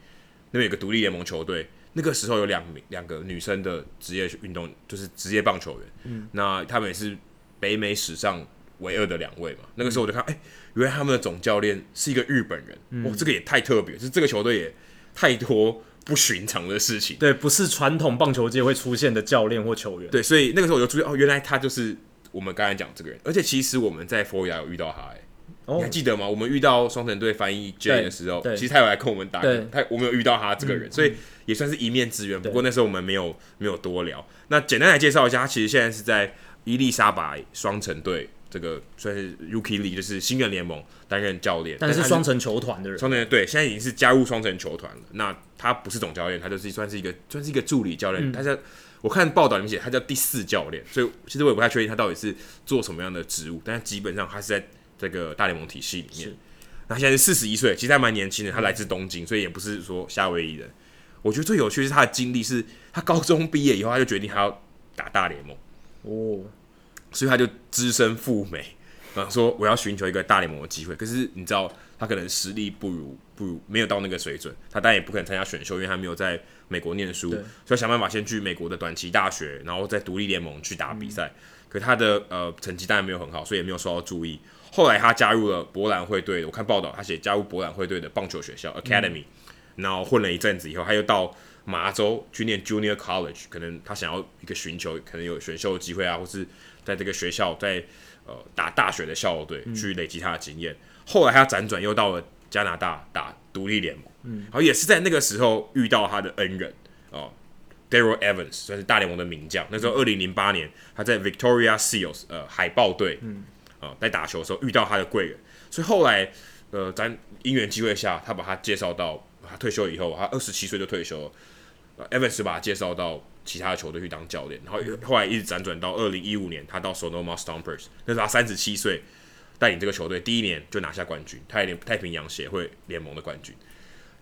Speaker 2: 那边有个独立联盟球队。那个时候有两名两个女生的职业运动，就是职业棒球员。嗯，那他们也是北美史上唯二的两位嘛。那个时候我就看，哎、原来他们的总教练是一个日本人，哇，这个也太特别，就是这个球队也太多不寻常的事情。
Speaker 1: 对，不是传统棒球界会出现的教练或球员。
Speaker 2: 对，所以那个时候我就注意，哦，原来他就是我们刚才讲这个人，而且其实我们在佛罗里达有遇到他、欸，你
Speaker 1: 哦
Speaker 2: 还，记得吗？我们遇到双城队翻译 J
Speaker 1: 对
Speaker 2: 的时候，
Speaker 1: 对
Speaker 2: 其实他有来跟我们打
Speaker 1: 对，嗯
Speaker 2: 他我们有遇到他这个人，所以也算是一面之缘。不过那时候我们没有没有多聊。那简单来介绍一下，他其实现在是在伊丽莎白双城队这个算是 Rookie League，就是新人联盟担任教练，
Speaker 1: 但是
Speaker 2: 他
Speaker 1: 双城球团的人，
Speaker 2: 双城对，现在已经是加入双城球团了。那他不是总教练，他就是算是一个算是一个助理教
Speaker 1: 嗯
Speaker 2: 练。他叫我看报道里面写，他叫第四教练，所以其实我也不太确定他到底是做什么样的职务，但是基本上他是在这个大联盟体系里面
Speaker 1: 是。
Speaker 2: 那他现在是四十一岁，其实还蛮年轻的，他来自东京，所以也不是说夏威夷人。我觉得最有趣的是他的经历是，他高中毕业以后他就决定他要打大联盟。
Speaker 1: 哦，
Speaker 2: 所以他就只身赴美，然后说我要寻求一个大联盟的机会。可是你知道，他可能实力不如不如没有到那个水准，他当然也不可能参加选秀，因为他没有在美国念书，
Speaker 1: 对
Speaker 2: 所以要想办法先去美国的短期大学，然后在独立联盟去打比赛。可他的呃成绩当然没有很好，所以也没有受到注意。后来他加入了博览会队，我看报道他写加入博览会队的棒球学校 Academy，、然后混了一阵子以后，他又到麻州去念 Junior College，可能他想要一个寻求可能有选秀的机会啊，或是在这个学校在呃打大学的校队去累积他的经验。后来他辗转又到了加拿大打独立联盟，嗯，然后也是在那个时候遇到他的恩人哦、d a r r y l Evans 算是大联盟的名将。那时候二零零八年他在 Victoria Seals 呃海豹队，嗯，呃在打球的时候遇到他的贵人，所以后来呃咱因缘机会下，他把他介绍到他退休以后，他二十七岁就退休了。呃 Evans 把他介绍到其他的球队去当教练，然后后来一直辗转到二零一五年，他到 Sonoma Stompers，那是他三十七岁，带领这个球队第一年就拿下冠军，太平太平洋协会联盟的冠军。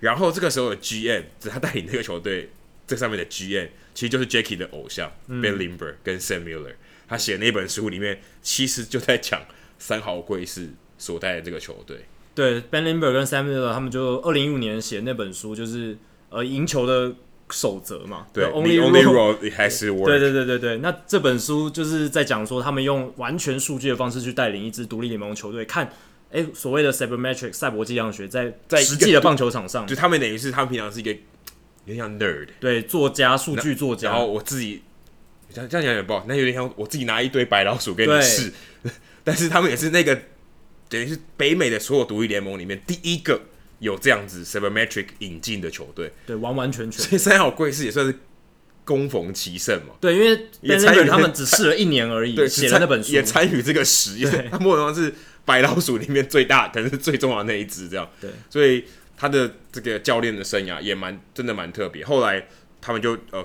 Speaker 2: 然后这个时候的 GM，只是他带领这个球队这上面的 GM，其实就是 Jackie 的偶像、Ben Limber 跟 Sam Miller。他写的那本书里面，其实就在讲三好贵士所带的这个球队。
Speaker 1: 对，Ben Limber 跟 Sam Miller 他们就二零一五年写那本书，就是呃赢球的守则嘛，
Speaker 2: 对
Speaker 1: The
Speaker 2: ，The only road has to work。
Speaker 1: 对对对对对，那这本书就是在讲说，他们用完全数据的方式去带领一支独立联盟球队，看，哎，所谓的 cybermetric 赛博计量学在
Speaker 2: 在一个
Speaker 1: 实际的棒球场上
Speaker 2: 就，他们等于是他们平常是一个有点像 nerd，
Speaker 1: 对作家、数据作
Speaker 2: 然
Speaker 1: 家
Speaker 2: 后，我自己这样这样讲也不好，那有点像我自己拿一堆白老鼠给你
Speaker 1: 对
Speaker 2: 试， 但是他们也是那个等于是北美的所有独立联盟里面第一个有这样子 Cybermetric 引进的球 队，
Speaker 1: 对完完全全
Speaker 2: 所以。三好贵士也算是攻逢其胜嘛。
Speaker 1: 对，因为
Speaker 2: 也
Speaker 1: Ben
Speaker 2: 参与
Speaker 1: Limber 他们只试了一年而已，
Speaker 2: 对，
Speaker 1: 写
Speaker 2: 是
Speaker 1: 了
Speaker 2: 参
Speaker 1: 那本书
Speaker 2: 也，参与这个实验， 他莫文是白老鼠里面最大，可能是最重要的那一只，这样。
Speaker 1: 对，
Speaker 2: 所以他的这个教练的生涯也蛮真的蛮特别。后来他们就呃，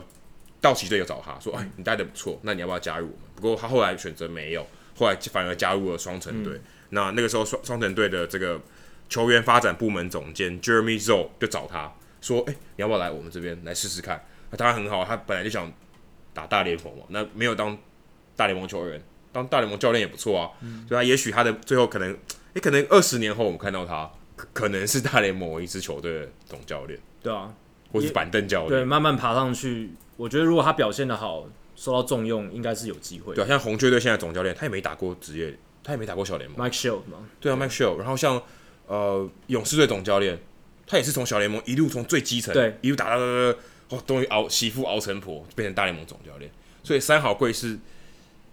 Speaker 2: 道奇队有找他说：“哎，你带的不错，那你要不要加入我们？”不过他后来选择没有，后来反而加入了双
Speaker 1: 嗯
Speaker 2: 城队。那那个时候双双城队的这个球员发展部门总监 Jeremy z o 就找他说：“哎、你要不要来我们这边来试试看？”那当然很好，他本来就想打大联盟嘛，那没有当大联盟球员，当大联盟教练也不错啊。
Speaker 1: 嗯
Speaker 2: 所以他也许他的最后可能，也可能二十年后我们看到他，可可能是大联盟某一支球队的总教练，
Speaker 1: 对啊，
Speaker 2: 或是板凳教
Speaker 1: 对，
Speaker 2: 练。
Speaker 1: 慢慢爬上去。我觉得如果他表现的好，受到重用，应该是有机会。
Speaker 2: 对啊，像红雀队现在总教练，他也没打过职业，他也没打过小联盟。
Speaker 1: Mike Shield 嘛，
Speaker 2: 对啊，Mike Shell，然后像呃勇士队总教练，他也是从小联盟一路从最基层，
Speaker 1: 对，
Speaker 2: 一路打到哦，终于熬媳妇熬成婆，变成大联盟总教练。所以三好贵是，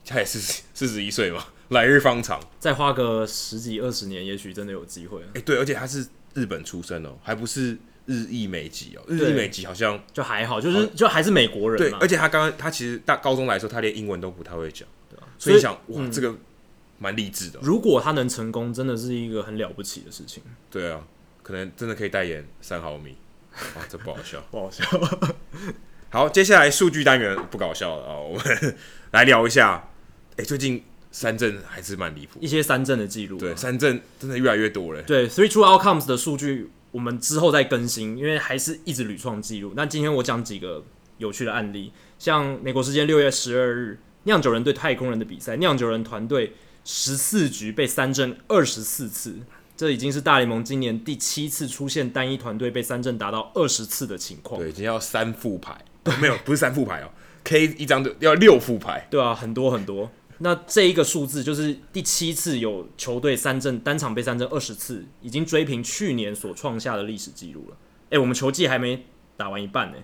Speaker 2: 他也是四十一岁嘛，来日方长。
Speaker 1: 再花个十几二十年，也许真的有机会。啊
Speaker 2: 哎、对，而且他是日本出生哦，还不是日裔美籍哦，日
Speaker 1: 对
Speaker 2: 裔美籍好像
Speaker 1: 就还好，就是就还是美国人
Speaker 2: 对，
Speaker 1: 嘛。
Speaker 2: 而且他刚刚他其实大高中来的时候，他连英文都不太会讲，所以你想哇，
Speaker 1: 嗯
Speaker 2: 这个蛮励志的哦、
Speaker 1: 如果他能成功，真的是一个很了不起的事情。
Speaker 2: 对啊，可能真的可以代言三毫米，哇，这不好笑。
Speaker 1: 不好笑。
Speaker 2: 好，接下来数据单元不搞笑了啊、我们 来聊一下。哎、最近三振还是蛮离谱
Speaker 1: 一，些三振的记录啊，
Speaker 2: 对，三振真的越来越多了。
Speaker 1: 对 three true outcomes 的数据，我们之后再更新，因为还是一直屡创记录。那今天我讲几个有趣的案例，像美国时间六月十二日，酿酒人对太空人的比赛，酿酒人团队十四局被三振二十四次，这已经是大联盟今年第七次出现单一团队被三振达到二十次的情况。
Speaker 2: 对，已经要三副牌，没有，不是三副牌哦，K 一张就要六副牌，
Speaker 1: 对啊，很多很多。那这一个数字就是第七次有球队三振单场被三振二十次，已经追平去年所创下的历史记录了。哎、我们球季还没打完一半呢、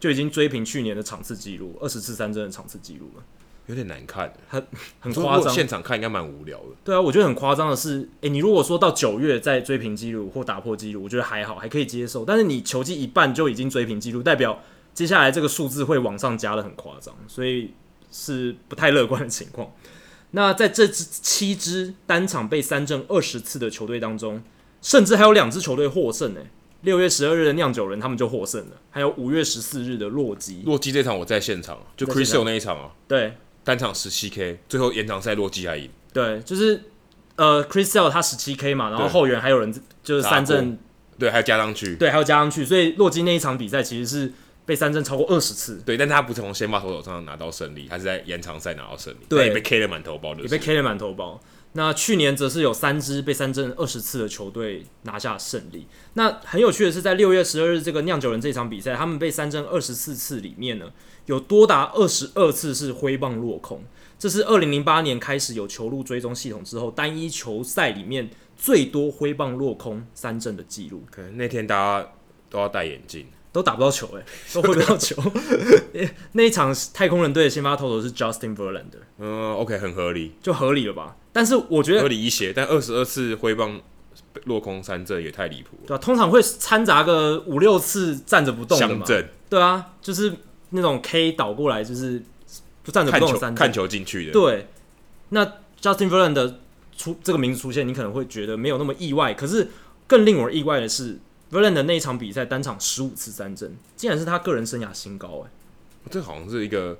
Speaker 1: 就已经追平去年的场次记录，二十次三振的场次记录了。
Speaker 2: 有点难看。
Speaker 1: 很
Speaker 2: 如
Speaker 1: 夸
Speaker 2: 果
Speaker 1: 张。
Speaker 2: 现场看应该蛮无聊的。
Speaker 1: 对啊，我觉得很夸张的是，诶，你如果说到九月再追平纪录或打破纪录，我觉得还好，还可以接受。但是你球季一半就已经追平纪录，代表接下来这个数字会往上加的很夸张，所以是不太乐观的情况。那在这支七支单场被三振二十次的球队当中，甚至还有两支球队获胜诶，六月十二日的酿酒人他们就获胜了，还有五月十四日的洛基，
Speaker 2: 洛基这场我在现场，就
Speaker 1: 在
Speaker 2: Chris
Speaker 1: 现
Speaker 2: Sale
Speaker 1: 场
Speaker 2: 那一场啊，
Speaker 1: 对
Speaker 2: 单场十七 K，最后延长赛洛基还赢。
Speaker 1: 对，就是呃，Chris Sale 他十七 K 嘛，然后
Speaker 2: 对
Speaker 1: 后援还有人就是三
Speaker 2: 打
Speaker 1: 振
Speaker 2: 对，还有加上去。
Speaker 1: 对，还有加上去，所以洛基那一场比赛其实是被三振超过二十次，
Speaker 2: 对，但是他不是从先发投手上拿到胜利，他是在延长赛拿到胜利，
Speaker 1: 对
Speaker 2: 但也被 K 的满头包的，
Speaker 1: 也被 K 了满头包。那去年则是有三支被三振二十次的球队拿下胜利。那很有趣的是，在六月十二日这个酿酒人这场比赛，他们被三振二十四次里面呢，有多达二十二次是挥棒落空，这是二零零八年开始有球路追踪系统之后，单一球赛里面最多挥棒落空三振的记录。
Speaker 2: 可能那天大家都要戴眼镜，
Speaker 1: 都打不到球、 欸，都回不到球。 那一场太空人队的先发投手是 Justin Verlander，
Speaker 2: 嗯，OK，很合理，
Speaker 1: 就合理了吧？但是我觉
Speaker 2: 合
Speaker 1: 得，
Speaker 2: 理一些，但二十二次挥棒落空三振也太离谱
Speaker 1: 对
Speaker 2: 了，
Speaker 1: 吧、通常会掺杂个五六次站着不动的
Speaker 2: 乡
Speaker 1: 嘛，
Speaker 2: 镇
Speaker 1: 对啊，就是那种 K 倒过来就是不站着不
Speaker 2: 看
Speaker 1: 动
Speaker 2: 球
Speaker 1: 的三
Speaker 2: 看
Speaker 1: 振。
Speaker 2: 球进去的，
Speaker 1: 对，那 Justin Verlander 出这个名字出现，你可能会觉得没有那么意外，可是更令我意外的是。Verlander 那一场比赛单场十五次三振，竟然是他个人生涯新高哎、
Speaker 2: 这好像是一个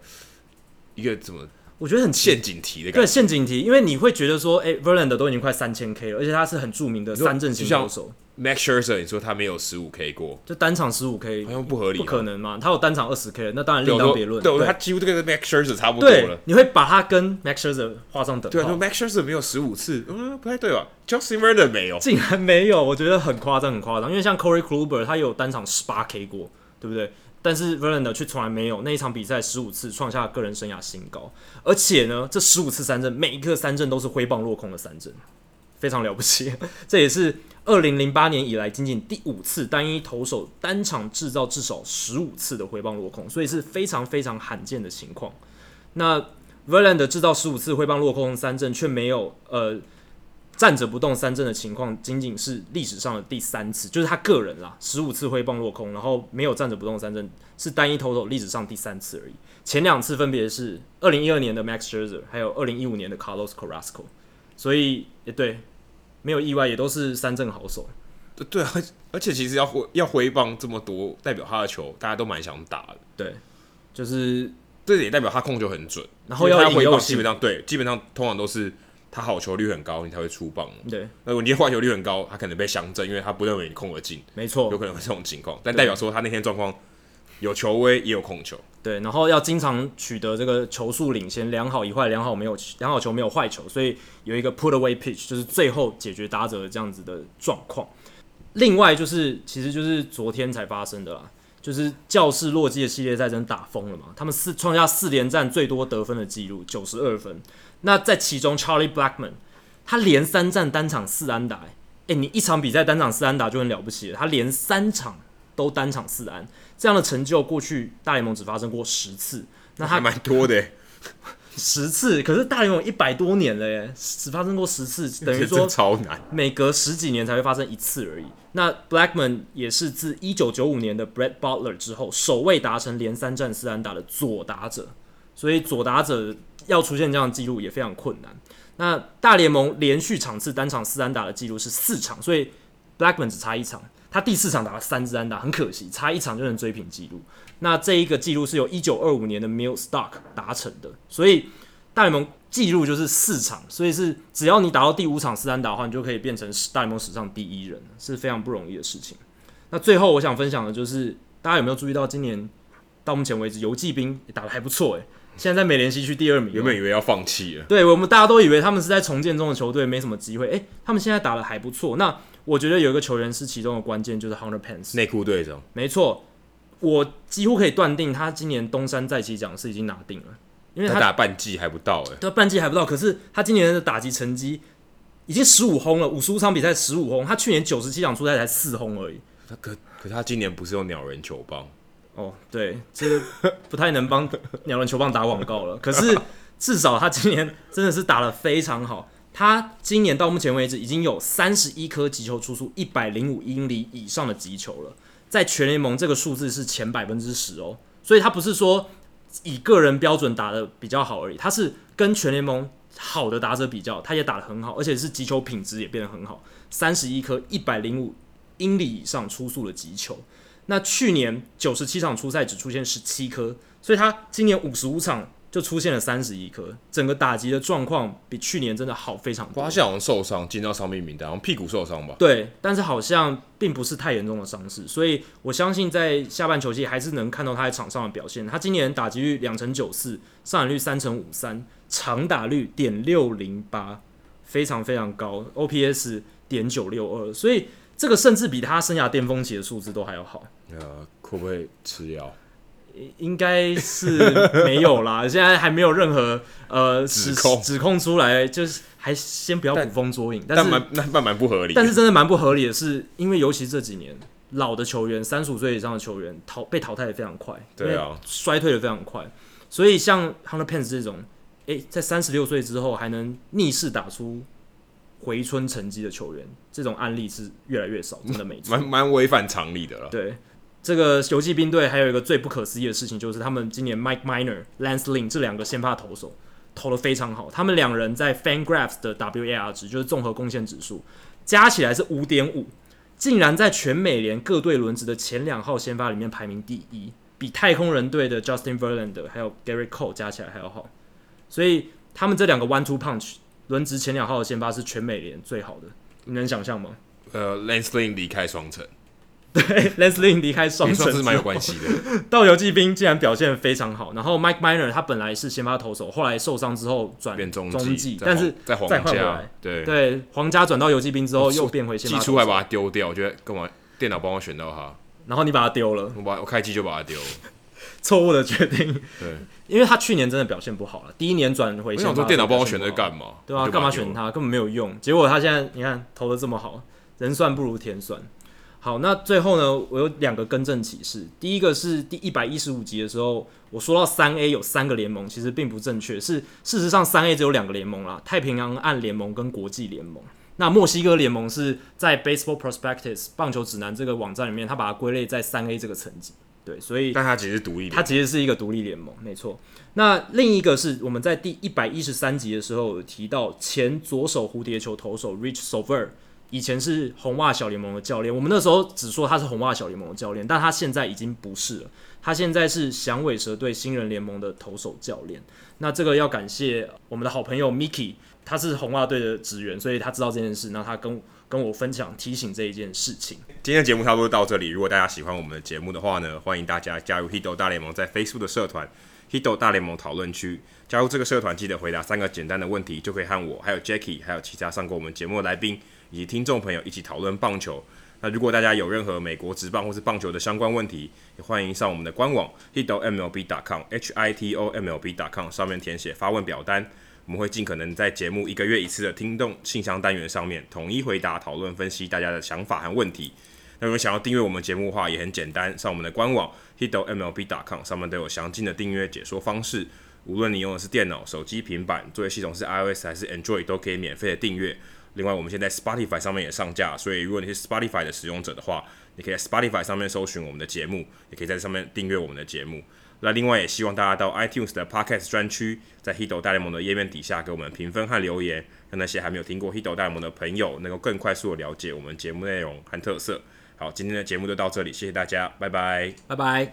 Speaker 2: 一个怎么
Speaker 1: 我觉得很奇
Speaker 2: 陷阱题的感
Speaker 1: 对
Speaker 2: 觉。
Speaker 1: 陷阱题，因为你会觉得说，哎、v e r l a n d e r 都已经快三千 K 了，而且他是很著名的
Speaker 2: 说
Speaker 1: 三阵型
Speaker 2: 就像
Speaker 1: 投手，
Speaker 2: Max Scherzer，你说他没有十五 K 过，
Speaker 1: 就单场十五 K，
Speaker 2: 好像不合理嘛，啊
Speaker 1: 不可能嘛？他有单场二十 K，那当然
Speaker 2: 对，
Speaker 1: 另
Speaker 2: 啊我
Speaker 1: 当
Speaker 2: 说
Speaker 1: 别论。
Speaker 2: 对，我说
Speaker 1: 对
Speaker 2: 他几乎这个跟 Max Scherzer 差不多
Speaker 1: 对
Speaker 2: 了。，
Speaker 1: 你会把他跟 Max Scherzer 画上等
Speaker 2: 对啊，就
Speaker 1: 号，
Speaker 2: Max Scherzer 没有十五次，嗯，不太对吧？Justin Verlander 没有，
Speaker 1: 竟然没有，我觉得很夸张，很夸张。因为像 Corey Kluber 他有单场十八 K 过，对不对？但是 Verlander 却从来没有那一场比赛十五次创下个人生涯新高，而且呢，这十五次三振每一个三振都是挥棒落空的三振。非常了不起， 这也是二零零八年以来仅仅第五次单一投手单场制造至少十五次的回棒落空，所以是非常非常罕见的情况。那 Verlander 制造十五次挥棒落空三振，却没有呃站着不动三振的情况，仅仅是历史上的第三次，就是他个人啦，十五次挥棒落空，然后没有站着不动三振，是单一投手历史上第三次而已。前两次分别是二零一二年的 Max Scherzer，还有二零一五年的 Carlos Carrasco，所以也对，没有意外，也都是三振好手。
Speaker 2: 对对啊，而而且其实要挥要挥棒这么多，代表他的球大家都蛮想打的，
Speaker 1: 对，就是
Speaker 2: 这也代表他控球很准。
Speaker 1: 然后
Speaker 2: 因为他
Speaker 1: 要
Speaker 2: 挥
Speaker 1: 引诱
Speaker 2: 棒，
Speaker 1: 性
Speaker 2: 基本上对，基本上通常都是他好球率很高，你才会出棒。
Speaker 1: 对，
Speaker 2: 那如果你坏球率很高，他可能被相震，因为他不认为你控得进，
Speaker 1: 没错
Speaker 2: 有，可能会这种情况。但代表说他那天状况有球威也有控球，
Speaker 1: 对，然后要经常取得这个球数领先，良好一坏，良好没有良好球没有坏球，所以有一个 put away pitch，就是最后解决打者的这样子的状况。另外就是，其实就是昨天才发生的啦，就是教室洛基的系列赛真的打疯了嘛，他们四创下四连战最多得分的记录，九十二分。那在其中，Charlie Blackman 他连三战单场四安打、欸，诶、你一场比赛单场四安打就很了不起了，他连三场都单场四安，这样的成就过去大联盟只发生过十次，那
Speaker 2: 还
Speaker 1: 他
Speaker 2: 蛮多的。
Speaker 1: 十次，可是大联盟一百多年了耶，只发生过十次， 等于
Speaker 2: 这
Speaker 1: 说
Speaker 2: 超难。
Speaker 1: 每隔十几年才会发生一次而已。那 Blackman 也是自一九九五年的 Brett Butler 之后，首位达成连三战四安打的左打者，所以左打者要出现这样的记录也非常困难。那大联盟连续场次单场四安打的记录是四场，所以 Blackman 只差一场，他第四场打了三支安打，很可惜，差一场就能追平记录。那这一个记录是由一九二五年的 Mill Stock 达成的，所以大联盟记录就是四场，所以是只要你打到第五场四安打的话，你就可以变成大联盟史上第一人，是非常不容易的事情。那最后我想分享的就是，大家有没有注意到今年到目前为止游骑兵也打得还不错诶、欸现在在美联西区第二名哦，
Speaker 2: 原本以为要放弃了，
Speaker 1: 对我们大家都以为他们是在重建中的球队，没什么机会。诶，他们现在打的还不错。那我觉得有一个球员是其中的关键，就是 Hunter Pence。
Speaker 2: 内裤队长
Speaker 1: 没错，我几乎可以断定他今年东山再起奖是已经拿定了，因为
Speaker 2: 他
Speaker 1: 他
Speaker 2: 打半季还不到哎、
Speaker 1: 对半季还不到，可是他今年的打击成绩已经十五轰了，五十五场比赛十五轰，他去年九十七场出赛才四轰而已。
Speaker 2: 他可可他今年不是用鸟人球棒，
Speaker 1: 哦，对，这个不太能帮鸟人球棒打广告了。可是至少他今年真的是打得非常好。他今年到目前为止已经有三十一颗击球出速一百零五英里以上的击球了，在全联盟这个数字是前百分之十哦。所以他不是说以个人标准打得比较好而已，他是跟全联盟好的打者比较，他也打得很好，而且是击球品质也变得很好，三十一颗一百零五英里以上出速的击球。那去年九十七场初赛只出现十七颗，所以他今年五十五场就出现了三十一颗，整个打击的状况比去年真的好非常多
Speaker 2: 瓜。夏好像受伤，进到伤病名单，好像屁股受伤吧？
Speaker 1: 对，但是好像并不是太严重的伤势，所以我相信在下半球季还是能看到他在场上的表现。他今年打击率两成九四，上垒率三成五三，长打率点六零八，非常非常高，OPS 点九六二，所以这个甚至比他生涯巅峰期的数字都还要好。
Speaker 2: 呃，会不会吃药？
Speaker 1: 应该是 没有啦，现在还没有任何呃
Speaker 2: 指
Speaker 1: 指
Speaker 2: 控
Speaker 1: 指控出来，就是还先不要捕风捉影。但
Speaker 2: 但
Speaker 1: 是
Speaker 2: 蛮那蛮蛮不合理。
Speaker 1: 但是真的蛮不合理的是，因为尤其这几年老的球员，三十五岁以上的球员淘被淘汰的非常快，
Speaker 2: 对啊
Speaker 1: 因为衰退的非常快，所以像 Hunter Pence 这种，诶、在三十六岁之后还能逆势打出回春成绩的球员，这种案例是越来越少，真的没错。
Speaker 2: 蛮蛮违反常理的了。
Speaker 1: 对，这个游击兵队还有一个最不可思议的事情，就是他们今年 Mike Miner、Lance Lynn 这两个先发投手投的非常好，他们两人在 FanGraphs 的 WAR 值，就是综合贡献指数，加起来是五点五，竟然在全美联各队轮值的前两号先发里面排名第一，比太空人队的 Justin Verlander 还有 Gary Cole 加起来还要好，所以他们这两个 One Two Punch 轮值前两号的先发是全美联最好的，你能想象吗
Speaker 2: 呃，Lance Lynn 离开双城，
Speaker 1: ？Lance Lynn 离开双
Speaker 2: 跟
Speaker 1: 城
Speaker 2: 双
Speaker 1: 之后
Speaker 2: 城蛮有关系的。
Speaker 1: 到游击兵竟然表现得非常好，然后 Mike Miner 他本来是先发投手，后来受伤之后转
Speaker 2: 变中
Speaker 1: 继
Speaker 2: 继，，
Speaker 1: 但是
Speaker 2: 在皇
Speaker 1: 再换回
Speaker 2: 家
Speaker 1: 来，
Speaker 2: 对，哦
Speaker 1: 对皇家转到游击兵之后又变回先
Speaker 2: 寄
Speaker 1: 发投
Speaker 2: 出来把
Speaker 1: 手，
Speaker 2: 它丢掉，我觉得干嘛？电脑帮我选到他，
Speaker 1: 然后你把他丢了，
Speaker 2: 我把我开机就把它丢了。
Speaker 1: 错误的决定，
Speaker 2: 对，
Speaker 1: 因为他去年真的表现不好了，第一年转回
Speaker 2: 我
Speaker 1: 先发
Speaker 2: 想说电脑帮我选这干
Speaker 1: 嘛？
Speaker 2: 嘛？
Speaker 1: 对啊，
Speaker 2: 我就把
Speaker 1: 干嘛
Speaker 2: 它丢
Speaker 1: 选
Speaker 2: 了？
Speaker 1: 他？根本没有用。结果他现在你看投的这么好，人算不如天算。好，那最后呢，我有两个更正启示。第一个是第一百一十五集的时候，我说到三 A 有三个联盟，其实并不正确。是事实上，三 A 只有两个联盟啦，太平洋岸联盟跟国际联盟。那墨西哥联盟是在 Baseball Prospectus 棒球指南这个网站里面，它把它归类在三 A 这个层级。对，所以
Speaker 2: 但他其实是独立的，
Speaker 1: 它其实是一个独立联盟，没错。那另一个是我们在第一百一十三集的时候有提到前左手蝴蝶球投手 Rich Sover，以前是红袜小联盟的教练。我们那时候只说他是红袜小联盟的教练，但他现在已经不是了，他现在是响尾蛇队新人联盟的投手教练。那这个要感谢我们的好朋友 Miki，他是红袜队的职员，所以他知道这件事，那他跟跟我分享提醒这一件事情。
Speaker 2: 今天的节目差不多到这里。如果大家喜欢我们的节目的话呢，欢迎大家加入 Hito 大联盟在 Facebook 的社团 Hito 大联盟讨论区。加入这个社团，记得回答三个简单的问题，就可以和我、还有 Jackie、还有其他上过我们节目的来宾以及听众朋友一起讨论棒球。那如果大家有任何美国职棒或是棒球的相关问题，也欢迎上我们的官网 hito mlb.com h i t o m l b.com 上面填写发问表单。我们会尽可能在节目一个月一次的听众信箱单元上面统一回答、讨论、分析大家的想法和问题。那如果想要订阅我们节目的话，也很简单，上我们的官网 hito mlb.com 上面都有详尽的订阅解说方式。无论你用的是电脑、手机、平板，作业系统是 iOS 还是 Android，都可以免费的订阅。另外，我们现在 Spotify 上面也上架，所以如果你是 Spotify 的使用者的话，你可以在 Spotify 上面搜寻我们的节目，也可以在上面订阅我们的节目。那另外也希望大家到 iTunes 的 Podcast 专区，在 Hito 大联盟的页面底下给我们评分和留言，让那些还没有听过 Hito 大联盟的朋友能够更快速的了解我们节目内容和特色。好，今天的节目就到这里，谢谢大家，拜拜。
Speaker 1: 拜拜。